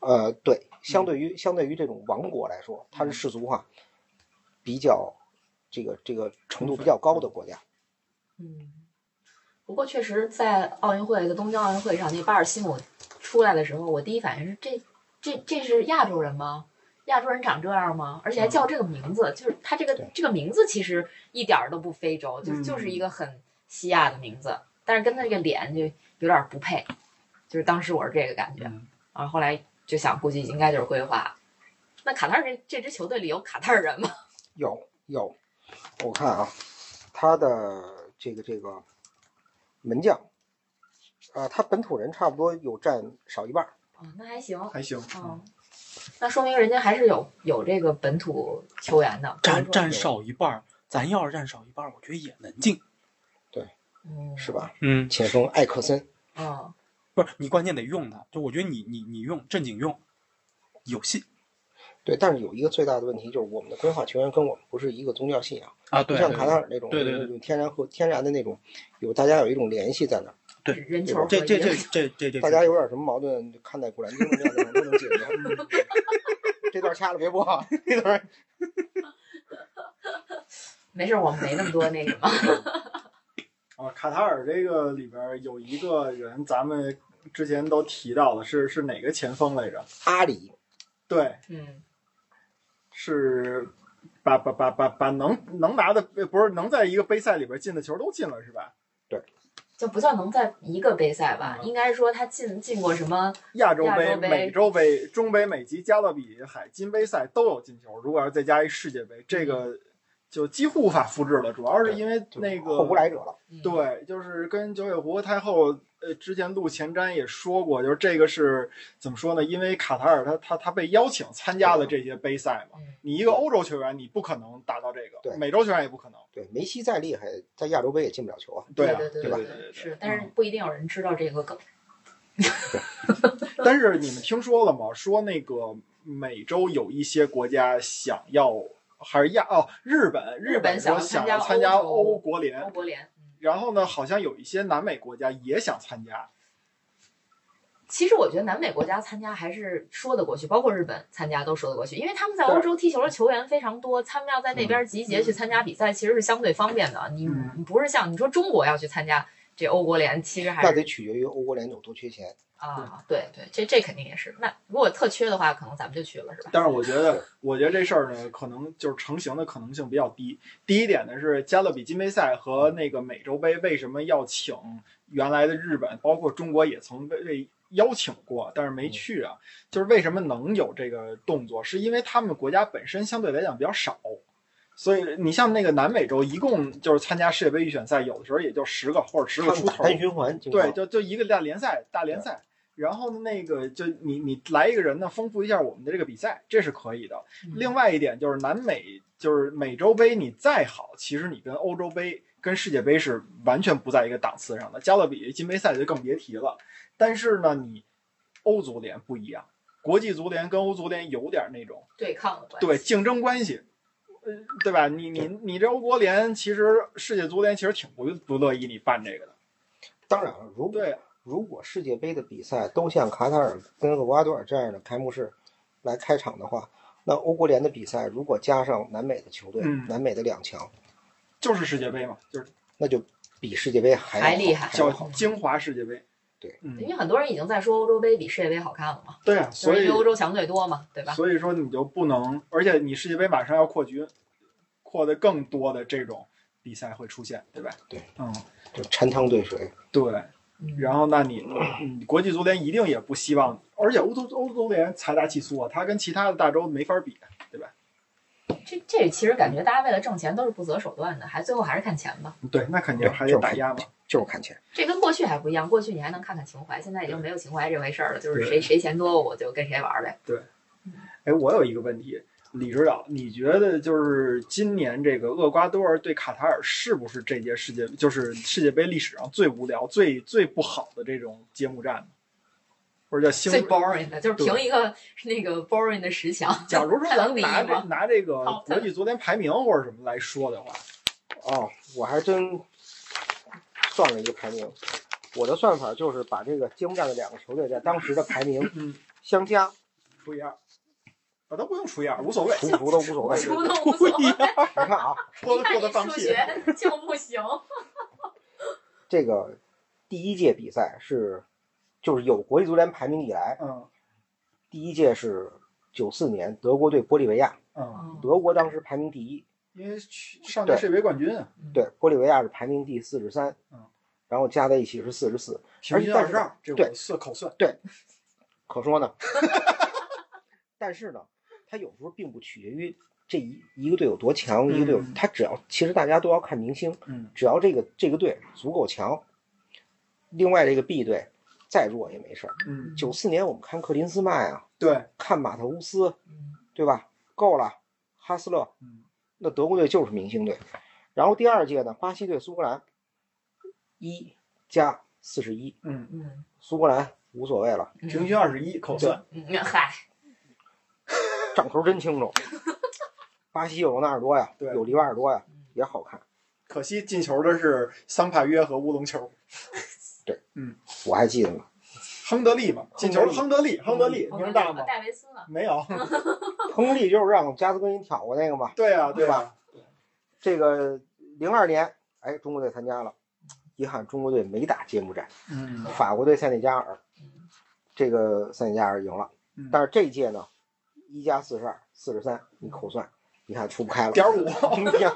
Speaker 5: 呃对，相对于相对于这种王国来说，它是世俗化比较这个这个程度比较高的国家。
Speaker 2: 嗯，不过确实，在奥运会，在东京奥运会上，那巴尔西姆出来的时候，我第一反应是这这这是亚洲人吗？亚洲人长这样吗？而且还叫这个名字，就是他这个
Speaker 5: 对
Speaker 2: 这个名字其实一点儿都不非洲，就
Speaker 3: 嗯
Speaker 2: 就是一个很西亚的名字，但是跟他这个脸就有点不配，就是当时我是这个感觉，
Speaker 4: 嗯
Speaker 2: 然后后来就想，估计应该就是规划。那卡塔尔这这支球队里有卡塔尔人吗？
Speaker 5: 有有，我看啊，他的这个这个门将啊、他本土人差不多有占少一半儿，
Speaker 2: 哦，那还行，
Speaker 3: 还行。
Speaker 2: 嗯，那说明人家还是有有这个本土球员的，
Speaker 4: 占占少一半儿，咱要是占少一半儿，我觉得也能进。
Speaker 2: 嗯，
Speaker 5: 是？吧？
Speaker 4: 嗯，
Speaker 5: 前锋艾克森，
Speaker 2: 嗯，
Speaker 4: 不是你关键得用它，就我觉得你你你用正经用，有戏
Speaker 5: 对，但是有一个最大的问题就是我们的规划球员跟我们不是一个宗教信仰，
Speaker 4: 啊！
Speaker 5: 不
Speaker 4: 对，
Speaker 5: 像卡塔尔那种
Speaker 4: 对对对
Speaker 5: 有有天然和天然的那种，有大家有一种联系在那儿，
Speaker 4: 对
Speaker 2: 人球
Speaker 4: 这这这
Speaker 2: 合一
Speaker 4: 这这这
Speaker 5: 大家有点什么矛盾，看待古兰经的这样的都能解决。
Speaker 3: 嗯
Speaker 5: 这段掐了别播啊，这段
Speaker 2: 没事，我们没那么多那什么，
Speaker 3: 啊，卡塔尔这个里边有一个人，咱们之前都提到了，是是哪个前锋来着？
Speaker 5: 阿里
Speaker 3: 对，
Speaker 2: 嗯，
Speaker 3: 是把把把把把能能拿的呃不是能在一个杯赛里边进的球都进了是吧？
Speaker 2: 就不叫能在一个杯赛吧，
Speaker 3: 嗯
Speaker 2: 应该说他进进过什么，
Speaker 3: 亚洲
Speaker 2: 亚
Speaker 3: 杯、
Speaker 2: 洲杯
Speaker 3: 美洲杯、中杯、美级、加勒比海金杯赛都有进球。如果要是再加一世界杯，这个就几乎无法复制了。主要是因为
Speaker 5: 嗯就是
Speaker 3: 那个
Speaker 5: 后无来者了，
Speaker 2: 嗯，
Speaker 3: 对，就是跟九尾狐太后，呃，之前录前瞻也说过，就是这个是怎么说呢？因为卡塔尔他他他被邀请参加了这些杯赛嘛，
Speaker 2: 嗯，
Speaker 3: 你一个欧洲球员你不可能达到这个，
Speaker 5: 对
Speaker 3: 美洲球员也不可能，
Speaker 5: 对梅西再厉害，在亚洲杯也进不了球啊。
Speaker 3: 啊，
Speaker 2: 对
Speaker 3: 对
Speaker 2: 对
Speaker 3: 对对
Speaker 2: 是，但是不一定有人知道这个梗，
Speaker 3: 但是你们听说了吗？说那个美洲有一些国家想要，还是亚哦，日本
Speaker 2: 日本
Speaker 3: 本
Speaker 2: 想要
Speaker 3: 说想
Speaker 2: 参
Speaker 3: 要
Speaker 2: 加
Speaker 3: 参加
Speaker 2: 欧洲
Speaker 3: 欧国
Speaker 2: 欧
Speaker 3: 联，
Speaker 2: 国联。嗯
Speaker 3: 然后呢，好像有一些南美国家也想参加，
Speaker 2: 其实我觉得南美国家参加还是说得过去，包括日本参加都说得过去，因为他们在欧洲踢球的球员非常多，他们要在那边集结去参加比赛，其实是相对方便的。你
Speaker 3: 嗯
Speaker 2: 你不是像你说中国要去参加这欧国联，其实还
Speaker 3: 哎
Speaker 5: 那
Speaker 2: 是
Speaker 5: 得取决于欧国联有多缺钱。
Speaker 2: 啊，对对，这这肯定也是。那如果特缺的话，可能咱们就去了，是吧？
Speaker 3: 但是我觉得，我觉得这事儿呢，可能就是成型的可能性比较低。第一点呢是加勒比金杯赛和那个美洲杯为什么要请原来的日本，包括中国也曾被被邀请过，但是没
Speaker 5: 嗯
Speaker 3: 去啊。就是为什么能有这个动作，是因为他们国家本身相对来讲比较少，所以你像那个南美洲，一共就是参加世界杯预选赛，有的时候也就十个或者十
Speaker 5: 他
Speaker 3: 个
Speaker 5: 们
Speaker 3: 出
Speaker 5: 打
Speaker 3: 头。
Speaker 5: 单循环经
Speaker 3: 对，
Speaker 5: 常，
Speaker 3: 就就一个大联赛，大联赛。然后呢，那个就你你来一个人呢，丰富一下我们的这个比赛，这是可以的。
Speaker 2: 嗯
Speaker 3: 另外一点就是南美，就是美洲杯你再好，其实你跟欧洲杯、跟世界杯是完全不在一个档次上的。加勒比金杯赛就更别提了。但是呢，你欧足联不一样，国际足联跟欧足联有点那种
Speaker 2: 对抗的关系。
Speaker 3: 对竞争关系，呃，对吧？你你你这欧国联其实世界足联其实挺不不乐意你办这个的，
Speaker 5: 当然了，如果
Speaker 3: 对。
Speaker 5: 如果世界杯的比赛都像卡塔尔跟厄瓜多尔这样的开幕式来开场的话，那欧国联的比赛如果加上南美的球队，
Speaker 3: 嗯
Speaker 5: 南美的两强，
Speaker 3: 就是世界杯嘛，就是
Speaker 5: 那就比世界杯还要
Speaker 2: 还厉害
Speaker 5: 好
Speaker 3: 叫
Speaker 5: 要好。
Speaker 3: 精华世界杯。
Speaker 5: 对，
Speaker 2: 因
Speaker 3: 嗯，
Speaker 2: 为很多人已经在说欧洲杯比世界杯好看了嘛，
Speaker 3: 对啊，所
Speaker 2: 就是因
Speaker 3: 以
Speaker 2: 为欧洲强队多嘛，对吧？
Speaker 3: 所以说你就不能，而且你世界杯马上要扩局，扩的更多的这种比赛会出现，对吧？
Speaker 5: 对，
Speaker 3: 嗯，
Speaker 5: 就掺汤兑水，
Speaker 3: 对。
Speaker 2: 嗯
Speaker 3: 然后那你，嗯，国际足联一定也不希望，而且欧洲欧洲足联财大气粗啊，它跟其他的大洲没法比。
Speaker 2: 这这其实感觉大家为了挣钱都是不择手段的，还最后还是看钱吧。
Speaker 3: 嗯对，那肯定还得打压嘛。
Speaker 5: 就是看钱。
Speaker 2: 这跟过去还不一样，过去你还能看看情怀，现在已经没有情怀这回事儿了，就是谁谁钱多我就跟谁玩儿呗。
Speaker 3: 哎，我有一个问题，李指导，你觉得就是今年这个厄瓜多尔对卡塔尔是不是这届世界就是世界杯历史上最无聊、最最不好的这种揭幕战呢？或者叫星？
Speaker 2: 最 boring 的就是凭
Speaker 3: 对
Speaker 2: 一个那个 boring 的十强，
Speaker 3: 假如说
Speaker 2: 太能
Speaker 3: 咱们
Speaker 2: 比
Speaker 3: 拿
Speaker 2: 喻
Speaker 3: 这
Speaker 2: 吗？
Speaker 3: 拿这个
Speaker 2: 好
Speaker 3: 国际足联排名或者什么来说的话，
Speaker 5: 哦，我还真算了一个排名，我的算法就是把这个揭幕战的两个球队在当时的排名
Speaker 3: 嗯，
Speaker 5: 相加，
Speaker 3: 除以二，啊，都不用除以二，无所谓，
Speaker 5: 除除都无所谓。
Speaker 2: 出
Speaker 5: 你
Speaker 2: 都无所谓，
Speaker 5: 看啊，
Speaker 3: 说的
Speaker 2: 看
Speaker 3: 说
Speaker 2: 你
Speaker 3: 的放
Speaker 2: 数
Speaker 3: 屁。
Speaker 2: 学 就 不行。
Speaker 5: 这个第一届比赛是，就是有国际足联排名以来，
Speaker 3: 嗯
Speaker 5: 第一届是九四年德国对玻利维亚，
Speaker 3: 嗯，
Speaker 5: 德国当时排名第一，
Speaker 3: 因为去上届世界杯冠军啊，
Speaker 5: 对，玻利维亚是排名第四十三
Speaker 3: 嗯，
Speaker 5: 然后加在一起是四十四，
Speaker 3: 平均二十二，这
Speaker 5: 对
Speaker 3: 我算口算。
Speaker 5: 可说呢。 但是呢，它有时候并不取决于这一一个队有多强，一个队有
Speaker 3: 嗯，
Speaker 5: 它只要其实大家都要看明星，
Speaker 3: 嗯
Speaker 5: 只要这个这个队足够强，另外这个 B 队再弱也没事儿。
Speaker 3: 嗯，
Speaker 5: 九四年我们看克林斯曼啊，
Speaker 3: 对，
Speaker 5: 看马特乌斯，
Speaker 2: 嗯
Speaker 5: 对吧？够了，哈斯勒
Speaker 3: 嗯，
Speaker 5: 那德国队就是明星队。然后第二届呢，巴西对苏格兰，一加四十一，
Speaker 3: 嗯，
Speaker 2: 嗯
Speaker 5: 苏格兰无所谓了，
Speaker 2: 嗯
Speaker 3: 平均二十一口算，
Speaker 2: 嗯，嗨，
Speaker 5: 账头真清楚。巴西有罗纳尔多呀，
Speaker 3: 对嗯
Speaker 5: 有里瓦尔多呀，也好看。
Speaker 3: 可惜进球的是桑帕约和乌龙球，
Speaker 5: 我还记得呢，
Speaker 3: 亨德利嘛，进球的亨德利，亨德利，
Speaker 2: 我
Speaker 3: 名儿
Speaker 2: 们
Speaker 3: 大吗？
Speaker 2: 戴维斯呢？
Speaker 3: 没有，
Speaker 5: 亨利就是让加斯科因挑过那个嘛。
Speaker 3: 对啊，对吧？
Speaker 5: 这个零二年，哎，中国队参加了，遗憾中国队没打揭幕战，
Speaker 3: 嗯
Speaker 5: 法国队塞内加尔，
Speaker 2: 嗯
Speaker 5: 这个塞内加尔赢了
Speaker 3: 嗯，
Speaker 5: 但是这一届呢，一加四十二、四十三，你口算，你看出不开了，
Speaker 3: 点五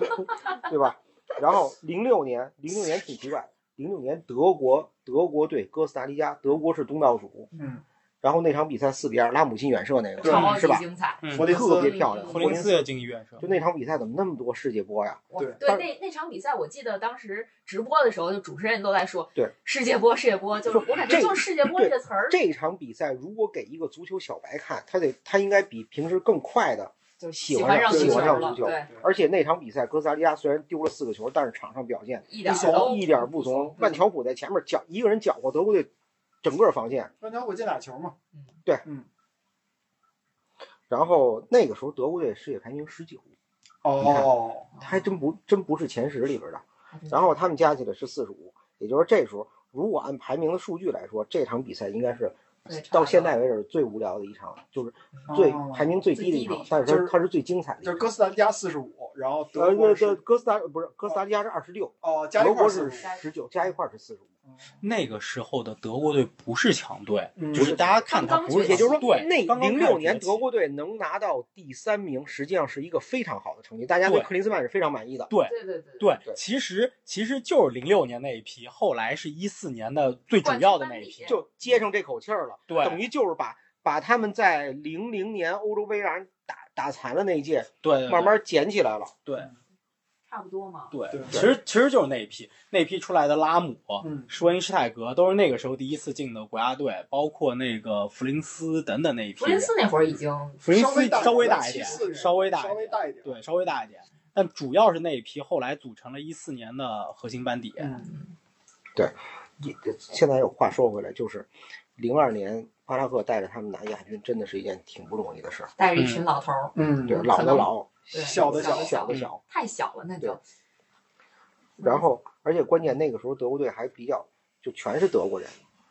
Speaker 5: 对吧？然后零六年，零六年挺奇怪，零六年德国德国对哥斯达黎加，德国是东道主，
Speaker 3: 嗯，
Speaker 5: 然后那场比赛四比二，拉姆辛远射那个
Speaker 3: 对
Speaker 2: 超
Speaker 5: 是
Speaker 2: 级
Speaker 5: 吧？
Speaker 2: 精彩！
Speaker 4: 嗯
Speaker 3: 弗林
Speaker 5: 特别
Speaker 3: 斯，
Speaker 5: 漂亮，
Speaker 4: 霍
Speaker 2: 霍
Speaker 4: 林
Speaker 5: 林
Speaker 4: 斯也进医院是吧
Speaker 5: 就？那场比赛怎么那么多世界波呀？
Speaker 2: 我
Speaker 3: 对
Speaker 2: 对
Speaker 5: 但
Speaker 2: 那那场比赛，我记得当时直播的时候，就主持人都在说，
Speaker 5: 对
Speaker 2: 世界波，世界波，就是我感觉
Speaker 5: 这
Speaker 2: 就是世界波
Speaker 5: 对
Speaker 2: 这个词儿，
Speaker 5: 这场比赛如果给一个足球小白看，他得他应该比平时更快的，
Speaker 2: 就
Speaker 5: 喜
Speaker 2: 喜
Speaker 5: 欢
Speaker 2: 欢
Speaker 5: 上
Speaker 2: 上足
Speaker 3: 喜
Speaker 2: 球
Speaker 3: 欢
Speaker 5: 上
Speaker 2: 了，
Speaker 5: 足球
Speaker 2: 对，
Speaker 5: 而且那场比赛哥斯达黎加虽然丢了四个球，但是场上表现
Speaker 2: 一点
Speaker 3: 不
Speaker 2: 儿
Speaker 3: 怂
Speaker 2: 都
Speaker 5: 一点儿不怂。万乔普在前面搅一个人搅和德国队整个防线，
Speaker 3: 万乔普进俩球嘛，
Speaker 5: 然后那个时候德国队世界排名十九，
Speaker 3: 哦，
Speaker 5: 他还真不真不是前十里边的。
Speaker 2: 还真
Speaker 5: 然后他们加起来是四十五，也就是这时候如果按排名的数据来说，这场比赛应该是
Speaker 2: 对差不多
Speaker 5: 到现在为止最无聊的一场，就是最
Speaker 3: 哦
Speaker 5: 排名最低的一
Speaker 2: 最
Speaker 5: 场
Speaker 2: 低，
Speaker 5: 但是
Speaker 3: 就
Speaker 5: 它
Speaker 3: 是
Speaker 5: 它是最精彩的一
Speaker 3: 就
Speaker 5: 场
Speaker 3: 是。哥斯达黎加四十五，然后
Speaker 5: 呃，
Speaker 3: 德
Speaker 5: 那
Speaker 3: 国
Speaker 5: 个
Speaker 3: 是
Speaker 5: 哥斯达不是哥斯达黎加是二十六，
Speaker 3: 哦，加一
Speaker 5: 德
Speaker 3: 块
Speaker 5: 国
Speaker 3: 儿
Speaker 5: 是
Speaker 3: 45
Speaker 5: 十九，加一块儿是四十五。
Speaker 4: 那个时候的德国队不是强队，
Speaker 3: 嗯
Speaker 4: 就是大家看他
Speaker 2: 刚
Speaker 4: 不是
Speaker 2: 崛
Speaker 5: 也
Speaker 4: 强
Speaker 2: 起
Speaker 5: 就是
Speaker 4: 队，
Speaker 5: 说，那
Speaker 4: 刚刚
Speaker 5: 零
Speaker 4: 开始
Speaker 5: 六年
Speaker 4: 崛起
Speaker 5: 德国队能拿到第三名，实际上是一个非常好的成绩，大家对
Speaker 4: 对
Speaker 5: 克林斯曼是非常满意的。
Speaker 4: 对
Speaker 2: 对对对，
Speaker 4: 对
Speaker 5: 对，
Speaker 4: 其实其实就是零六年那一批，后来是一四年的最主要的那一批
Speaker 2: 冠军班。
Speaker 5: 就接上这口气儿了，
Speaker 4: 对
Speaker 5: 等于就是把把他们在零零年欧洲杯让人打打残了那一届，
Speaker 4: 对，对
Speaker 5: 慢慢捡起来了。
Speaker 4: 对
Speaker 2: 差不多嘛。
Speaker 4: 对
Speaker 3: 对
Speaker 4: 对，其实其实就是那一批，那批出来的拉姆、
Speaker 3: 嗯
Speaker 4: 施温施泰格都是那个时候第一次进的国家队，包括那个弗林斯等等那一批
Speaker 2: 弗林
Speaker 4: 人。
Speaker 2: 斯那会儿已经
Speaker 4: 弗林
Speaker 3: 稍微
Speaker 4: 斯
Speaker 3: 大
Speaker 4: 稍微大一点
Speaker 3: 74，
Speaker 4: 稍微大
Speaker 3: 稍
Speaker 4: 一
Speaker 3: 微
Speaker 4: 点，
Speaker 3: 大一点，
Speaker 4: 对，稍微大一点。但主要是那一批后来组成了一四年的核心班底。
Speaker 3: 嗯
Speaker 5: 也现在有话说回来，就是零二年巴拉赫带着他们拿亚军，真的是一件挺不容易的事儿。
Speaker 2: 带着一群老头儿，
Speaker 3: 嗯
Speaker 5: 对，老的老，
Speaker 2: 对
Speaker 5: 小的
Speaker 2: 小的
Speaker 5: 小的
Speaker 4: 小
Speaker 5: 小。
Speaker 2: 太小了，那就嗯
Speaker 5: 然后，而且关键那个时候德国队还比较，就全是德国人，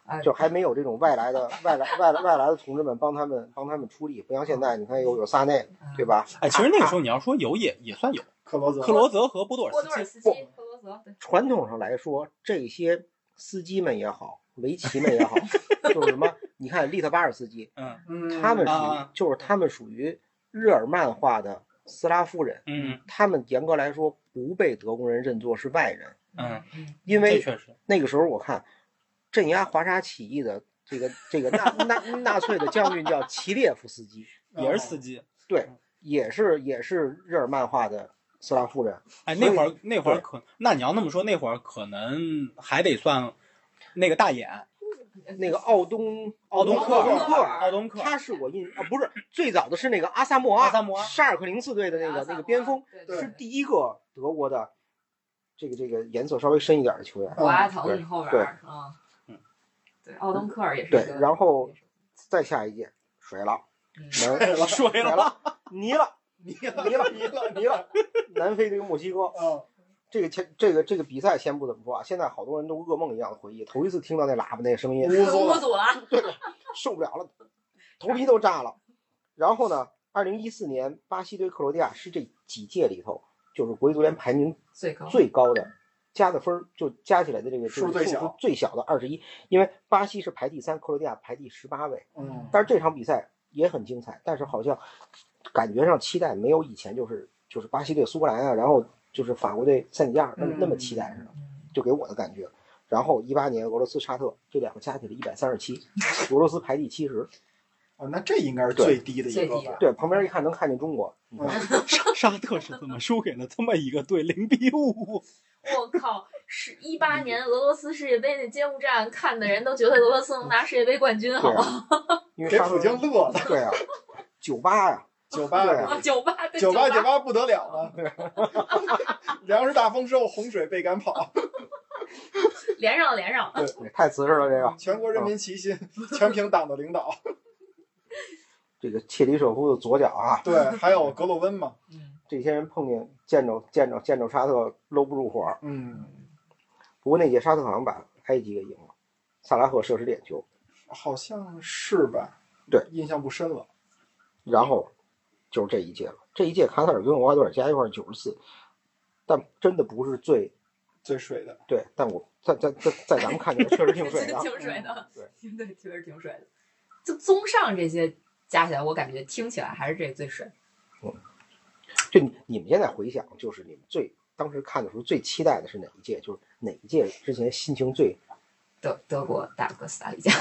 Speaker 2: 哎
Speaker 5: 就还没有这种外来的外来外来外来的同志们帮他们帮他们出力，不像现在，你看有有萨内，
Speaker 2: 嗯
Speaker 5: 对吧？
Speaker 4: 哎，其实那个时候你要说有也也算有，
Speaker 3: 克罗泽
Speaker 4: 克罗泽和波多
Speaker 2: 波多
Speaker 4: 尔
Speaker 2: 尔
Speaker 4: 斯基。
Speaker 2: 斯基
Speaker 5: 不、
Speaker 2: 克罗泽，对，
Speaker 5: 传统上来说，这些司机们也好，围棋们也好，就是什么，你看利特巴尔斯基，
Speaker 4: 嗯
Speaker 3: 嗯
Speaker 5: 他们属
Speaker 4: 啊
Speaker 5: 于就是他们属于日耳曼化的斯拉夫人，
Speaker 4: 嗯
Speaker 5: 他们严格来说不被德国人认作是外人，
Speaker 4: 嗯，
Speaker 2: 嗯，
Speaker 5: 因
Speaker 4: 这
Speaker 5: 为
Speaker 4: 确实。
Speaker 5: 那个时候我看镇压华沙起义的这个这个纳纳纳粹的将军叫齐列夫斯基，
Speaker 3: 哦
Speaker 4: 也是
Speaker 3: 嗯
Speaker 4: 司机。
Speaker 5: 也是也是日耳曼化的斯拉夫人。
Speaker 4: 哎，
Speaker 5: 所以
Speaker 4: 那会儿那会儿
Speaker 5: 对
Speaker 4: 可，那你要那么说，那会儿可能还得算那个大眼
Speaker 2: 嗯
Speaker 5: 那个奥东
Speaker 4: 奥
Speaker 5: 东
Speaker 4: 东
Speaker 5: 奥
Speaker 4: 克尔
Speaker 5: 克尔，
Speaker 4: 奥东克，
Speaker 5: 他是我印啊不是最早的是那个阿萨莫阿
Speaker 4: 阿萨莫阿
Speaker 5: 沙尔克林斯队的那个那个边锋，
Speaker 2: 对，对
Speaker 5: 是
Speaker 2: 对
Speaker 5: 第一个德国的这个这个颜色稍微深一点的球员。
Speaker 2: 博阿滕你后边
Speaker 5: 嗯对
Speaker 2: 儿啊，嗯，对，奥登克尔也是
Speaker 5: 对
Speaker 2: 一个
Speaker 5: 然后再下一届水了，
Speaker 2: 嗯
Speaker 5: 南
Speaker 4: 摔
Speaker 5: 水
Speaker 4: 了。
Speaker 5: 了泥了
Speaker 3: 迷
Speaker 5: 迷了
Speaker 3: 迷了迷了，
Speaker 5: 南非对墨西哥。
Speaker 3: 嗯，
Speaker 5: 这个前这个这个比赛先不怎么说啊，现在好多人都噩梦一样的回忆，头一次听到那喇叭那个声音，
Speaker 3: 乌苏
Speaker 2: 乌
Speaker 3: 了，
Speaker 2: 祖啊，
Speaker 5: 受不了了，头皮都炸了。然后呢，二零一四年巴西对克罗地亚是这几届里头，就是国际足联排名
Speaker 2: 最高
Speaker 5: 最高的，加的分儿就加起来的这个这
Speaker 3: 数
Speaker 5: 个
Speaker 3: 最
Speaker 5: 数
Speaker 3: 小
Speaker 5: 最小的二十一，因为巴西是排第三，克罗地亚排第十八位。
Speaker 3: 嗯，
Speaker 5: 但是这场比赛也很精彩，但是好像感觉上期待没有以前就是就是巴西对苏格兰啊，然后就是法国对塞内加尔那么那么期待似的，就给我的感觉。然后一八年俄罗斯沙特这两个加起来一百三十七，俄罗斯排第七十，
Speaker 3: 哦，那这应该是最低的一
Speaker 2: 最
Speaker 3: 个
Speaker 2: 低
Speaker 3: 吧
Speaker 2: 的，
Speaker 5: 对，旁边一看
Speaker 3: 嗯
Speaker 5: 能看见中国，你看嗯
Speaker 4: 沙沙特是怎么输给了这么一个队零比五？
Speaker 2: 我靠，是一八年俄罗斯世界杯那揭幕战，看的人都觉得俄罗斯能拿世界杯冠军，好
Speaker 5: 对
Speaker 2: 不好？
Speaker 5: 啊，因为
Speaker 3: 给
Speaker 5: 上
Speaker 3: 普
Speaker 5: 周
Speaker 3: 京乐的，
Speaker 5: 对啊，酒吧呀，
Speaker 3: 酒吧
Speaker 5: 对
Speaker 2: 啊，
Speaker 5: 啊
Speaker 2: 九八对
Speaker 3: 酒吧
Speaker 2: 八
Speaker 3: 酒吧不得了 了，粮食大丰收，洪水被赶跑，
Speaker 2: 连上了连上了，
Speaker 5: 太瓷实了这个。
Speaker 3: 全国人民齐 心，全凭党的领导。
Speaker 5: 这个切里舍夫的左脚啊，
Speaker 3: 对，还有格鲁温嘛，
Speaker 2: 嗯，
Speaker 5: 这些人碰见见着见着见着沙特搂不住火儿。
Speaker 3: 嗯，
Speaker 5: 不过那届沙特好像把埃及给赢了，萨拉赫射失点球，
Speaker 3: 好像是吧？
Speaker 5: 对，
Speaker 3: 印象不深了。
Speaker 5: 然后就是这一届了。这一届卡塔尔跟厄瓜多尔加一块九十四，但真的不是最
Speaker 3: 最水的，
Speaker 5: 对，但我在在在在咱们看起来确实挺 水的啊。
Speaker 2: 挺水的，
Speaker 5: 对
Speaker 2: 对对，确实挺水的。就综上这些加起来，我感觉听起来还是这个最水。
Speaker 5: 就你你们现在回想，就是你们最当时看的时候最期待的是哪一届？就是哪一届之前心情最
Speaker 2: 德德国打哥斯达黎加，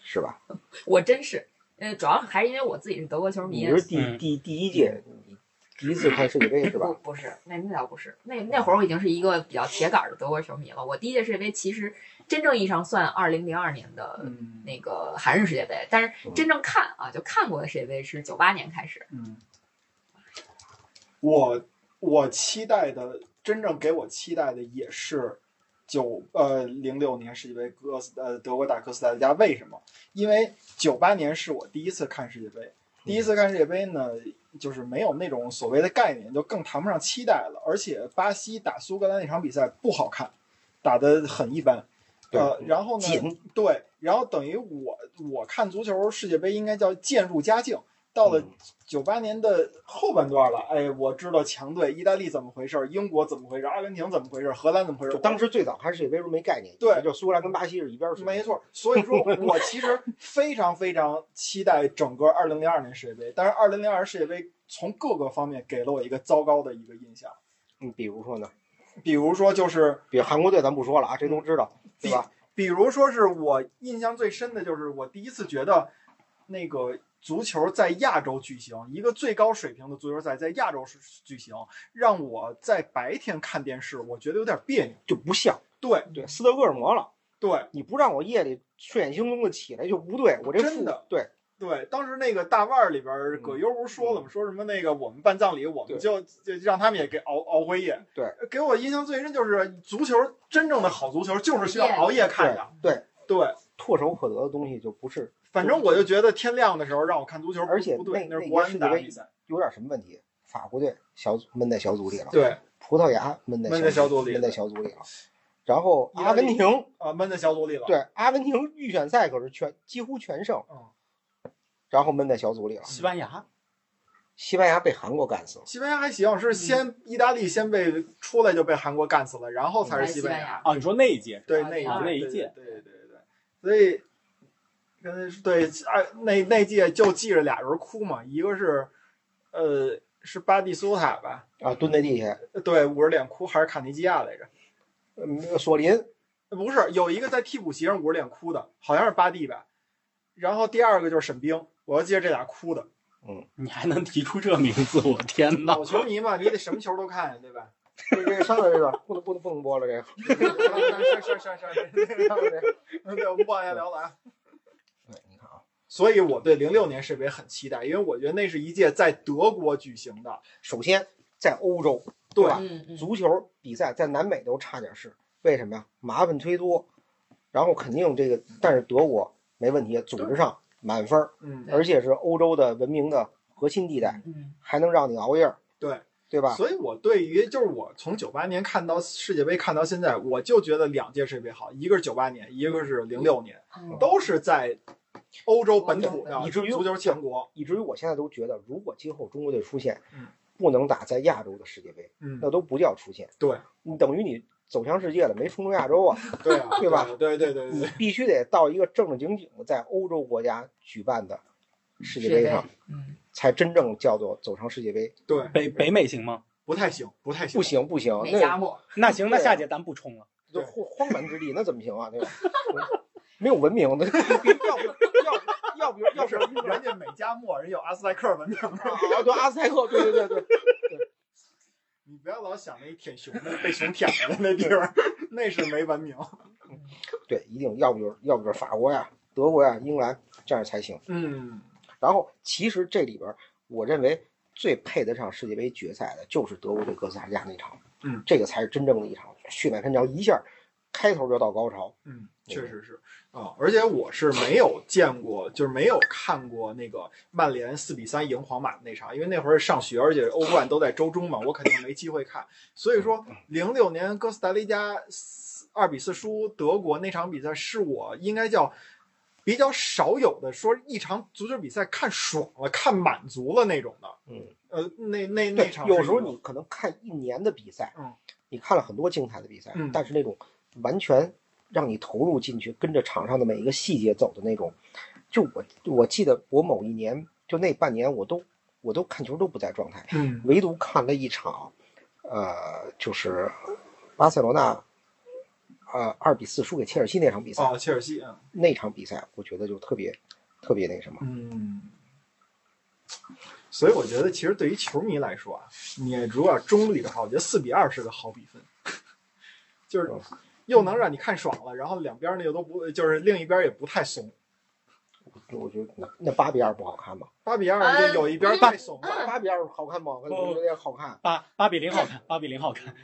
Speaker 5: 是吧？
Speaker 2: 我真是，呃，主要还是因为我自己是德国球迷
Speaker 5: 你。是第
Speaker 4: 嗯
Speaker 5: 第第一届，你第一次看世界杯是
Speaker 2: 不
Speaker 5: 吧？
Speaker 2: 不是，那那倒不是，那那会儿我已经是一个比较铁杆儿的德国球迷了。我第一届世界杯其实真正意义上算二零零二年的
Speaker 3: 嗯
Speaker 2: 那个韩日世界杯，但是
Speaker 5: 嗯
Speaker 2: 真正看啊，就看过的世界杯是九八年开始。
Speaker 3: 嗯，我我期待的真正给我期待的也是九呃零六年世界杯哥斯呃德国打哥斯达黎加，为什么？因为九八年是我第一次看世界杯，第一次看世界杯呢，就是没有那种所谓的概念，就更谈不上期待了。而且巴西打苏格兰那场比赛不好看，打得很一般。呃，然后呢？
Speaker 5: 紧
Speaker 3: 对，然后等于我我看足球世界杯应该叫渐入佳境，到了
Speaker 5: 嗯
Speaker 3: 九八年的后半段了，哎，我知道强队意大利怎么回事儿，英国怎么回事儿，阿根廷怎么回事儿，荷兰怎么回事
Speaker 5: 就
Speaker 3: 儿。
Speaker 5: 当时最早看世界杯时候没概念，
Speaker 3: 对
Speaker 5: 也就苏格兰跟巴西是一边儿水。
Speaker 3: 没错，所以 说我其实非常非常期待整个二零零二年世界杯，但是二零零二世界杯从各个方面给了我一个糟糕的一个印象，
Speaker 5: 嗯，比如说呢，
Speaker 3: 比如说就是
Speaker 5: 比如韩国队咱不说了啊，这都知道，对吧？
Speaker 3: 比如说是我印象最深的就是我第一次觉得，那个足球在亚洲举行，一个最高水平的足球赛在亚洲举行，让我在白天看电视，我觉得有点别扭。
Speaker 5: 就不像
Speaker 3: 对
Speaker 5: 对斯德哥尔摩了，
Speaker 3: 对
Speaker 5: 你不让我夜里睡眼惺忪的起来就不对，我这
Speaker 3: 真
Speaker 5: 腹
Speaker 3: 的
Speaker 5: 对
Speaker 3: 对，当时那个大腕儿里边儿，葛优不是说了吗？说什么那个我们办葬礼，我们
Speaker 5: 嗯对
Speaker 3: 就就让他们也给熬熬过夜。呃
Speaker 5: 对，
Speaker 3: 给我印象最深就是足球真正的好足球就是需要熬夜看的。
Speaker 5: 对对
Speaker 3: 对，
Speaker 5: 唾手可得的东西就不是
Speaker 3: 反正我就觉得天亮的时候让我看足球不，
Speaker 5: 而且
Speaker 3: 不对，
Speaker 5: 那
Speaker 3: 那是
Speaker 5: 那
Speaker 3: 国
Speaker 5: 一
Speaker 3: 安
Speaker 5: 个
Speaker 3: 打
Speaker 5: 世界杯
Speaker 3: 比赛。
Speaker 5: 有点什么问题。法国队小组闷在小组里了，
Speaker 3: 对。
Speaker 5: 葡萄牙闷在
Speaker 3: 闷在小组里
Speaker 5: 闷在小组里了。然后
Speaker 3: 意大
Speaker 5: 阿
Speaker 3: 利
Speaker 5: 根廷，
Speaker 3: 啊，闷在小组里了。，
Speaker 5: 对阿根廷预选赛可是全几乎全胜，
Speaker 3: 嗯，
Speaker 5: 然后闷在小组里了。
Speaker 4: 西班牙，
Speaker 5: 西班牙被韩国干死了，
Speaker 3: 西班牙还行，
Speaker 5: 嗯
Speaker 3: 是先意大利先被出来就被韩国干死了，然后才是
Speaker 2: 西
Speaker 3: 班
Speaker 2: 牙，
Speaker 4: 啊，你说那一届
Speaker 3: 对，
Speaker 2: 啊
Speaker 3: 那一
Speaker 2: 啊
Speaker 4: 那一
Speaker 3: 对
Speaker 4: 届
Speaker 3: 对对对对，所以跟对啊，那那届就记着俩人哭嘛，一个是呃是巴蒂苏塔吧，
Speaker 5: 啊，蹲在地下。
Speaker 3: 对，捂着脸哭，还是卡尼基亚来着？
Speaker 5: 嗯，索林
Speaker 3: 不是，有一个在替补席上捂着脸哭的，好像是巴蒂吧，然后第二个就是沈冰，我就记着这俩哭的。
Speaker 4: 你还能提出这名字，我天哪！
Speaker 3: 老球迷嘛，你得什么球都看 呀，对 吧？
Speaker 5: 这这上来这个不能不能不能播了，这个
Speaker 3: 上上上上上。
Speaker 5: 上来这个。
Speaker 3: 对，我们不往下聊了啊。
Speaker 5: 对，你看啊，
Speaker 3: 所以我对零六年世界杯很期待，因为我觉得那是一届在德国举行的。
Speaker 5: 首先在欧洲，
Speaker 3: 对
Speaker 5: 吧？
Speaker 2: 嗯嗯，
Speaker 5: 足球比赛在南美都差点事，为什么呀？麻烦忒多，然后肯定这个，但是德国没问题，组织上满分儿，
Speaker 3: 嗯
Speaker 2: 对
Speaker 5: 而且是欧洲的文明的核心地带，
Speaker 2: 嗯
Speaker 5: 还能让你熬夜儿，
Speaker 3: 对
Speaker 5: 对吧？
Speaker 3: 所以我对于就是我从九八年看到世界杯看到现在，我就觉得两届世界杯好，一个是九八年，一个是零六年，
Speaker 2: 嗯
Speaker 3: 都是在欧洲本土的
Speaker 5: 以至于
Speaker 3: 足球强国。
Speaker 5: 以至于我现在都觉得，如果今后中国队出现
Speaker 3: 嗯，
Speaker 5: 不能打在亚洲的世界杯，
Speaker 3: 嗯，
Speaker 5: 那都不叫出现，
Speaker 3: 对
Speaker 5: 你等于你走向世界了，没冲出亚洲啊，
Speaker 3: 对啊，
Speaker 5: 对吧嗯
Speaker 3: 对对对对
Speaker 5: 你
Speaker 3: 对，
Speaker 5: 必须得到一个正正经经的在欧洲国家举办的世界杯上，
Speaker 2: 嗯，
Speaker 5: 才真正叫做走上世界杯。
Speaker 3: 对，
Speaker 4: 北北美行吗？
Speaker 3: 不太行，不太行，
Speaker 5: 不，行不行，
Speaker 2: 美
Speaker 5: 那
Speaker 2: 加墨，
Speaker 4: 那行，那
Speaker 5: 对啊
Speaker 4: 下届咱不冲了。
Speaker 5: 就
Speaker 3: 对
Speaker 5: 荒荒蛮之地，那怎么行啊？对吧？没有文明的，要不要不要不要
Speaker 3: 要
Speaker 5: 不
Speaker 3: 是
Speaker 5: 然日本
Speaker 3: 人家美 加墨人有阿斯莱克文明，
Speaker 5: 啊，对阿斯泰克，对对对对，
Speaker 3: 你不要老想那舔熊的被熊舔了的那地方，那是没文明。
Speaker 5: 对，一定要不就是要不就是法国呀、德国呀、英格兰这样才行。
Speaker 3: 嗯，
Speaker 5: 然后其实这里边儿，我认为最配得上世界杯决赛的就是德国对哥斯达黎加那场，
Speaker 3: 嗯，
Speaker 5: 这个才是真正的一场血脉喷张，一下开头就到高潮。
Speaker 3: 嗯，确实是啊、而且我是没有见过，就是没有看过那个曼联四比三赢皇马的那场，因为那会儿上学，而且欧冠都在周中嘛，我肯定没机会看。所以说，零六年哥斯达黎加二比四输德国那场比赛，是我应该叫比较少有的说一场足球比赛看爽了、看满足了那种的。
Speaker 5: 嗯，
Speaker 3: 呃，那那那
Speaker 5: 对
Speaker 3: 场，
Speaker 5: 有
Speaker 3: 是
Speaker 5: 时候
Speaker 3: 一个
Speaker 5: 你可能看一年的比赛，
Speaker 3: 嗯，
Speaker 5: 你看了很多精彩的比赛，
Speaker 3: 嗯
Speaker 5: 但是那种完全让你投入进去，跟着场上的每一个细节走的那种，就我我记得我某一年就那半年我都我都看球都不在状态，
Speaker 3: 嗯
Speaker 5: 唯独看了一场，呃，就是巴塞罗那，呃，二比四输给切尔西那场比赛，
Speaker 3: 哦，切尔西，嗯
Speaker 5: 那场比赛我觉得就特别特别那什么，
Speaker 3: 嗯，所以我觉得，其实对于球迷来说啊，你如果要中立的话，我觉得四比二是个好比分，就是又能让你看爽了，然后两边儿呢又都不，就是另一边儿也不太怂。
Speaker 5: 我觉得那那八比二不好看吗？
Speaker 3: 八比二
Speaker 2: 嗯
Speaker 3: 有一边儿太怂了，
Speaker 5: 八比二好看吗？我
Speaker 4: 哦
Speaker 5: 觉得也好看。
Speaker 4: 八八比零好看，八比零好看。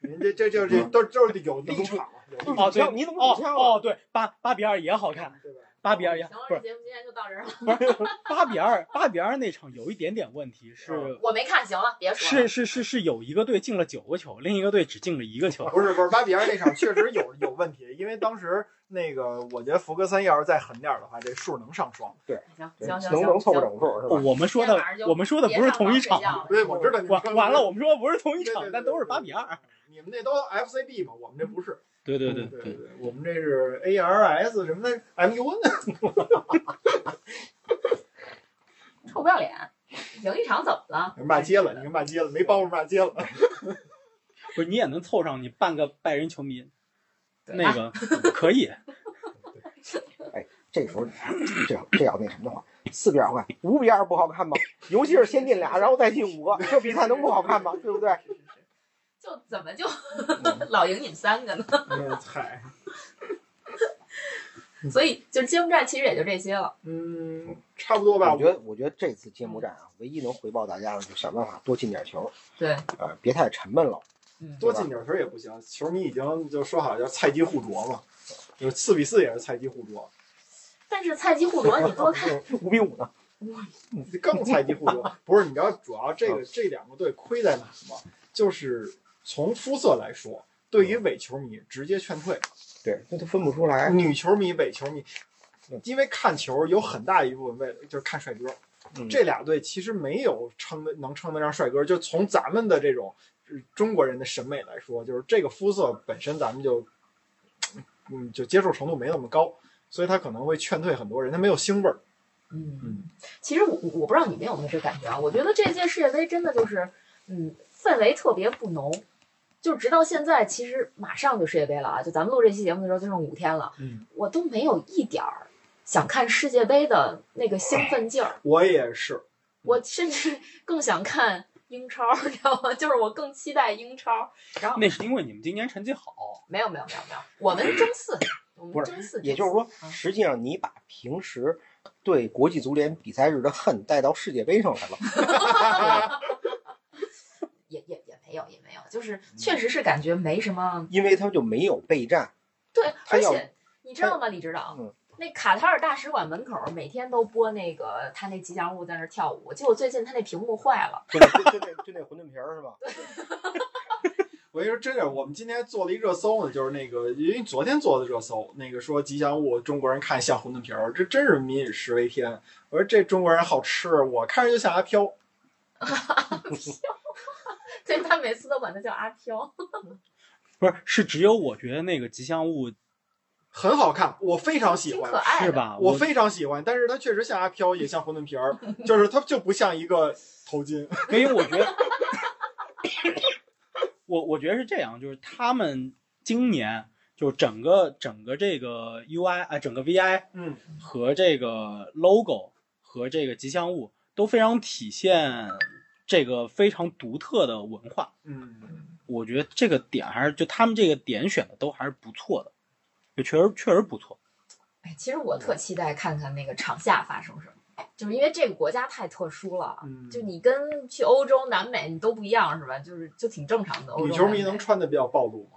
Speaker 3: 人家这就是都都是有立场，有立场
Speaker 4: 哦，对，
Speaker 5: 你怎么
Speaker 4: 哦
Speaker 5: 指向啊
Speaker 4: 哦，对，八八比二也好看，
Speaker 3: 对吧？
Speaker 4: 八比二也
Speaker 2: 哦行了，这
Speaker 4: 不是
Speaker 2: 节目今天就到这儿了。
Speaker 4: 不是八比二，八比二那场有一点点问题是。
Speaker 2: 我没看，行了，别说了。
Speaker 4: 是是是是有一个队进了九个球，另一个队只进了一个球。
Speaker 3: 不是不是，八比二那场确实有有问题，因为当时那个我觉得福格森要是再狠点儿的话，这数能上双。
Speaker 2: 行
Speaker 5: 对
Speaker 2: 行行
Speaker 5: 能能
Speaker 2: 行
Speaker 5: 凑个
Speaker 2: 行，
Speaker 5: 整数是吧？
Speaker 4: 我们说的
Speaker 2: 今天晚上就
Speaker 4: 我们说的
Speaker 2: 别
Speaker 4: 不是
Speaker 2: 上
Speaker 4: 同
Speaker 2: 床
Speaker 4: 一
Speaker 2: 睡
Speaker 4: 场，
Speaker 2: 觉了
Speaker 3: 对，我知道你
Speaker 4: 完
Speaker 3: 说的
Speaker 4: 完了，我们说不是同一
Speaker 3: 对对
Speaker 4: 场，
Speaker 3: 对
Speaker 4: 但都是八比二。
Speaker 3: 你们那都 FCB 嘛，我们这不是。
Speaker 4: 对对
Speaker 3: 对对，对，我们这是 ARS 什么的 MUN，
Speaker 2: 臭不要脸，赢一场怎么了？
Speaker 3: 骂街了，你骂街了，没帮我骂街了。
Speaker 4: 不是你也能凑上你半个拜仁球迷，
Speaker 2: 对
Speaker 4: 那 个可以。
Speaker 5: 这个时候，这要这要那什么的话，四比二好看，五比二不好看吗？尤其是先进俩，然后再进五个，这比赛能不好看吗？对不对？
Speaker 2: 就怎么就 老赢你们三个呢？
Speaker 3: 嗯，嗨，
Speaker 2: 所以就是揭幕战，其实也就这些了。
Speaker 3: 嗯，差不多吧。
Speaker 5: 我觉得，我觉得这次揭幕战啊，唯一能回报大家的，就想办法多进点球，
Speaker 2: 对，
Speaker 5: 呃，别太沉闷了。
Speaker 2: 嗯，
Speaker 3: 多进点球也不行，球迷已经就说好叫菜鸡互啄嘛，就是四比四也是菜鸡互啄，
Speaker 2: 但是菜鸡互啄，你多看，
Speaker 5: 五比五呢？
Speaker 3: 更菜鸡互 啄。不是，你知道主要这个这两个队亏在哪吗？就是从肤色来说，对于伪球迷直接劝退。
Speaker 5: 对，那都分不出来。
Speaker 3: 哎女球迷、伪球迷
Speaker 5: 嗯，
Speaker 3: 因为看球有很大一部分为了就是看帅哥。
Speaker 5: 嗯
Speaker 3: 这俩队其实没有称的能称得上帅哥，就从咱们的这种呃中国人的审美来说，就是这个肤色本身咱们就嗯就接受程度没那么高，所以他可能会劝退很多人，他没有腥味儿。
Speaker 2: 嗯，其实我我我不知道你们有没有这感觉啊？我觉得这届世界杯真的就是，嗯，氛围特别不浓。就直到现在，其实马上就世界杯了啊！就咱们录这期节目的时候，就剩五天了，
Speaker 3: 嗯，
Speaker 2: 我都没有一点儿想看世界杯的那个兴奋劲
Speaker 5: 嗯
Speaker 2: 儿。
Speaker 3: 我也是，
Speaker 2: 我甚至更想看英超，你知道吗？就是我更期待英超。然后
Speaker 4: 那是因为你们今年成绩好，
Speaker 2: 没有没有没有没有，我们争四，我们
Speaker 5: 不是
Speaker 2: 争四，
Speaker 5: 也就是说
Speaker 2: 嗯，
Speaker 5: 实际上你把平时对国际足联比赛日的恨带到世界杯上来了。
Speaker 2: 也也也没有也没有，就是确实是感觉没什么
Speaker 5: 因为他们就没有备战。
Speaker 2: 对，
Speaker 5: 他
Speaker 2: 而
Speaker 5: 要
Speaker 2: 且你知道吗，李指导
Speaker 5: 嗯？
Speaker 2: 那卡塔尔大使馆门口每天都播那个他那吉祥物在那儿跳舞，结果最近他那屏幕坏了，
Speaker 5: 就那就那就那馄饨皮儿是吧？
Speaker 3: 我跟你说，真的，我们今天做了一热搜呢，就是那个因为昨天做的热搜，那个说吉祥物中国人看像馄饨皮儿，这真是民以食为天。我说这中国人好吃，我看着就像阿飘。
Speaker 2: 所以他每次都管他叫阿飘。
Speaker 4: 不是是只有我觉得那个吉祥物
Speaker 3: 很好看，我非常喜
Speaker 2: 挺可
Speaker 3: 欢，
Speaker 2: 爱的
Speaker 4: 是吧？
Speaker 3: 哎我
Speaker 4: 我
Speaker 3: 非常喜欢。但是它确实像阿飘，也像馄饨皮儿，就是它就不像一个头巾。
Speaker 4: 所以我觉得，我我觉得是这样，就是他们今年就整个整个这个 UI 啊，整个 VI
Speaker 3: 嗯，
Speaker 4: 和这个 logo 和这个吉祥物都非常体现这个非常独特的文化。
Speaker 3: 嗯，
Speaker 4: 我觉得这个点还是就他们这个点选的都还是不错的，就确实确实不错。
Speaker 2: 哎，其实我特期待看看那个场下发生什么，就是因为这个国家太特殊了，
Speaker 3: 嗯
Speaker 2: 就你跟去欧洲、南美你都不一样是吧？就是就挺正常的。欧
Speaker 3: 女
Speaker 2: 洲
Speaker 3: 球
Speaker 2: 南
Speaker 3: 迷
Speaker 2: 美
Speaker 3: 能穿的比较暴露吗？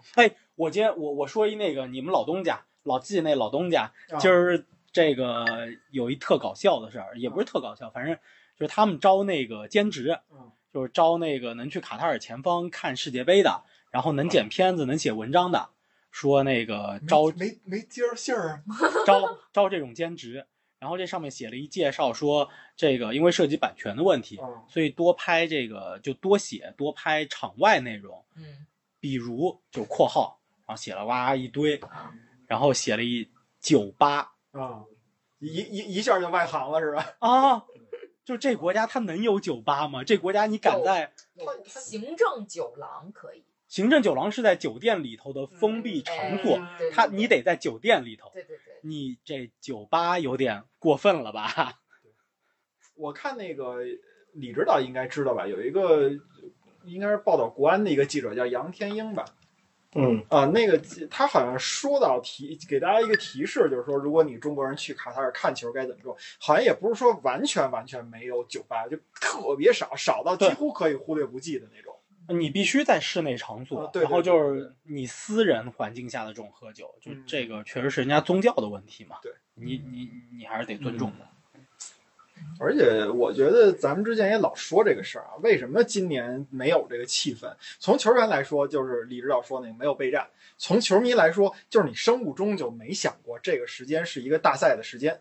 Speaker 4: 我今天我我说一那个你们老东家老季那老东家，
Speaker 3: 啊
Speaker 4: 今儿这个有一特搞笑的事儿，也不是特搞笑，反正就是他们招那个兼职
Speaker 3: 嗯，
Speaker 4: 就是招那个能去卡塔尔前方看世界杯的，然后能剪片子、能写文章的，说那个招
Speaker 3: 啊没没接着信儿啊，
Speaker 4: 招招这种兼职，然后这上面写了一介绍说这个因为涉及版权的问题，
Speaker 3: 嗯
Speaker 4: 所以多拍这个就多写多拍场外内容，
Speaker 2: 嗯
Speaker 4: 比如就括号，然后写了哇一堆
Speaker 2: 啊，
Speaker 4: 然后写了一酒吧
Speaker 3: 啊，一一一下就外行了是吧？
Speaker 4: 啊，就这国家它能有酒吧吗？这国家你敢在
Speaker 2: 有行政酒廊可以，
Speaker 4: 行政酒廊是在酒店里头的封闭场所，
Speaker 2: 哎对
Speaker 4: 它你得在酒店里头，
Speaker 2: 对对对，
Speaker 4: 你这酒吧有点过分了吧？
Speaker 3: 我看那个李指导应该知道吧？有一个应该是报道国安的一个记者叫杨天英吧？
Speaker 5: 嗯，
Speaker 3: 啊，那个他好像说到提给大家一个提示，就是说，如果你中国人去卡塔尔看球该怎么做，好像也不是说完全完全没有酒吧，就特别少，少到几
Speaker 4: 对
Speaker 3: 乎可以忽略不计的那种。
Speaker 4: 你必须在室内场所，
Speaker 3: 啊对对
Speaker 4: 然后就
Speaker 3: 对对
Speaker 4: 是你私人环境下的这种喝酒，就
Speaker 3: 嗯
Speaker 4: 这个确实是人家宗教的问题嘛。
Speaker 3: 对，
Speaker 4: 你你你还是得尊重的。
Speaker 3: 而且我觉得咱们之前也老说这个事儿啊，为什么今年没有这个气氛？从球员来说，就是李指导说那个没有备战；从球迷来说，就是你生物钟就没想过这个时间是一个大赛的时间。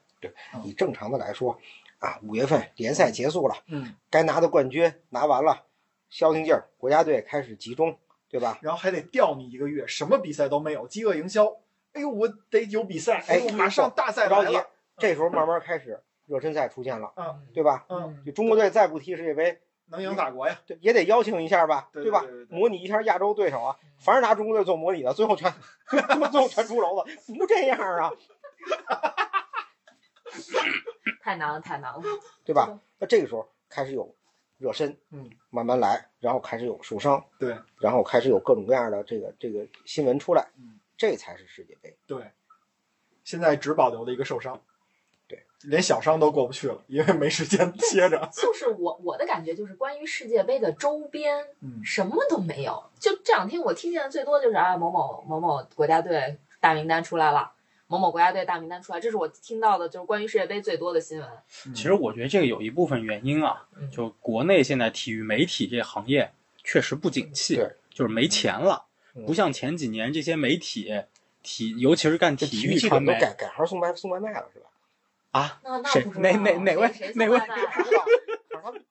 Speaker 5: 你正常的来说，啊，五月份联赛结束了，
Speaker 3: 嗯，
Speaker 5: 该拿的冠军拿完了，消停劲儿，国家队开始集中，对吧？
Speaker 3: 然后还得吊你一个月，什么比赛都没有，饥饿营销。哎呦，我得有比赛，
Speaker 5: 哎
Speaker 3: 呦，马上大赛
Speaker 5: 不着
Speaker 3: 来
Speaker 5: 急
Speaker 3: 了。，啊
Speaker 5: 这时候慢慢开始热身赛出现了，
Speaker 3: 嗯
Speaker 5: 对吧？
Speaker 3: 嗯，
Speaker 5: 就中国队再不踢世界杯，
Speaker 3: 能赢法国呀？
Speaker 5: 对也得邀请一下吧，
Speaker 3: 对
Speaker 5: 吧
Speaker 3: 对对对？对
Speaker 5: 模拟一下亚洲对手啊，凡是拿中国队做模拟的，最后全 最后全出篓子，不这样啊，
Speaker 2: 太难了，太难了。
Speaker 5: 对
Speaker 2: 是
Speaker 5: 吧？那这个时候开始有热身，
Speaker 3: 嗯，
Speaker 5: 慢慢来，然后开始有受伤，
Speaker 3: 对，
Speaker 5: 然后开始有各种各样的这个这个新闻出来，
Speaker 3: 嗯，
Speaker 5: 这才是世界杯。
Speaker 3: 对，现在只保留了一个受伤，
Speaker 5: 对，
Speaker 3: 连小伤都过不去了，因为没时间 歇着。
Speaker 2: 就是我我的感觉就是关于世界杯的周边
Speaker 3: 嗯
Speaker 2: 什么都没有，就这两天我听见的最多就是啊某某某某国家队大名单出来了，某某国家队大名单出来，这是我听到的就是关于世界杯最多的新闻。
Speaker 3: 嗯
Speaker 4: 其实我觉得这个有一部分原因啊，
Speaker 2: 嗯，
Speaker 4: 就国内现在体育媒体这行业确实不景气
Speaker 5: 对，
Speaker 4: 就是没钱了，
Speaker 5: 嗯
Speaker 4: 不像前几年这些媒体体，尤其是干
Speaker 5: 这
Speaker 4: 体
Speaker 5: 育
Speaker 4: 育
Speaker 5: 记者
Speaker 4: 传
Speaker 5: 都
Speaker 4: 媒
Speaker 5: 改改行送外送外卖了是吧？
Speaker 4: 啊，
Speaker 2: 那那
Speaker 4: 谁
Speaker 2: 不知道
Speaker 4: 哪哪哪位
Speaker 2: 谁谁
Speaker 4: 哪
Speaker 2: 送
Speaker 4: 位
Speaker 2: 外卖啊
Speaker 5: 不知道，反正他们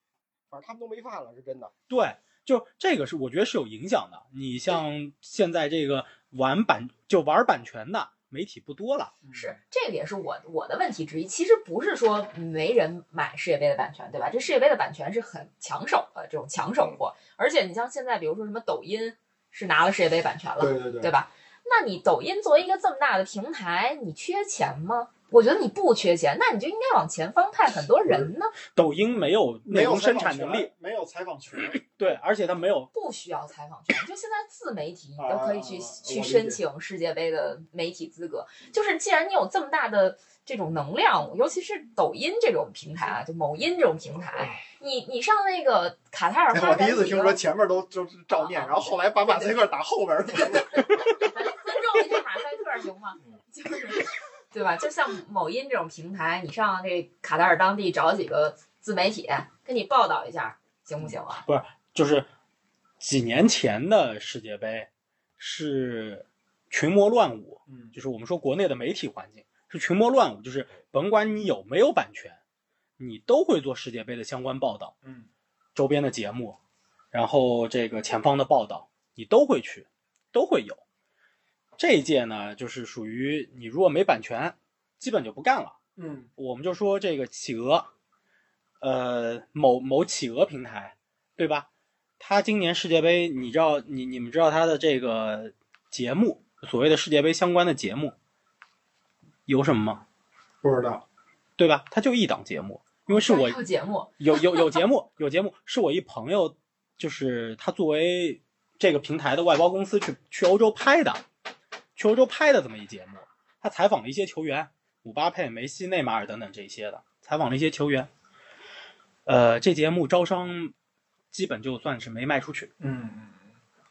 Speaker 5: 反正他们都没饭了，是真的。
Speaker 4: 对，就这个是我觉得是有影响的。你像现在这个玩版就玩版权的媒体不多了，
Speaker 2: 是这个也是我我的问题之一。其实不是说没人买世界杯的版权，对吧？这世界杯的版权是很抢手的这种抢手货，而且你像现在比如说什么抖音是拿了世界杯版权了，
Speaker 3: 对对对
Speaker 2: 对吧？那你抖音作为一个这么大的平台，你缺钱吗？我觉得你不缺钱，那你就应该往前方派很多人呢，
Speaker 4: 抖音没有
Speaker 3: 没
Speaker 4: 内
Speaker 3: 有
Speaker 4: 容
Speaker 3: 采
Speaker 4: 生
Speaker 3: 访
Speaker 4: 产
Speaker 3: 权
Speaker 4: 能力，，
Speaker 3: 没有采访权，
Speaker 4: 对，而且它没有
Speaker 2: 不需要采访权。就现在自媒体，你都可以去、
Speaker 3: 啊
Speaker 2: 去
Speaker 3: 我理解
Speaker 2: 申请世界杯的媒体资格。就是既然你有这么大的这种能量，尤其是抖音这种平台啊，就某音这种平台，你你上那个卡塔尔发
Speaker 3: 哎 我
Speaker 2: 展
Speaker 3: 第一次
Speaker 2: 几
Speaker 3: 听
Speaker 2: 个
Speaker 4: 啊
Speaker 3: 说前面都就是照念，
Speaker 2: 啊
Speaker 3: 然后后来把马赛克打后边儿。
Speaker 2: 咱尊重一下马赛克行吗？就是，对吧？就像某音这种平台，你上这卡塔尔当地找几个自媒体跟你报道一下，行不行
Speaker 4: 嗯
Speaker 2: 啊？
Speaker 4: 就是几年前的世界杯是群魔乱舞，
Speaker 3: 嗯，
Speaker 4: 就是我们说国内的媒体环境是群魔乱舞，就是甭管你有没有版权，你都会做世界杯的相关报道，
Speaker 3: 嗯，
Speaker 4: 周边的节目，然后这个前方的报道，你都会去，都会有。这一届呢，就是属于你如果没版权，基本就不干了。
Speaker 3: 嗯，
Speaker 4: 我们就说这个企鹅，呃，某某企鹅平台，对吧？它今年世界杯，你知道，你你们知道它的这个节目，所谓的世界杯相关的节目有什么吗？
Speaker 3: 不知道。
Speaker 4: 对吧？它就一档节目，因为是我
Speaker 2: 录节目，
Speaker 4: 有有有节目，有节目是我一朋友，就是他作为这个平台的外包公司去去欧洲拍的，去欧洲拍的这么一节目，他采访了一些球员，姆巴佩、梅西、内马尔等等这一些的，采访了一些球员。呃，这节目招商基本就算是没卖出去，
Speaker 3: 嗯，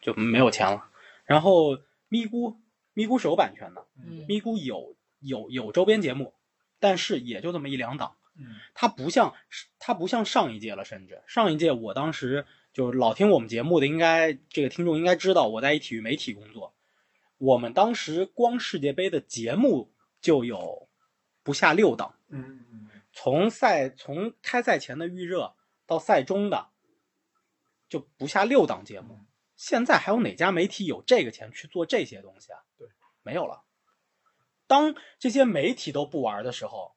Speaker 4: 就没有钱了。然后咪咕，咪咕是有版权的，
Speaker 2: 嗯，
Speaker 4: 咪咕有有有周边节目，但是也就这么一两档。
Speaker 3: 嗯
Speaker 4: 它不像它不像上一届了，甚至上一届我当时就是老听我们节目的，应该这个听众应该知道我在一体育媒体工作，我们当时光世界杯的节目就有不下六档，
Speaker 3: 嗯嗯
Speaker 4: 从赛从开赛前的预热到赛中的就不下六档节
Speaker 3: 嗯
Speaker 4: 目。现在还有哪家媒体有这个钱去做这些东西啊？
Speaker 3: 对，
Speaker 4: 没有了。当这些媒体都不玩的时候，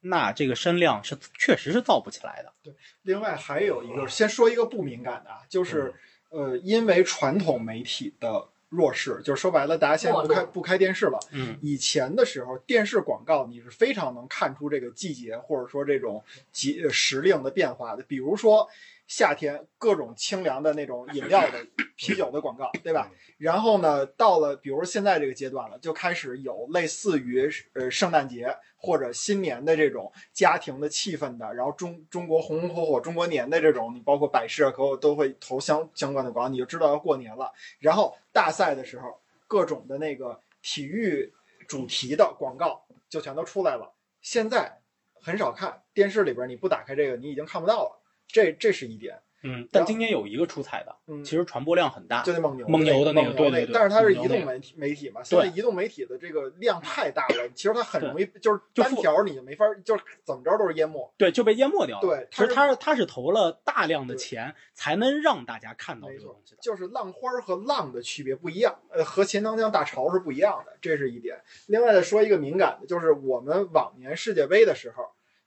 Speaker 4: 那这个声量是确实是造不起来的。
Speaker 3: 另外还有一个，先说一个不敏感的啊，就是呃，因为传统媒体的弱势，就是说白了，大家现在不
Speaker 2: 没
Speaker 3: 开
Speaker 2: 落
Speaker 3: 不开电视了。
Speaker 4: 嗯，
Speaker 3: 以前的时候，电视广告你是非常能看出这个季节或者说这种节呃时令的变化的。比如说夏天各种清凉的那种饮料的啤酒的广告，对吧？然后呢，到了比如现在这个阶段了，就开始有类似于呃圣诞节或者新年的这种家庭的气氛的，然后中中国红红火火中国年的这种，你包括百事啊、可口都会投相相关的广告，你就知道要过年了。然后大赛的时候，各种的那个体育主题的广告就全都出来了。现在很少看电视里边，你不打开这个，你已经看不到了。这这是一点，
Speaker 4: 嗯，但今年有一个出彩的，
Speaker 3: 嗯，
Speaker 4: 其实传播量很大
Speaker 3: 就。那蒙牛
Speaker 4: 蒙牛的那个
Speaker 3: 蒙
Speaker 4: 对
Speaker 3: 那
Speaker 4: 对对
Speaker 3: 但是它是
Speaker 4: 蒙
Speaker 3: 移
Speaker 4: 牛那
Speaker 3: 动媒体媒体嘛，现在移动媒体的这个量太大了，其实它很容易就是
Speaker 4: 就
Speaker 3: 单
Speaker 4: 复
Speaker 3: 条你就没法，就是怎么着都是淹没。
Speaker 4: 对，就被淹没掉了。
Speaker 3: 对
Speaker 4: 其实
Speaker 3: 它
Speaker 4: 他他是投了大量的钱，才能让大家看到这个东西的。
Speaker 3: 就是浪花儿和浪的区别不一样，呃，和钱塘江大潮是不一样的，这是一点。另外再说一个敏感的，就是我们往年世界杯的时候，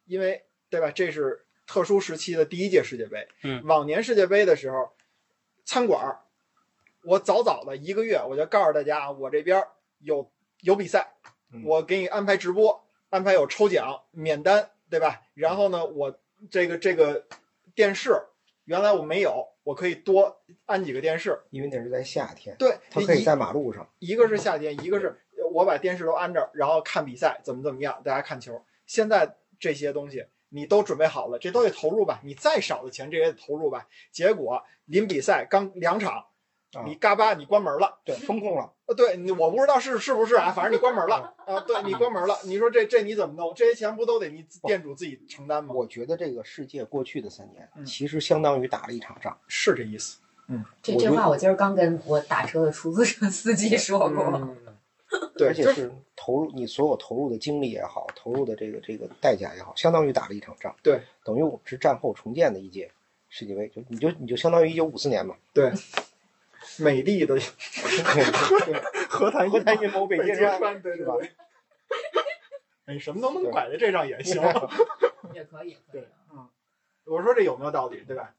Speaker 3: 因为对吧，这是特殊时期的第一届世界杯，
Speaker 4: 嗯
Speaker 3: 往年世界杯的时候，餐馆儿，我早早的一个月我就告诉大家，啊，我这边儿有有比赛，
Speaker 5: 嗯
Speaker 3: 我给你安排直播，安排有抽奖免单，对吧？然后呢，我这个这个电视。原来我没有，我可以多安几个电视，
Speaker 5: 因为那是在夏天，
Speaker 3: 对，
Speaker 5: 它可以
Speaker 3: 一
Speaker 5: 在马路上。
Speaker 3: 一个是夏天，一个是呃我把电视都安这儿，然后看比赛怎么怎么样，大家看球。现在这些东西你都准备好了，这都得投入吧，你再少的钱这也得投入吧。结果临比赛刚两场
Speaker 5: 啊，
Speaker 3: 你嘎巴你关门了，
Speaker 5: 对，风控了，
Speaker 3: 呃，对你我不知道是是不是啊，反正你关门了啊，对你关门了，你说这这你怎么弄？这些钱不都得你店主自己承担吗？
Speaker 5: 我觉得这个世界过去的三年
Speaker 3: 嗯
Speaker 5: 其实相当于打了一场仗。
Speaker 3: 是这意思。
Speaker 2: 这
Speaker 5: 我
Speaker 2: 这
Speaker 5: 就
Speaker 2: 话我今儿刚跟我打车的出租车司机说过，
Speaker 3: 嗯，对，
Speaker 5: 而
Speaker 3: 就
Speaker 5: 且是投入你所有投入的精力也好，投入的这个这个代价也好，相当于打了一场仗。
Speaker 3: 对，
Speaker 5: 等于我们是战后重建的一届世界杯，就你就你就相当于一九五四年 嘛。
Speaker 3: 美的的 和谈
Speaker 5: 河南运谋北
Speaker 3: 北
Speaker 5: 京
Speaker 3: 京
Speaker 5: 川，
Speaker 3: 川，对
Speaker 5: 是
Speaker 3: 对
Speaker 5: 吧
Speaker 3: 对。 哎，什么都能拐在这上也行。
Speaker 2: 也可以，也可以
Speaker 3: 对。我说这有没有道理，对吧？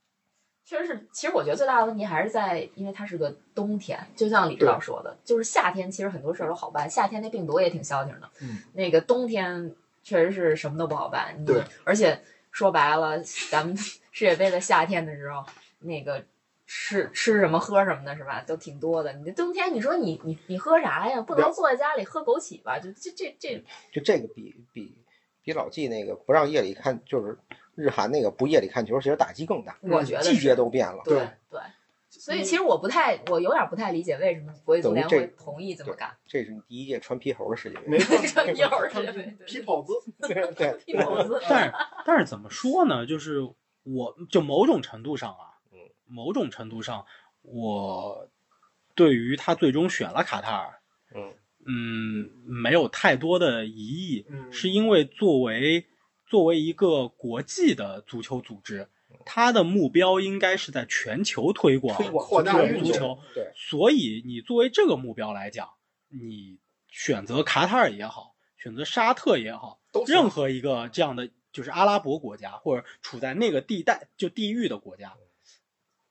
Speaker 2: 确实是，其实我觉得最大的问题还是在，因为它是个冬天，就像李指导说的，就是夏天其实很多事儿都好办，夏天那病毒也挺消停的，
Speaker 3: 嗯
Speaker 2: 那个冬天确实是什么都不好办。你
Speaker 3: 对，
Speaker 2: 而且说白了，咱们 世界杯在夏天的时候，那个吃吃什么喝什么的是吧，都挺多的。你这冬天你说你你你喝啥呀？不能
Speaker 3: 了
Speaker 2: 坐在家里喝枸杞吧？就这这这，
Speaker 5: 就这个比比比老纪那个不让夜里看，就是日韩那个不夜里看球，其实打击更大。
Speaker 2: 我觉得
Speaker 5: 季
Speaker 2: 是
Speaker 5: 节都变了，
Speaker 2: 对
Speaker 3: 对
Speaker 2: 对。所以其实我不太，我有点不太理解为什么国际足联
Speaker 5: 等于
Speaker 2: 会
Speaker 5: 这
Speaker 2: 同意这么干。
Speaker 5: 这是你第一届穿皮猴的世界
Speaker 3: 没
Speaker 5: 杯。
Speaker 3: 错，
Speaker 2: 这一会儿是
Speaker 3: 皮袍子，
Speaker 5: 对对，
Speaker 2: 屁股子。
Speaker 4: 但是但是怎么说呢？就是我就某种程度上啊
Speaker 5: 嗯，
Speaker 4: 某种程度上，我对于他最终选了卡塔尔，
Speaker 5: 嗯
Speaker 4: 嗯，没有太多的疑义，
Speaker 3: 嗯
Speaker 4: 是因为作为作为一个国际的足球组织，
Speaker 3: 嗯
Speaker 4: 它的目标应该是在全球推广
Speaker 5: 推广
Speaker 3: 扩大
Speaker 4: 这
Speaker 5: 对
Speaker 4: 个
Speaker 3: 运
Speaker 4: 足
Speaker 3: 动
Speaker 4: 球，
Speaker 5: 对，
Speaker 4: 所以你作为这个目标来讲，你选择卡塔尔也好，选择沙特也好，
Speaker 3: 都是
Speaker 4: 任何一个这样的就是阿拉伯国家或者处在那个地带就地域的国家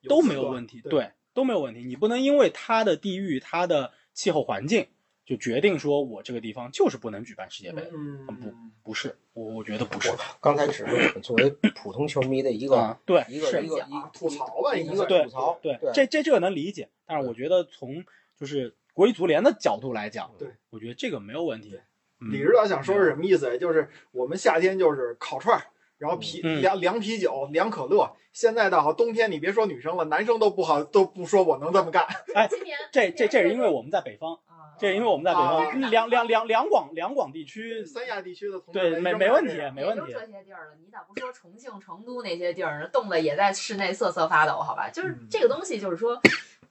Speaker 4: 都没有问题，
Speaker 3: 对，
Speaker 4: 对，都没有问题。你不能因为它的地域、它的气候环境，就决定说我这个地方就是不能举办世界杯，
Speaker 3: 嗯，
Speaker 4: 不是，我我觉得不是
Speaker 5: 刚才只是我们作为普通球迷的一个
Speaker 4: 啊，对，
Speaker 5: 一个
Speaker 4: 是
Speaker 5: 一个一
Speaker 2: 讲
Speaker 5: 个
Speaker 3: 吐槽吧
Speaker 5: 一
Speaker 3: 应
Speaker 5: 个
Speaker 4: 该是
Speaker 5: 吐槽，
Speaker 4: 对，
Speaker 5: 嗯对
Speaker 4: 这这这个能理解，但是我觉得从就是国际足联的角度来讲，
Speaker 3: 对，
Speaker 4: 我觉得这个没有问题。嗯
Speaker 3: 李指导想说是什么意思？就是我们夏天就是烤串儿，然后啤
Speaker 4: 嗯
Speaker 3: 凉凉啤酒、凉可乐。现在倒好，冬天你别说女生了，男生都不好都不说我能这么干。
Speaker 2: 今年
Speaker 4: 这这这是因为
Speaker 2: 我
Speaker 4: 我们在北方，
Speaker 2: 啊，
Speaker 4: 这是因为我们在北
Speaker 3: 啊
Speaker 4: 方，两两两两广两广地 区，
Speaker 3: 三亚地区的同志
Speaker 4: 嗯对，
Speaker 3: 们
Speaker 4: 没
Speaker 3: 扔
Speaker 4: 没
Speaker 3: 开
Speaker 4: 问
Speaker 3: 这
Speaker 4: 题
Speaker 3: 个，
Speaker 4: 没问
Speaker 2: 也
Speaker 4: 题啊
Speaker 2: 就。这些地儿了，你咋不说重庆、成都那些地儿，冻得也在室内瑟瑟发抖？好吧，就是
Speaker 3: 嗯
Speaker 2: 这个东西，就是说，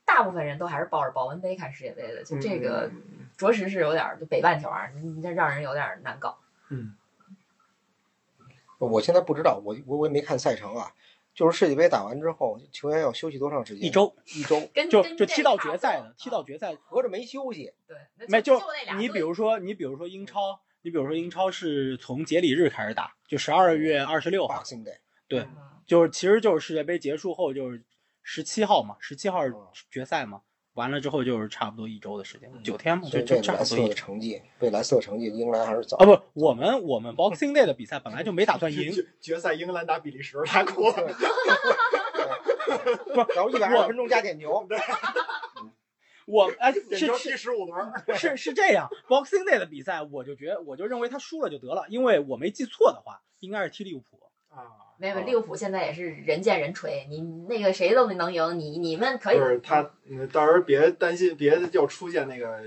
Speaker 2: 大部分人都还是抱着保温杯看世界杯的，就这
Speaker 4: 嗯
Speaker 2: 个
Speaker 3: 嗯
Speaker 2: 着实是有点儿就北半球啊，你这让人有点儿难搞。
Speaker 5: 我现在不知道，我我我也没看赛程啊。就是世界杯打完之后，球员要休息多长时间？
Speaker 4: 一周
Speaker 5: 一周，
Speaker 2: 跟
Speaker 4: 就
Speaker 2: 跟
Speaker 4: 就
Speaker 2: 这
Speaker 4: 踢到
Speaker 2: 差不
Speaker 4: 决
Speaker 2: 多
Speaker 4: 赛的
Speaker 2: 啊，
Speaker 4: 踢到决赛，
Speaker 5: 合着没休息。
Speaker 2: 对，那
Speaker 4: 没
Speaker 2: 就
Speaker 4: 就
Speaker 2: 那俩队。
Speaker 4: 你比如说你比如说英超，你比如说英超是从节礼日开始打，就十二月二十六号，
Speaker 5: Boxing Day，
Speaker 4: 对
Speaker 2: 嗯，
Speaker 4: 就是其实就是世界杯结束后就是十七号嘛，十七号是决赛嘛，完了之后就是差不多一周的时间，九天嘛，
Speaker 5: 所
Speaker 4: 就
Speaker 5: 以
Speaker 4: 就
Speaker 5: 这
Speaker 4: 差
Speaker 5: 莱
Speaker 4: 不
Speaker 5: 斯
Speaker 4: 多
Speaker 5: 特
Speaker 4: 一
Speaker 5: 的
Speaker 4: 周。
Speaker 5: 成绩，对莱斯特的成绩，英格兰还是早。
Speaker 4: 啊，不，我们我们 Boxing Day 的比赛本 来就没打算赢，
Speaker 3: 决决赛英格兰打比利时，他哭了。
Speaker 5: 然后一百二十分钟加点球，
Speaker 4: 我 哎是
Speaker 3: 点球
Speaker 4: 是
Speaker 3: 踢十五轮，
Speaker 4: 是是这样，Boxing Day 的比赛我就觉得我就认为他输了就得了，因为我没记错的话，应该是踢利物浦。
Speaker 3: 啊，
Speaker 2: 没有，利物浦现在也是人见人锤，你那个谁都能赢，你你们可以
Speaker 3: 就是他，嗯到时候别担心，别又出现那个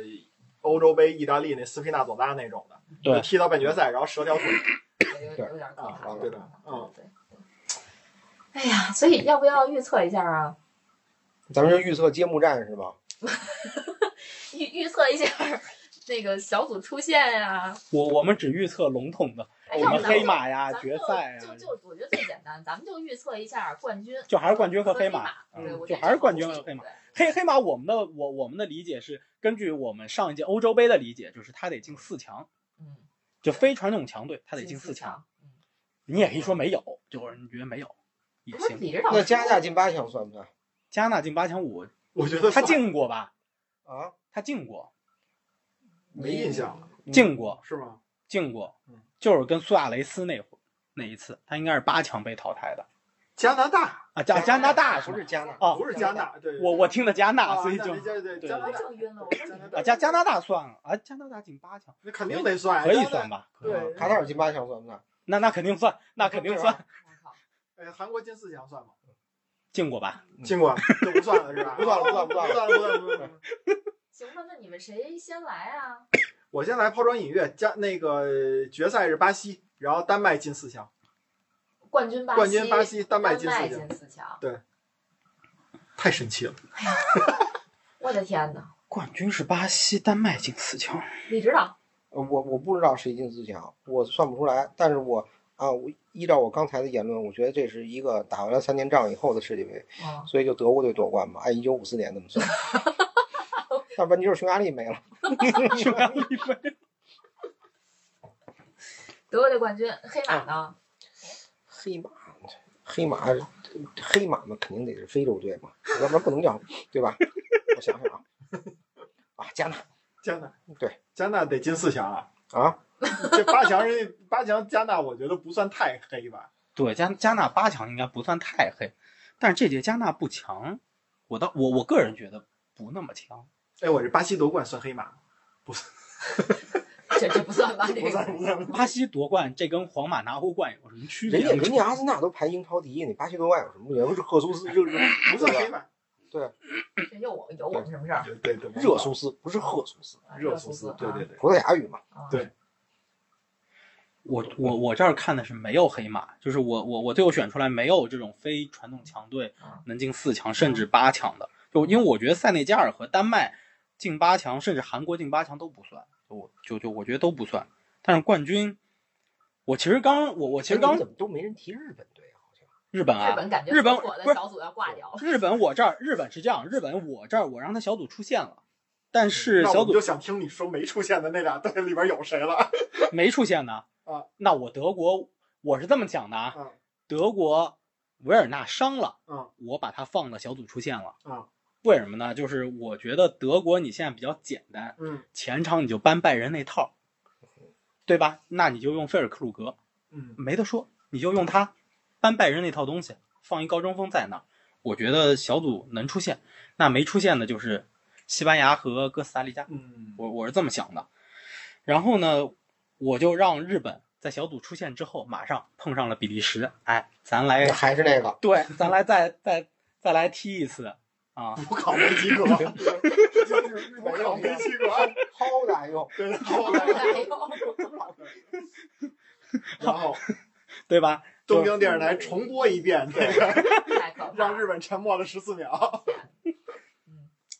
Speaker 3: 欧洲杯意大利那斯皮纳佐拉那种的，
Speaker 4: 对
Speaker 3: 就踢到半决赛然后折条腿。
Speaker 2: 有有有点可怕
Speaker 5: 啊。
Speaker 3: 对的嗯
Speaker 2: 对。哎呀，所以要不要预测一下啊？
Speaker 5: 咱们就预测揭幕战是吧？
Speaker 2: 预预测一下那个小组出线呀、
Speaker 4: 我我们只预测笼统的，
Speaker 2: 哎
Speaker 4: 哦我
Speaker 2: 要不
Speaker 4: 们
Speaker 2: 咱
Speaker 4: 黑
Speaker 2: 们
Speaker 4: 马
Speaker 2: 咱
Speaker 4: 呀、
Speaker 2: 们
Speaker 4: 决
Speaker 2: 就
Speaker 4: 赛啊呀
Speaker 2: 就，就我觉得最简单，咱们就预测一下冠军
Speaker 4: 就还是冠军和
Speaker 2: 和
Speaker 4: 黑马
Speaker 2: 马。，对，
Speaker 4: 嗯
Speaker 2: 我觉
Speaker 4: 就
Speaker 2: 得
Speaker 4: 还是
Speaker 2: 这
Speaker 4: 冠
Speaker 2: 好
Speaker 4: 军
Speaker 2: 理
Speaker 4: 和黑
Speaker 2: 解
Speaker 4: 马
Speaker 2: 对
Speaker 4: 黑黑马，我们的我我们的理解是根据我们上一届欧洲杯的理解，就是他得进四强，
Speaker 2: 嗯，
Speaker 4: 就非传统强队他得进
Speaker 2: 四
Speaker 4: 四强。。
Speaker 2: 嗯
Speaker 4: 你也可以说没有，就是你觉得没有也
Speaker 2: 不是
Speaker 4: 行。
Speaker 2: 李指
Speaker 3: 啊
Speaker 2: 导
Speaker 5: 那加拿大进八强算不算
Speaker 4: 加拿大进八强五，
Speaker 3: 我觉得
Speaker 4: 他进过吧？
Speaker 5: 啊？
Speaker 4: 他进过，
Speaker 3: 没印象了，
Speaker 5: 嗯
Speaker 4: 进过，
Speaker 3: 是吗？
Speaker 4: 进过
Speaker 3: 嗯，
Speaker 4: 就是跟苏亚雷斯那会那一次，他应该是八强被淘汰的
Speaker 3: 加拿大
Speaker 4: 啊。加加拿大是
Speaker 5: 不
Speaker 4: 吗？
Speaker 5: 是加拿大？
Speaker 4: 哦
Speaker 3: 不是加拿大，对，
Speaker 4: 我我听的加
Speaker 3: 啊
Speaker 4: 纳，所以
Speaker 3: 那
Speaker 4: 就
Speaker 3: 没加对
Speaker 4: 对
Speaker 3: 加拿
Speaker 2: 我
Speaker 3: 大
Speaker 2: 正晕了，我说你们
Speaker 4: 啊加加拿大算了啊，加拿大进八强
Speaker 3: 那肯定得算，
Speaker 4: 可以
Speaker 3: 加拿大
Speaker 4: 算吧？可以
Speaker 3: 对
Speaker 4: 算
Speaker 5: 卡塔尔进八强算不算？
Speaker 4: 那那肯定算，那肯定算
Speaker 2: 我靠
Speaker 3: 哎，韩国进四强算吗？
Speaker 4: 进过吧？
Speaker 3: 进 过就不算了是吧？
Speaker 5: 不算了不算了不算了
Speaker 3: 不算了不算了不算了。
Speaker 2: 行吧，那你们谁先来啊？
Speaker 3: 我先来抛砖引玉，加那个决赛是巴西，然后丹麦进四强，
Speaker 2: 冠军巴西，
Speaker 3: 冠军巴西，丹
Speaker 2: 丹
Speaker 3: 麦
Speaker 2: 麦
Speaker 3: 进四强，
Speaker 2: 进四强。
Speaker 3: 太神奇了。
Speaker 2: 我的天哪，
Speaker 4: 冠军是巴西，丹麦进四强。
Speaker 2: 李指导，
Speaker 5: 呃我我不知道谁进四强，啊我算不出来。但是我啊，我依照我刚才的言论，我觉得这是一个打完了三年仗以后的世界杯，
Speaker 2: 嗯，
Speaker 5: 所以就德国队夺冠嘛，按一九五四年那么算。但问题就是匈牙利没了，
Speaker 4: 匈牙利没
Speaker 2: 德国队冠军，黑
Speaker 3: 啊
Speaker 2: 马呢？
Speaker 5: 黑马，黑马，黑马嘛，肯定得是非洲队嘛，要不然不能叫，对吧？我想想啊，啊，加纳
Speaker 3: 加拿
Speaker 5: 对，
Speaker 3: 加拿大得进四强啊。
Speaker 5: 啊，
Speaker 3: 这八强人家八强加纳，我觉得不算太黑吧。
Speaker 4: 对加加纳八强应该不算太黑，但是这届加纳不强，我倒我我个人觉得不那么强。
Speaker 3: 哎，我这巴西夺冠算黑马吗？
Speaker 2: 这这不算吧？这
Speaker 3: 不算
Speaker 2: 个
Speaker 3: 不算。
Speaker 4: 巴西夺冠这跟皇马拿欧冠有什么区别
Speaker 5: 人家
Speaker 4: 呢？
Speaker 5: 人家阿森纳都排英超第一，你巴西夺冠有什么不行？是热苏斯，热热
Speaker 3: 不算黑马，
Speaker 2: 这有我有我们什么事儿？
Speaker 3: 对对对，
Speaker 5: 热苏斯，不是赫苏斯，
Speaker 2: 啊
Speaker 3: 热
Speaker 2: 苏
Speaker 3: 苏斯
Speaker 2: 啊，
Speaker 3: 对对对，
Speaker 5: 葡萄牙语嘛。
Speaker 2: 啊
Speaker 3: 对
Speaker 4: 我我我这儿看的是没有黑马，就是我我我最后选出来没有这种非传统强队
Speaker 2: 啊
Speaker 4: 能进四强甚至八强的，就因为我觉得塞内加尔和丹麦进八强，甚至韩国进八强都不算，就我就就我觉得都不算。但是冠军，我其实刚我我其实
Speaker 5: 哎你
Speaker 4: 刚
Speaker 5: 们怎么都没人提日本队啊？好像
Speaker 4: 日本啊，
Speaker 2: 日本感觉
Speaker 4: 日本
Speaker 2: 我的
Speaker 4: 不是
Speaker 2: 小组要挂掉了。
Speaker 4: 日本我这儿日本是这样，日本我这儿我让他小组出线了，但是
Speaker 3: 那
Speaker 4: 小
Speaker 3: 我
Speaker 4: 组
Speaker 3: 就想听你说没出现的那俩队 里边有谁了？
Speaker 4: 没出线呢。
Speaker 3: 啊，
Speaker 4: 那我德国我是这么讲的啊，
Speaker 3: 嗯
Speaker 4: 德国维尔纳伤了，
Speaker 3: 嗯，
Speaker 4: 我把他放了小组出线了，
Speaker 3: 嗯，
Speaker 4: 为什么呢？就是我觉得德国你现在比较简单，
Speaker 3: 嗯
Speaker 4: 前场你就搬拜仁那套，对吧？那你就用菲尔克鲁格，
Speaker 3: 嗯
Speaker 4: 没得说，你就用他搬拜仁那套东西，放一高中锋在那儿，我觉得小组能出现。那没出现的就是西班牙和哥斯达黎加，
Speaker 3: 嗯
Speaker 4: 我我是这么想的。然后呢，我就让日本在小组出现之后，马上碰上了比利时，哎，咱来
Speaker 5: 还是那个，
Speaker 4: 对，咱来再再再来踢一次啊！
Speaker 6: 补考没及格，
Speaker 3: 我
Speaker 6: 补考没及格，
Speaker 5: 好难用。
Speaker 3: 对，然后
Speaker 2: 哎呦
Speaker 3: 然后
Speaker 4: 对吧？
Speaker 3: 东京电视台重播一遍这个，
Speaker 2: 太可怕
Speaker 3: 让
Speaker 2: 了。
Speaker 3: 日本沉默了十四秒。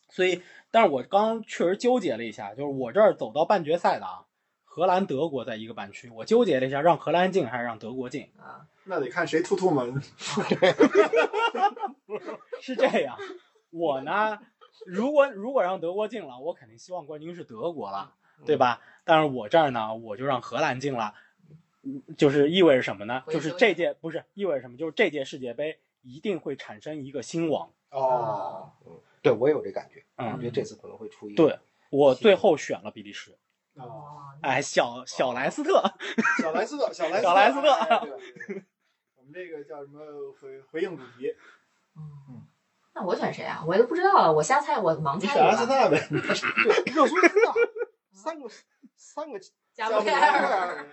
Speaker 4: 所以，但是我刚刚确实纠结了一下，就是我这儿走到半决赛的啊，荷兰、德国在一个半区，我纠结了一下，让荷兰进还是让德国进？
Speaker 2: 啊，
Speaker 3: 那得看谁突突嘛。
Speaker 4: 是这样，我呢，如果如果让德国进了，我肯定希望冠军是德国了，对吧？但是我这儿呢，我就让荷兰进了，就是意味着什么呢？就是这届不是意味着什么？就是这届世界杯一定会产生一个新王。
Speaker 3: 哦，
Speaker 5: 对我也有这感觉，
Speaker 4: 嗯
Speaker 5: 我觉得这次可能会出一个。
Speaker 4: 对我最后选了比利时，
Speaker 3: 哦，
Speaker 2: 哦，
Speaker 4: 哎，小小莱斯特，
Speaker 3: 小莱斯特，小莱斯特，
Speaker 4: 小莱斯特
Speaker 3: 哎对对对我们这个叫什么回回应主题？
Speaker 2: 嗯那我选谁啊？我都不知道了，我瞎猜，我盲
Speaker 3: 你
Speaker 2: 猜
Speaker 3: 选啊阿
Speaker 2: 的
Speaker 3: 森
Speaker 2: 吧。
Speaker 3: 纳呗，
Speaker 5: 对，热苏斯啊，三个三个
Speaker 2: 加布
Speaker 3: 加 布
Speaker 2: 里
Speaker 3: 里
Speaker 2: 埃
Speaker 3: 埃
Speaker 2: 尔
Speaker 3: 尔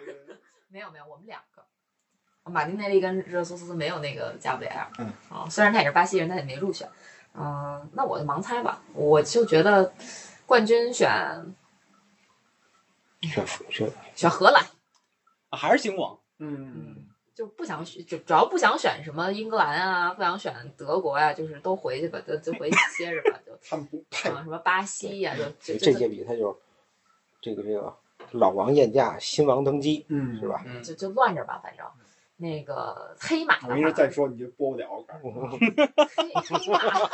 Speaker 2: 没有没有，我们两个，哦马丁内利跟热苏斯没有那个加布里埃尔。
Speaker 5: 嗯，
Speaker 2: 啊，虽然他也是巴西人，但也没入选。嗯、那我就盲猜吧，我就觉得冠军选
Speaker 5: 选选
Speaker 2: 选荷兰。
Speaker 4: 啊还是新王。
Speaker 3: 嗯，
Speaker 2: 就不想选，就主要不想选什么英格兰啊，不想选德国呀、就是都回去吧，就就回去歇着吧，就
Speaker 3: 他们不配。
Speaker 2: 啊什么巴西呀、就就
Speaker 5: 这
Speaker 2: 就
Speaker 5: 届比赛就是这个这个老王宴驾，新王登基，
Speaker 3: 嗯
Speaker 5: 是？吧？
Speaker 2: 就就乱着吧，反正那个黑马的
Speaker 3: 我
Speaker 2: 话，
Speaker 3: 一直在说你就播不了，我告诉
Speaker 2: 黑黑马，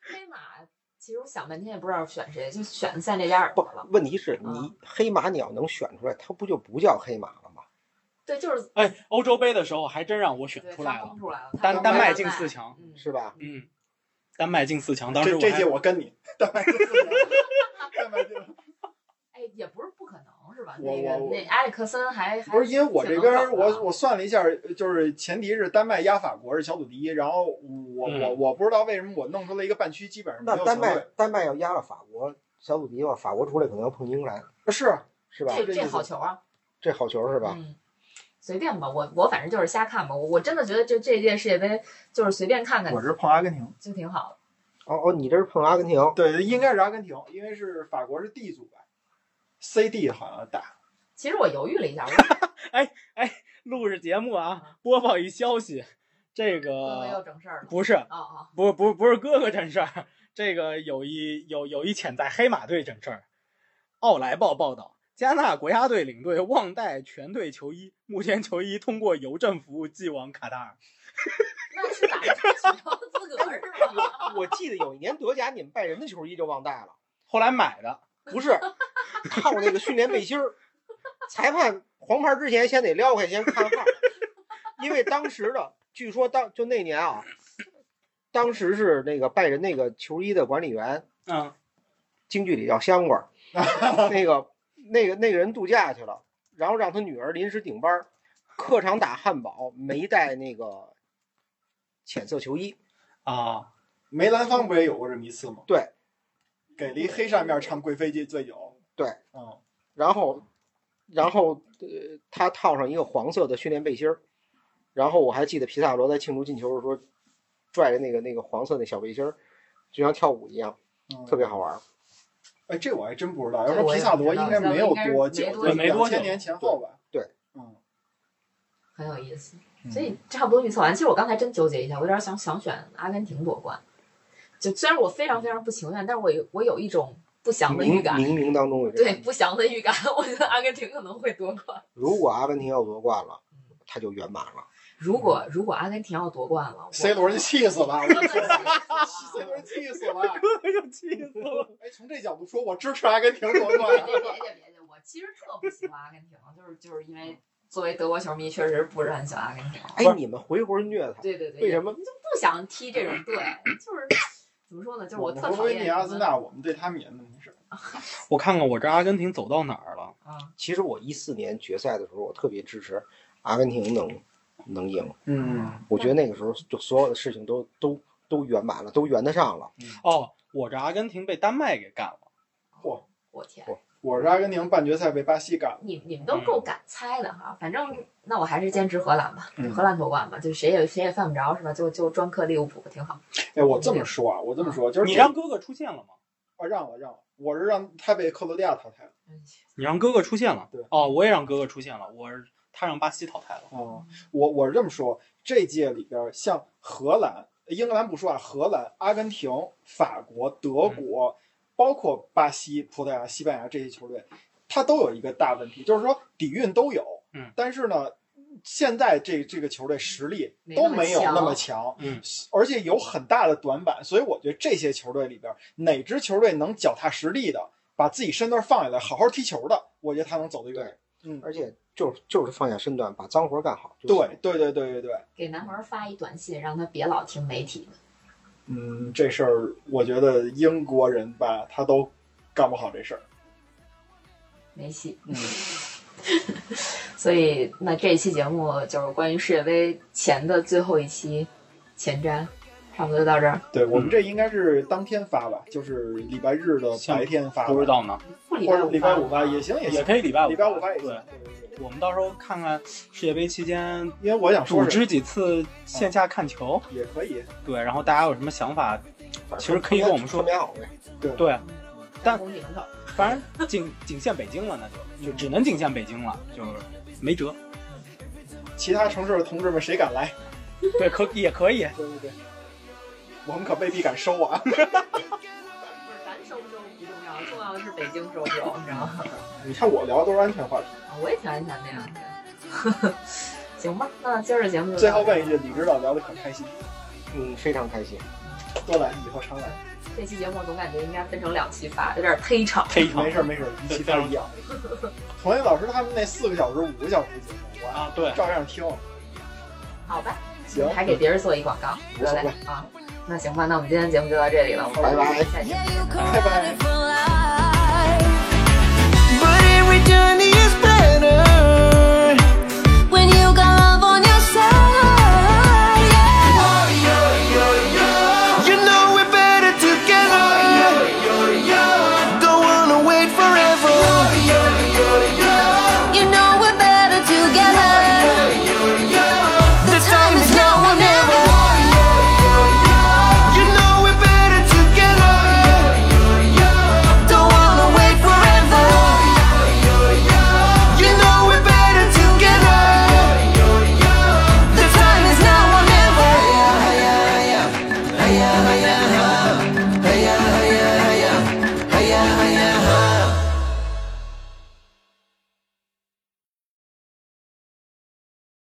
Speaker 2: 黑马，其实我想半天也不知道选谁，就选塞内加尔
Speaker 5: 不
Speaker 2: 了，。
Speaker 5: 问题是
Speaker 2: 嗯
Speaker 5: 你黑马你要能选出来，它不就不叫黑马了吗？
Speaker 2: 对，就是
Speaker 4: 哎，欧洲杯的时候还真让我选
Speaker 2: 对
Speaker 4: 出
Speaker 2: 他
Speaker 4: 来
Speaker 2: 轰
Speaker 4: 了，
Speaker 2: 出来了，
Speaker 4: 丹
Speaker 2: 他
Speaker 4: 丹
Speaker 2: 丹
Speaker 4: 麦进四，强，
Speaker 2: 嗯，
Speaker 5: 是吧？
Speaker 4: 嗯，丹麦进四强，当
Speaker 3: 你，
Speaker 4: 时
Speaker 3: 这
Speaker 4: 我
Speaker 3: 这
Speaker 4: 还
Speaker 3: 届我跟 你，蛋白质四年， 蛋白质
Speaker 2: 哎，也不是不可能是吧？
Speaker 3: 我
Speaker 2: 那个
Speaker 3: 我我
Speaker 2: 那埃里克森还还
Speaker 3: 不是因为我这边儿
Speaker 2: 挺能找的
Speaker 3: 我我算了一下，就是前提是丹麦压法国是小组第一，然后我
Speaker 4: 嗯
Speaker 3: 我我不知道为什么我弄出了一个半区基本上没
Speaker 5: 那
Speaker 3: 有
Speaker 5: 丹
Speaker 3: 球
Speaker 5: 麦
Speaker 3: 队，
Speaker 5: 丹麦要压了法国小组第一吧，法国出来可能要碰英格兰，
Speaker 3: 不是啊
Speaker 5: 是吧？
Speaker 2: 这
Speaker 3: 这意
Speaker 2: 这
Speaker 3: 思
Speaker 2: 好球啊，
Speaker 5: 这好球是吧？
Speaker 2: 嗯，随便吧，我我反正就是瞎看吧，我我真的觉得就这届世界杯就是随便看看
Speaker 3: 我是碰阿根廷，
Speaker 2: 就挺好的。
Speaker 5: 哦哦，你这是碰阿根廷，
Speaker 3: 对，应该是阿根廷，因为是法国是 D 组吧，C D 好像打，
Speaker 2: 其实我犹豫了一下，我
Speaker 4: 录着节目啊，播报一消息，这
Speaker 2: 哥哥又
Speaker 4: 个
Speaker 2: 整事儿了。
Speaker 4: 不是
Speaker 2: 哦哦，
Speaker 4: 不是不是不是哥哥整事儿，这个有一有有一潜在黑马队整事儿。奥莱报报道，加纳国家队领队忘带全队球衣，目前球衣通过邮政服务寄往卡塔尔。
Speaker 2: 那是打取消资格是吗？
Speaker 5: 我记得有一年德甲你们拜仁的球衣就忘带了，
Speaker 4: 后来买的，
Speaker 5: 不是套那个训练背心儿，裁判黄牌之前先得撩开，先看号，因为当时的据说当就那年啊，当时是那个拜仁那个球衣的管理员，
Speaker 4: 嗯，
Speaker 5: 京剧里叫香瓜儿，那个那个那个人度假去了，然后让他女儿临时顶班儿，客场打汉堡没带那个浅色球衣，
Speaker 4: 啊，
Speaker 3: 梅兰芳不也有过这么一次吗？
Speaker 5: 对，
Speaker 3: 给了一黑扇面唱《贵妃醉醉酒》。
Speaker 5: 对，
Speaker 3: 嗯，
Speaker 5: 然后，然后呃，他套上一个黄色的训练背心儿，然后我还记得皮萨罗在庆祝进球的时候，拽着那个那个黄色那小背心儿，就像跳舞一样，
Speaker 3: 嗯
Speaker 5: 特别好玩儿。
Speaker 3: 哎，这我还真不知道。
Speaker 2: 这
Speaker 3: 要说
Speaker 2: 我
Speaker 3: 皮
Speaker 2: 也
Speaker 3: 萨
Speaker 2: 不
Speaker 3: 罗
Speaker 2: 知道
Speaker 3: 应该没有
Speaker 2: 这
Speaker 3: 多
Speaker 2: 应该没，
Speaker 3: 久
Speaker 2: 多
Speaker 3: 就
Speaker 4: 久没多久
Speaker 3: 千年前后吧。
Speaker 5: 对，
Speaker 3: 嗯，
Speaker 2: 很有意思，
Speaker 3: 嗯
Speaker 2: 所以差不多预测完。其实我刚才真纠结一下，我有点想想选阿根廷夺冠，就虽然我非常非常不情愿，但是我有我有一种不祥的
Speaker 5: 冥
Speaker 2: 预嗯感，
Speaker 5: 冥冥当中有这
Speaker 2: 对
Speaker 5: 个。
Speaker 2: 不祥的预感， 我觉得阿根廷可能会夺冠。
Speaker 5: 如果阿根廷要夺冠了，他就圆满了。
Speaker 2: 如果如果阿根廷要夺冠了我
Speaker 3: C 罗就气死 了
Speaker 2: 我真的气
Speaker 3: ，C
Speaker 2: 死
Speaker 3: 罗
Speaker 2: 了
Speaker 3: 就气死了。
Speaker 4: 哥哥就气死了。
Speaker 3: 哎，从这角度说，我支持阿根廷夺
Speaker 2: 别
Speaker 3: 冠。啊
Speaker 2: 别别别别！我其实特不喜欢阿根廷，就是就是因为作为德国球迷，确实不是很喜欢阿根廷。
Speaker 5: 哎
Speaker 4: 不是，
Speaker 5: 你们回魂虐他，
Speaker 2: 对对对，
Speaker 5: 为什么？
Speaker 2: 不想踢这种队，就是怎么说 呢？就是
Speaker 3: 我
Speaker 2: 特
Speaker 3: 们
Speaker 2: 讨
Speaker 3: 维
Speaker 2: 厌
Speaker 3: 尼阿
Speaker 2: 什
Speaker 3: 森
Speaker 2: 么
Speaker 3: 纳，我们对他们也那么回事儿。
Speaker 4: 我看看我这阿根廷走到哪儿了。
Speaker 2: 啊，
Speaker 5: 其实我一四年决赛的时候，我特别支持阿根廷能能赢，
Speaker 3: 嗯，
Speaker 5: 我觉得那个时候就所有的事情都都都圆满了，都圆得上了。
Speaker 4: 哦，我这阿根廷被丹麦给干了。
Speaker 2: 我天，
Speaker 3: 我是阿根廷半决赛被巴西干了。
Speaker 2: 你你们都够敢猜的哈。反正那我还是坚持荷兰吧，
Speaker 3: 嗯
Speaker 2: 荷兰夺冠吧，就谁也谁也犯不着是吧？就就专克利物浦挺好。
Speaker 3: 哎，我这么说啊，我这么说就是
Speaker 4: 你
Speaker 3: 这
Speaker 4: 让哥哥出现了吗？
Speaker 3: 啊让我让我，我是让他被克罗地亚淘汰了。
Speaker 2: 嗯
Speaker 4: 你让哥哥出现了
Speaker 3: 对。
Speaker 4: 哦，我也让哥哥出现了，我是他让巴西淘汰了。
Speaker 3: 哦，我我是这么说，这届里边儿像荷兰、英格兰不说啊，荷兰、阿根廷、法国、德
Speaker 4: 嗯
Speaker 3: 国，包括巴西、葡萄牙、西班牙这些球队，它都有一个大问题，就是说底蕴都有，
Speaker 4: 嗯，
Speaker 3: 但是呢，现在这这个球队实力
Speaker 2: 没那
Speaker 3: 都
Speaker 2: 么
Speaker 3: 没有那
Speaker 2: 强
Speaker 3: 么强，
Speaker 4: 嗯，
Speaker 3: 而且有很大的短板，所以我觉得这些球队里边儿，哪支球队能脚踏实地的把自己身段放下来，好好踢球的，我觉得他能走得远。
Speaker 5: 而且就是就是放下身段，把脏活儿干好。就
Speaker 3: 对
Speaker 5: 行了，
Speaker 3: 对对对对对。
Speaker 2: 给南门发一短信，让他别老听媒体的。
Speaker 3: 嗯，这事儿我觉得英国人吧，他都干不好这事儿。
Speaker 2: 没戏。
Speaker 3: 嗯，
Speaker 2: 所以那这一期节目就是关于世界杯前的最后一期前瞻，差不多就到这儿。
Speaker 3: 对我们
Speaker 4: 嗯
Speaker 3: 这应该是当天发吧，就是礼拜日的白天发吧，
Speaker 4: 不知道呢，
Speaker 2: 不礼
Speaker 3: 或
Speaker 2: 拜
Speaker 3: 者
Speaker 2: 五
Speaker 3: 礼拜五发也行也
Speaker 4: 也
Speaker 3: 行，
Speaker 4: 可以礼拜五。
Speaker 3: 礼拜五发也行。
Speaker 4: 对，
Speaker 3: 对对对
Speaker 4: 我们到时候看看世界杯期间
Speaker 3: 因为我想
Speaker 4: 组
Speaker 3: 说是
Speaker 4: 织几次线下看球。
Speaker 3: 也可以，
Speaker 4: 对，然后大家有什么想法，
Speaker 5: 反正
Speaker 4: 其实可以跟我们
Speaker 5: 说
Speaker 4: 说
Speaker 5: 明好呗。
Speaker 4: 对，但
Speaker 2: 红领头。
Speaker 4: 反正仅仅限北京了，那就就只能仅限北京了，就是没辙。
Speaker 3: 其他城市的同志们谁敢来？
Speaker 4: 对，可也可以。
Speaker 3: 对对对，我们可未必敢收啊。
Speaker 2: 不是咱收不收不重要，重要的是北京收不收，你知道吗？
Speaker 3: 你看我聊的都是安全话题。
Speaker 2: 啊我也挺安全的呀。 行吧，那今儿的节目就
Speaker 3: 最后
Speaker 2: 到这儿
Speaker 3: 问一句，李指导聊的可开心，
Speaker 5: 嗯，非常开心。
Speaker 3: 多来，以后常来。
Speaker 2: 这期节目总感觉应该分成两期发，有点忒长。
Speaker 4: 非常
Speaker 3: 没事儿没事儿，一期都一样。童岩老师他们那四个小时、五个小时节目，我
Speaker 4: 啊，对，
Speaker 3: 照样听。
Speaker 2: 好吧，
Speaker 3: 行，
Speaker 2: 还给别人做一广告，
Speaker 3: 无
Speaker 2: 得
Speaker 3: 所
Speaker 2: 嘞
Speaker 3: 谓
Speaker 2: 啊。那行吧，那我们今天节目就到这里了，
Speaker 5: 拜拜
Speaker 2: 下期见。
Speaker 3: 拜拜。
Speaker 7: Wonderful